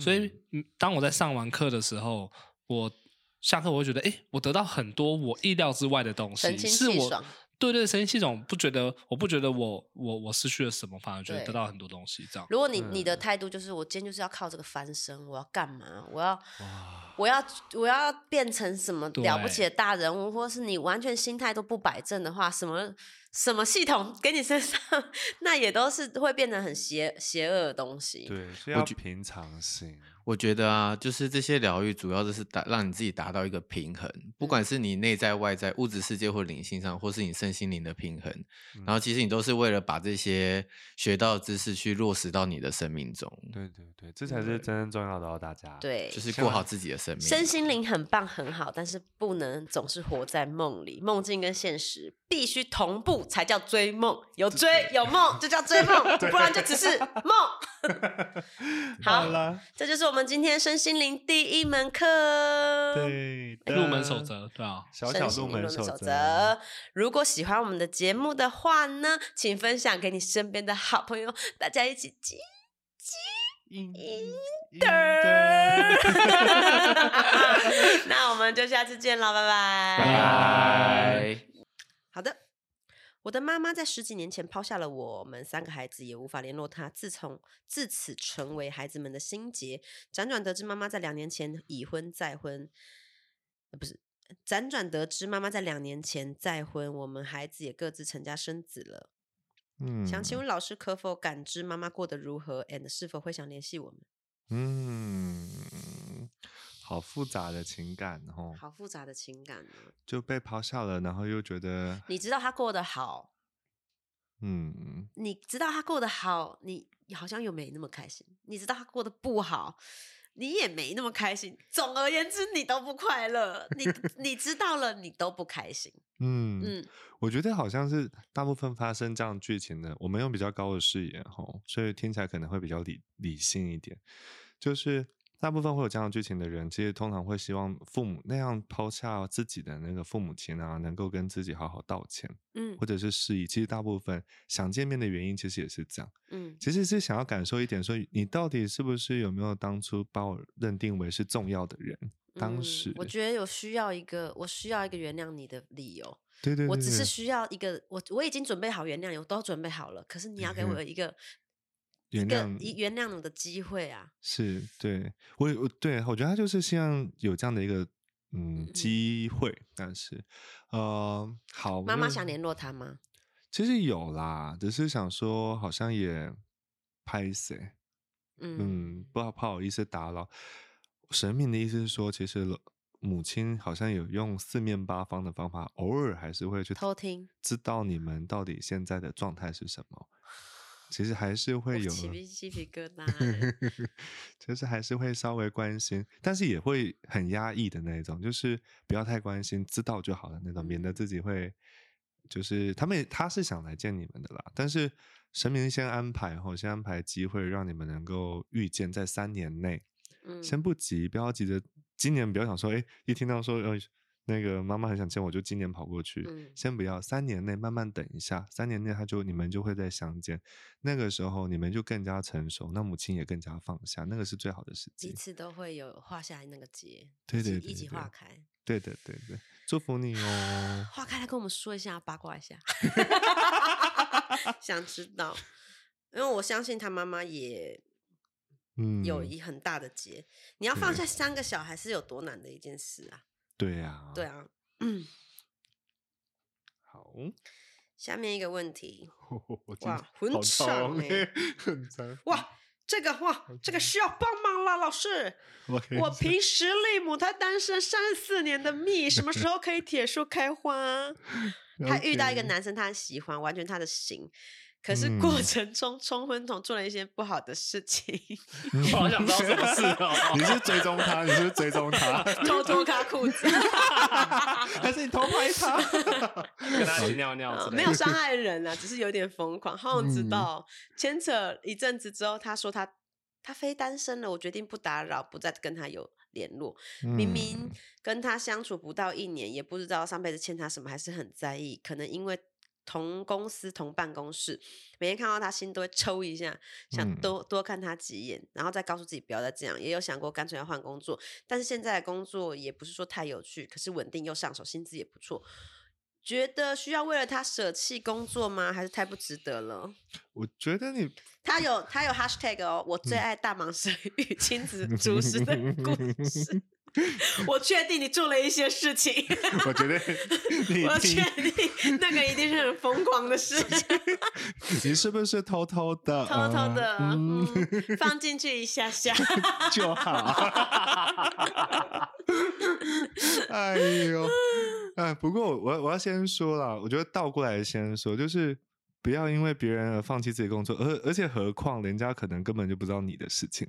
[SPEAKER 1] 所以嗯当我在上完课的时候，我下课我会觉得，哎、我得到很多我意料之外的东西
[SPEAKER 2] 神，清
[SPEAKER 1] 是
[SPEAKER 2] 气
[SPEAKER 1] 我
[SPEAKER 2] 爽。
[SPEAKER 1] 对对神经系统不觉得，我不觉得我我我失去了什么，反而觉得
[SPEAKER 2] 对
[SPEAKER 1] 得到很多东西，这样。
[SPEAKER 2] 如果你你的态度就是我今天就是要靠这个翻身，我要干嘛？我要我要我要变成什么了不起的大人物，或是你完全心态都不摆正的话，什么什么系统给你身上，那也都是会变成很邪邪恶的东西。
[SPEAKER 3] 对，是要平常心。
[SPEAKER 4] 我觉得啊，就是这些疗愈主要就是达让你自己达到一个平衡，
[SPEAKER 2] 嗯
[SPEAKER 4] 不管是你内在、外在、物质世界或灵性上，或是你身心灵的平衡。然
[SPEAKER 2] 嗯
[SPEAKER 4] 后其实你都是为了把这些学到的知识去落实到你的生命中，
[SPEAKER 3] 对对对，这才是真正重要的哦，大家。
[SPEAKER 2] 对，
[SPEAKER 4] 就是过好自己的生命。啊
[SPEAKER 2] 身心灵很棒很好，但是不能总是活在梦里，梦境跟现实必须同步才叫追梦。有追有梦就叫追梦，不然就只是梦。 好，
[SPEAKER 3] 了，
[SPEAKER 2] 这就是我们今天身心灵第一门课。
[SPEAKER 3] 对，
[SPEAKER 1] 入门守，则，对啊，
[SPEAKER 3] 小
[SPEAKER 2] 身
[SPEAKER 3] 小
[SPEAKER 2] 心
[SPEAKER 3] 入
[SPEAKER 2] 灵
[SPEAKER 3] 门
[SPEAKER 2] 守
[SPEAKER 3] 守
[SPEAKER 2] 则。如果喜欢我们的节目的话呢，请分享给你身边的好朋友，大家一起记。 那我们就下次见了，拜拜。
[SPEAKER 4] 拜 拜。
[SPEAKER 2] 好的，我的妈妈在十几年前抛下了我们三个孩子，也无法联络她。自从自此成为孩子们的心结。辗转得知妈妈在两年前已婚再婚，呃不是。辗转得知妈妈在两年前再婚，我们孩子也各自成家生子了。
[SPEAKER 3] 嗯
[SPEAKER 2] 想请问老师可否感知妈妈过得如何，and 是否会想联系我们？
[SPEAKER 3] 嗯，好复杂的情感哦，
[SPEAKER 2] 好复杂的情感啊呢。
[SPEAKER 3] 就被抛下了，然后又觉得，
[SPEAKER 2] 你知道她过得好，
[SPEAKER 3] 嗯，
[SPEAKER 2] 你知道她过得好，你好像又没那么开心；你知道她过得不好，你也没那么开心。总而言之，你都不快乐， 你你知道了，你都不开心。
[SPEAKER 3] 嗯
[SPEAKER 2] 嗯，
[SPEAKER 3] 我觉得好像是大部分发生这样剧情的，我们用比较高的视野吼，所以听起来可能会比较理理性一点。就是大部分会有这样剧情的人，其实通常会希望父母那样抛下自己的那个父母亲啊，能够跟自己好好道歉，
[SPEAKER 2] 嗯
[SPEAKER 3] 或者是示意。其实大部分想见面的原因，其实也是这样。
[SPEAKER 2] 嗯
[SPEAKER 3] 其实是想要感受一点说，你到底是不是有没有当初把我认定为是重要的人？当
[SPEAKER 2] 嗯
[SPEAKER 3] 时、
[SPEAKER 2] 我觉得有需要一个，我需要一个原谅你的理由。
[SPEAKER 3] 对对对
[SPEAKER 2] 我只是
[SPEAKER 3] 对
[SPEAKER 2] 需要一个，我我已经准备好原谅你，我都准备好了。可是你要给我
[SPEAKER 3] 嗯
[SPEAKER 2] 一个
[SPEAKER 3] 原
[SPEAKER 2] 一个
[SPEAKER 3] 谅
[SPEAKER 2] 一原谅我的机会啊！
[SPEAKER 3] 是对我也我对我觉得他就是希望有这样的一个
[SPEAKER 2] 嗯
[SPEAKER 3] 嗯
[SPEAKER 2] 嗯
[SPEAKER 3] 机会，但是呃好，我
[SPEAKER 2] 妈妈
[SPEAKER 3] 就
[SPEAKER 2] 想联络他吗？
[SPEAKER 3] 其实有啦，只是想说好像也拍谁，
[SPEAKER 2] 嗯
[SPEAKER 3] 嗯，不好不好意思打扰。神明的意思是说，其实母亲好像有用四面八方的方法，偶尔还是会去
[SPEAKER 2] 偷听，
[SPEAKER 3] 知道你们到底现在的状态是什么。其实还是
[SPEAKER 2] 我
[SPEAKER 3] 会有啊
[SPEAKER 2] 起鸡鸡皮疙瘩 欸。
[SPEAKER 3] 就是还是会稍微关心，但是也会很压抑的那一种，就是不要太关心，知道就好了那种，免得自己会就是他们也他是想来见你们的啦，但是神明先安排吼，先安排机会让你们能够遇见，在三年内，
[SPEAKER 2] 嗯，
[SPEAKER 3] 先不急，不要急着今年不要想说，哎，一听到说呃那个妈妈很想见我，就今年跑过去，
[SPEAKER 2] 嗯
[SPEAKER 3] 先不要，三年内慢慢等一下，三年内他就你们就会再相见，那个时候你们就更加成熟，那母亲也更加放下，那个是最好的时
[SPEAKER 2] 彼
[SPEAKER 3] 机。
[SPEAKER 2] 此都会有画下来那个结，
[SPEAKER 3] 对
[SPEAKER 2] 一起
[SPEAKER 3] 对
[SPEAKER 2] 一
[SPEAKER 3] 对
[SPEAKER 2] 起
[SPEAKER 3] 对
[SPEAKER 2] 化开。。
[SPEAKER 3] 对的，对的，祝福你哦
[SPEAKER 2] 化开来跟我们说一下，八卦一下， 想知道，因为我相信他妈妈也
[SPEAKER 3] 嗯，
[SPEAKER 2] 有一很大的结。你要放
[SPEAKER 3] 对
[SPEAKER 2] 下三个小孩是有多难的一件事啊！
[SPEAKER 3] 对呀、
[SPEAKER 2] 对，啊，
[SPEAKER 3] 嗯好，
[SPEAKER 2] 下面一个问题，
[SPEAKER 3] 我
[SPEAKER 2] 哇很长欸
[SPEAKER 3] 哦很长。
[SPEAKER 2] 哇，这个哇，这个需要帮忙啦，老师。
[SPEAKER 3] 我可以
[SPEAKER 2] 我凭实力母胎单身三四年的 蜜，什么时候可以铁树开花？她遇到一个
[SPEAKER 3] OK
[SPEAKER 2] 男生，她很喜欢，完全她的型。可是过
[SPEAKER 3] 嗯
[SPEAKER 2] 程中， 冲昏头做了一些不好的事 情，
[SPEAKER 1] 我好想知道什么事 哦。
[SPEAKER 3] 你是追踪他，你是不是追踪他，
[SPEAKER 2] 偷脱她裤子，
[SPEAKER 3] 还是你偷拍他？
[SPEAKER 1] 跟他一起尿尿
[SPEAKER 2] 呃
[SPEAKER 1] 之类的，
[SPEAKER 2] 没有伤害人啊，只是有点疯 狂。好想知
[SPEAKER 3] 嗯
[SPEAKER 2] 道，牵扯一阵子之后，她说她她非单身了，我决定不打扰，不再跟他有联络。
[SPEAKER 3] 嗯
[SPEAKER 2] 明明跟他相处不到一年，也不知道上辈子欠他什么，还是很在意。可能因为同公司、同办公室，每天看到他心都会抽一下，想
[SPEAKER 3] 嗯
[SPEAKER 2] 多、多看他几眼，然后再告诉自己不要再这样。也有想过干脆要换工作，但是现在的工作也不是说太有趣，可是稳定又上手，薪资也不错。觉得需要为了他舍弃工作吗？还是太不值得了？
[SPEAKER 3] 我觉 得你
[SPEAKER 2] 他有他有 hashtag 哦，我最爱大蟒蛇与亲子主食的故事。我确定你做了一些事情，
[SPEAKER 3] 我觉得 你
[SPEAKER 2] 我确
[SPEAKER 3] 听，
[SPEAKER 2] 定那个一定是很疯狂的事情，
[SPEAKER 3] 你是不是偷偷的？
[SPEAKER 2] 偷偷的、
[SPEAKER 3] 嗯
[SPEAKER 2] 嗯，放进去一下下。
[SPEAKER 3] 就好。哎呦，哎，不过我我要先说啦，我觉得倒过来先说，就是不要因为别人而放弃自己工作，而而且何况人家可能根本就不知道你的事情，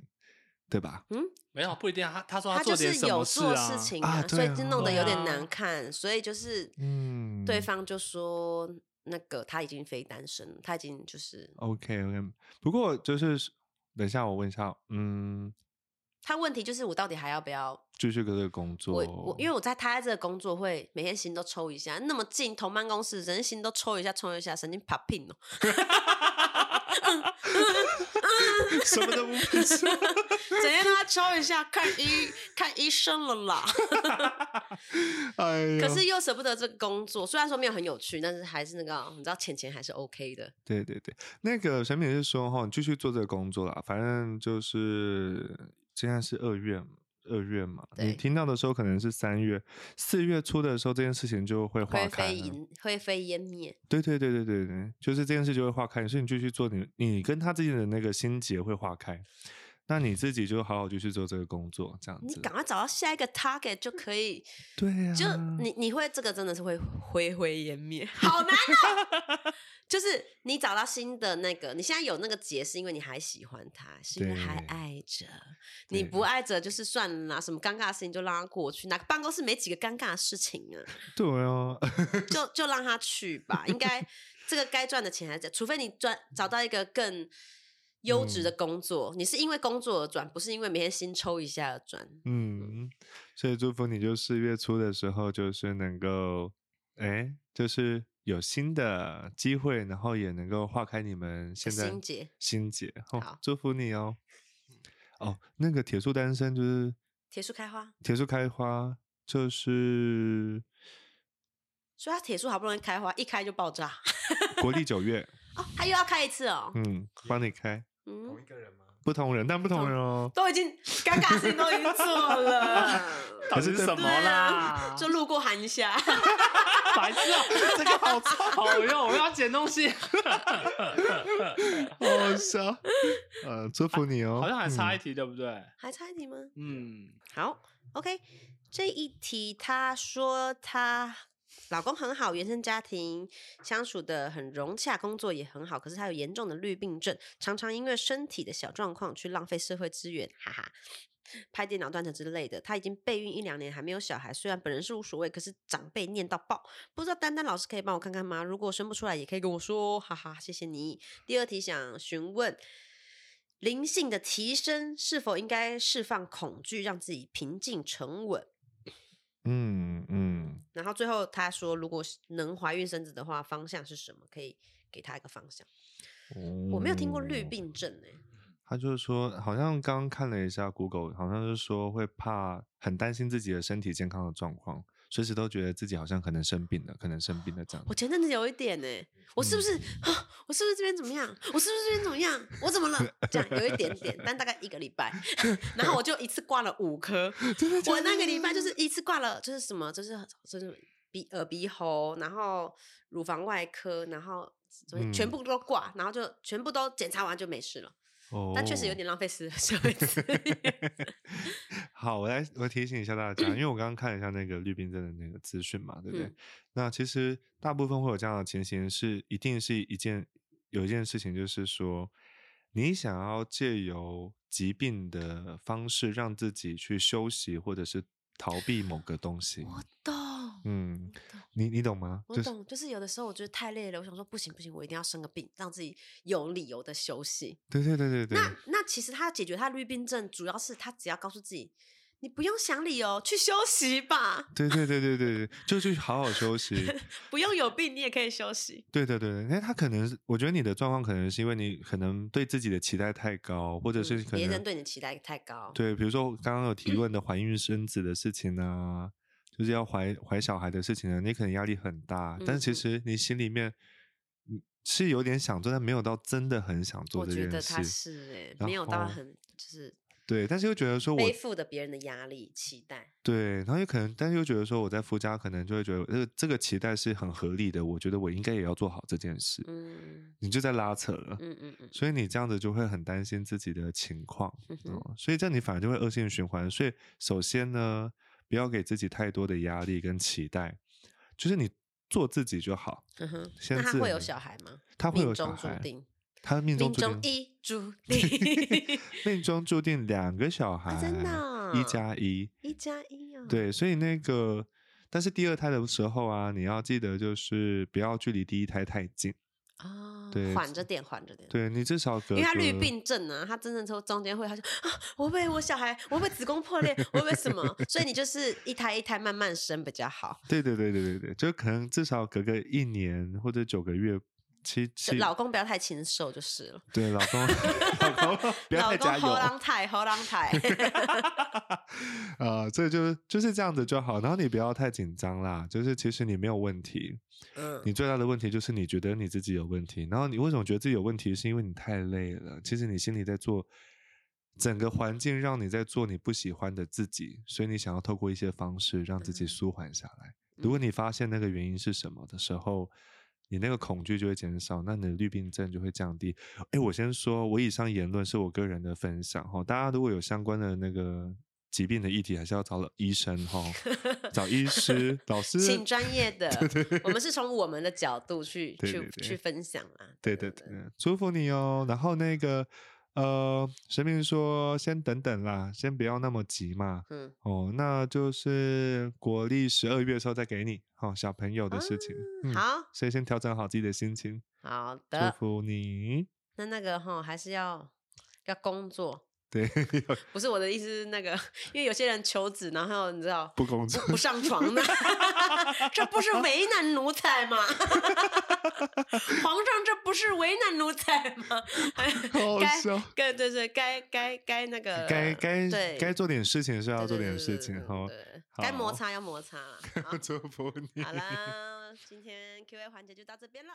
[SPEAKER 3] 对吧？
[SPEAKER 1] 没有不一定啊。他他说
[SPEAKER 2] 他
[SPEAKER 1] 做
[SPEAKER 2] 就
[SPEAKER 1] 点
[SPEAKER 2] 是
[SPEAKER 1] 什
[SPEAKER 2] 有
[SPEAKER 1] 么事
[SPEAKER 2] 做
[SPEAKER 1] 啊
[SPEAKER 2] 事，情
[SPEAKER 3] 啊
[SPEAKER 2] 所以
[SPEAKER 3] 对
[SPEAKER 2] 就
[SPEAKER 3] 啊
[SPEAKER 2] 弄得有点
[SPEAKER 1] 对啊
[SPEAKER 2] 难看，所以就是
[SPEAKER 3] 嗯
[SPEAKER 2] 对方就说那个他已经非单身了，他已经就是。
[SPEAKER 3] OK OK，不过就是等一下我问一下，嗯，
[SPEAKER 2] 他问题就是我到底还要不要
[SPEAKER 3] 继续跟这个工作，
[SPEAKER 2] 我我因为我在他在这个工作会每天心都抽一下，那么近同办公室，人心都抽一下抽一下，神经爬病哦，
[SPEAKER 3] 什么都不 是。
[SPEAKER 2] 整天都在抽一下，看医看医生了啦。
[SPEAKER 3] 哎呦，
[SPEAKER 2] 可是又舍不得这个工作，虽然说没有很有趣，但是还是那个你知道钱钱还是 OK 的。
[SPEAKER 3] 对对对，那个沈敏是说哈，你继续做这个工作啦，反正就是现在是二月嘛二月嘛，你
[SPEAKER 2] 对
[SPEAKER 3] 听到的时候可能是三月、四月初的时候，这件事情就会化
[SPEAKER 2] 灰
[SPEAKER 3] 开啊
[SPEAKER 2] 飞
[SPEAKER 3] 了。
[SPEAKER 2] 烟灰飞烟灭，
[SPEAKER 3] 对对对对对对，就是这件事就会化开，所以你继续做你你跟他之间的那个心结会化开。那你自己就好好继续做这个工作，这样
[SPEAKER 2] 你
[SPEAKER 3] 子。
[SPEAKER 2] 赶快找到下一个 target 就可以，
[SPEAKER 3] 对呀、啊，
[SPEAKER 2] 就你你会这个真的是会灰飞烟灭， 好难哦。 就是你找到新的那个，你现在有那个结，是因为你还喜欢他，是因为还
[SPEAKER 3] 对
[SPEAKER 2] 爱着。
[SPEAKER 3] 对
[SPEAKER 2] 你不爱着就是算了啦，什么尴尬的事情就让他过去。哪个办公室没几个尴尬的事情啊？
[SPEAKER 3] 对哦，
[SPEAKER 2] 就就让他去吧。应 该这个该赚的钱还在，除非你赚找到一个更优质的
[SPEAKER 3] 嗯
[SPEAKER 2] 工作，你是因为工作而赚，不是因为每天新抽一下而赚。
[SPEAKER 3] 嗯，所以祝福你，就四月初的时候，就是能够，哎，就是有新的机会，然后也能够化开你们现在
[SPEAKER 2] 心结
[SPEAKER 3] 心结。哦
[SPEAKER 2] 好，
[SPEAKER 3] 祝福你哦。哦，那个铁树单身就是
[SPEAKER 2] 铁树开花，
[SPEAKER 3] 铁树开花，就是
[SPEAKER 2] 所以他铁树好不容易开花，一开就爆炸
[SPEAKER 3] 国历九月，
[SPEAKER 2] 哦，他又要开一次哦。
[SPEAKER 3] 嗯，帮你开，
[SPEAKER 2] 嗯，
[SPEAKER 6] 一个人吗？
[SPEAKER 3] 不同人，但不同
[SPEAKER 2] 同
[SPEAKER 3] 人哦。
[SPEAKER 2] 都已经尴尬的事情都已经做了，
[SPEAKER 1] 到
[SPEAKER 3] 可
[SPEAKER 1] 底
[SPEAKER 3] 是
[SPEAKER 1] 是
[SPEAKER 3] 这
[SPEAKER 1] 什么
[SPEAKER 2] 对
[SPEAKER 1] 啦
[SPEAKER 2] 啊，？ 就路过喊一下，
[SPEAKER 1] 白痴啊！这个好臭， 好用，我要捡东 西。
[SPEAKER 3] 好笑，呃，祝福你哦。
[SPEAKER 1] 好像还
[SPEAKER 3] 嗯
[SPEAKER 1] 差一题，对不对？
[SPEAKER 2] 还差一题吗？
[SPEAKER 1] 嗯，
[SPEAKER 2] 好，OK，这一题她说她老公很好，原生家庭相处的很融洽，工作也很好，可是她有严重的绿病症，常常因为身体的小状况去浪费社会资源，哈哈。拍电脑断层之类的，她已经备孕一两年还没有小孩，虽然本人是无所谓，可是长辈念到爆，不知道丹丹老师可以帮我看看吗？如果生不出来，也可以跟我说，哈哈，谢谢你。第二题想询问，灵性的提升是否应该释放恐惧，让自己平静沉稳？
[SPEAKER 3] 嗯嗯，
[SPEAKER 2] 然后最后他说，如果是能怀孕生子的话，方向是什么？可以给他一个方向。我没有听过绿
[SPEAKER 3] 哦
[SPEAKER 2] 病症哎、
[SPEAKER 3] 他就是说，好像刚看了一下 Google，好像是说会怕，很担心自己的身体健康的状况，随时都觉得自己好像可能生病了，可能生病了这样
[SPEAKER 2] 我。前阵子有一点哎、我是不是、啊？我是不是这边怎么样？我是不是这边怎么样？我怎么了？这样有一点点，但大概一个礼拜， 然后我就一次挂了五颗。我那个礼拜 就是一次挂了，就是什么，就是就是鼻耳鼻喉，然后乳房外科，然后全
[SPEAKER 3] 嗯
[SPEAKER 2] 部都挂，然后就全部都检查完就没事了。
[SPEAKER 3] 哦
[SPEAKER 2] 但确实有点浪费时 社会资源
[SPEAKER 3] 好，我来我提醒一下大家，因为我刚刚看了一下那个绿病症的那个资讯嘛，对不对？
[SPEAKER 2] 嗯
[SPEAKER 3] 那其实大部分会有这样的情形是，一定是一件有一件事情，就是说你想要借由疾病的方式让自己去休息，或者是逃避某个东西。
[SPEAKER 2] 我懂，
[SPEAKER 3] 嗯，你你懂吗？
[SPEAKER 2] 我
[SPEAKER 3] 就是
[SPEAKER 2] 懂，就是有的时候我觉得太累了，我想说不行不行，我一定要生个病，让自己有理由的休息。
[SPEAKER 3] 对对对对对，
[SPEAKER 2] 那那其实他解决他绿病症，主要是他只要告诉自己，你不用想理由，去休息吧，
[SPEAKER 3] 对对对对对对，就去好好休 息。
[SPEAKER 2] 不用有病你也可以休息。
[SPEAKER 3] 对对对对，因为他可能是，我觉得你的状况可能是因为你可能对自己的期待太高，或者是
[SPEAKER 2] 嗯
[SPEAKER 3] 可
[SPEAKER 2] 别
[SPEAKER 3] 能、
[SPEAKER 2] 人嗯对你的期待太高，
[SPEAKER 3] 对，比如说刚刚有提问的怀孕生子的事情啊，就是要怀怀小孩的事情啊，你可能压力很大，但其
[SPEAKER 2] 嗯嗯
[SPEAKER 3] 实你心里面嗯是有点想做，但没有到真的很想做
[SPEAKER 2] 我
[SPEAKER 3] 这
[SPEAKER 2] 觉
[SPEAKER 3] 件
[SPEAKER 2] 得他
[SPEAKER 3] 事。
[SPEAKER 2] 是哎、
[SPEAKER 3] 然
[SPEAKER 2] 没有到
[SPEAKER 3] 后
[SPEAKER 2] 很就是
[SPEAKER 3] 对，但是又觉得说我
[SPEAKER 2] 背负的别人的压力期待，
[SPEAKER 3] 对，然后也可能，但是又觉得说我在夫家可能就会觉得这个这个期待是很合理的，我觉得我应该也要做好这件事，
[SPEAKER 2] 嗯
[SPEAKER 3] 你就在拉扯了。
[SPEAKER 2] 嗯嗯嗯
[SPEAKER 3] 所以你这样子就会很担心自己的情况，
[SPEAKER 2] 嗯
[SPEAKER 3] 嗯
[SPEAKER 2] 哼，，
[SPEAKER 3] 所以这样你反而就会恶性循环。所以首先呢，不要给自己太多的压力跟期待，就是你做自己就好。
[SPEAKER 2] 嗯哼。
[SPEAKER 3] 先
[SPEAKER 2] 那他
[SPEAKER 3] 自
[SPEAKER 2] 会
[SPEAKER 3] 然
[SPEAKER 2] 有
[SPEAKER 3] 地
[SPEAKER 2] 小孩吗？
[SPEAKER 3] 他会有
[SPEAKER 2] 命
[SPEAKER 3] 小
[SPEAKER 2] 中注
[SPEAKER 3] 孩，
[SPEAKER 2] 定，
[SPEAKER 3] 他命中
[SPEAKER 2] 命
[SPEAKER 3] 注
[SPEAKER 2] 中
[SPEAKER 3] 定，
[SPEAKER 2] 一注定，
[SPEAKER 3] 命中注定两个小孩，
[SPEAKER 2] 啊真的
[SPEAKER 3] 一
[SPEAKER 2] 哦
[SPEAKER 3] 加一，
[SPEAKER 2] 一加一哦。
[SPEAKER 3] 对，所以那个，但是第二胎的时候啊，你要记得就是不要距离第一胎太近，
[SPEAKER 2] 啊，
[SPEAKER 3] 对
[SPEAKER 2] 缓着点，缓着点。
[SPEAKER 3] 对你至少隔
[SPEAKER 2] 因为他绿
[SPEAKER 3] 个
[SPEAKER 2] 病症呢、啊，他真正从中间会，他就啊，我会不会我小孩，我会不会子宫破裂，我会不会什么？所以你就是一胎一胎慢慢生比较 好。
[SPEAKER 3] 对对对对对对，就可能至少隔个一年或者九个月，七
[SPEAKER 2] 就
[SPEAKER 3] 七
[SPEAKER 2] 老公不要太禽兽就是了，
[SPEAKER 3] 对老 公老公不要
[SPEAKER 2] 老
[SPEAKER 3] 太
[SPEAKER 2] 公
[SPEAKER 3] 加油
[SPEAKER 2] 喉狼台，喉狼台。
[SPEAKER 3] 啊、这就是就是这样子就好。然后你不要太紧张啦，就是其实你没有问题，
[SPEAKER 2] 嗯，
[SPEAKER 3] 你最大的问题就是你觉得你自己有问题。然后你为什么觉得自己有问题，是因为你太累了。其实你心里在做整个环境让你在做你不喜欢的自己，所以你想要透过一些方式让自己
[SPEAKER 2] 嗯
[SPEAKER 3] 舒缓下来。如果你发现那个原因是什么的时候，你那个恐惧就会减少，那你的绿病症就会降低。哎，我先说，我以上言论是我个人的分享哈，大家如果有相关的那个疾病的议题，还是要找医生哈，找医 师、老师，
[SPEAKER 2] 请专业的，我们是从我们的角度去
[SPEAKER 3] 对对
[SPEAKER 2] 去
[SPEAKER 3] 对
[SPEAKER 2] 去分享啊啦。
[SPEAKER 3] 对对对，祝福你哦。然后那个呃，神明说先等等啦，先不要那么急嘛。
[SPEAKER 2] 嗯，
[SPEAKER 3] 哦，那就是国历十二月的时候再给你哦，小朋友的事情。嗯，
[SPEAKER 2] 啊好
[SPEAKER 3] 所以先调整好自己的心情。
[SPEAKER 2] 好
[SPEAKER 3] 祝
[SPEAKER 2] 的，
[SPEAKER 3] 福你。
[SPEAKER 2] 那那个哈还是要要工作，
[SPEAKER 3] 对，
[SPEAKER 2] 不是我的意思是那个，因为有些人求子，然后你知道
[SPEAKER 3] 不 工作
[SPEAKER 2] 不不上 床的，这不是为难奴才吗？皇上，这不是为难奴才吗？ 哎
[SPEAKER 3] 好
[SPEAKER 2] 该
[SPEAKER 3] 笑
[SPEAKER 2] 该对对，该该该那个
[SPEAKER 3] 该
[SPEAKER 2] 对
[SPEAKER 3] 该该做点事情是要
[SPEAKER 2] 对
[SPEAKER 3] 做
[SPEAKER 2] 对
[SPEAKER 3] 点
[SPEAKER 2] 对
[SPEAKER 3] 事
[SPEAKER 2] 对
[SPEAKER 3] 情
[SPEAKER 2] 对
[SPEAKER 3] 哈。
[SPEAKER 2] 对该
[SPEAKER 3] 好
[SPEAKER 2] 摩擦要摩擦了。好
[SPEAKER 3] 祝福你。
[SPEAKER 2] 好啦，今天 Q&A 环节就到这边了。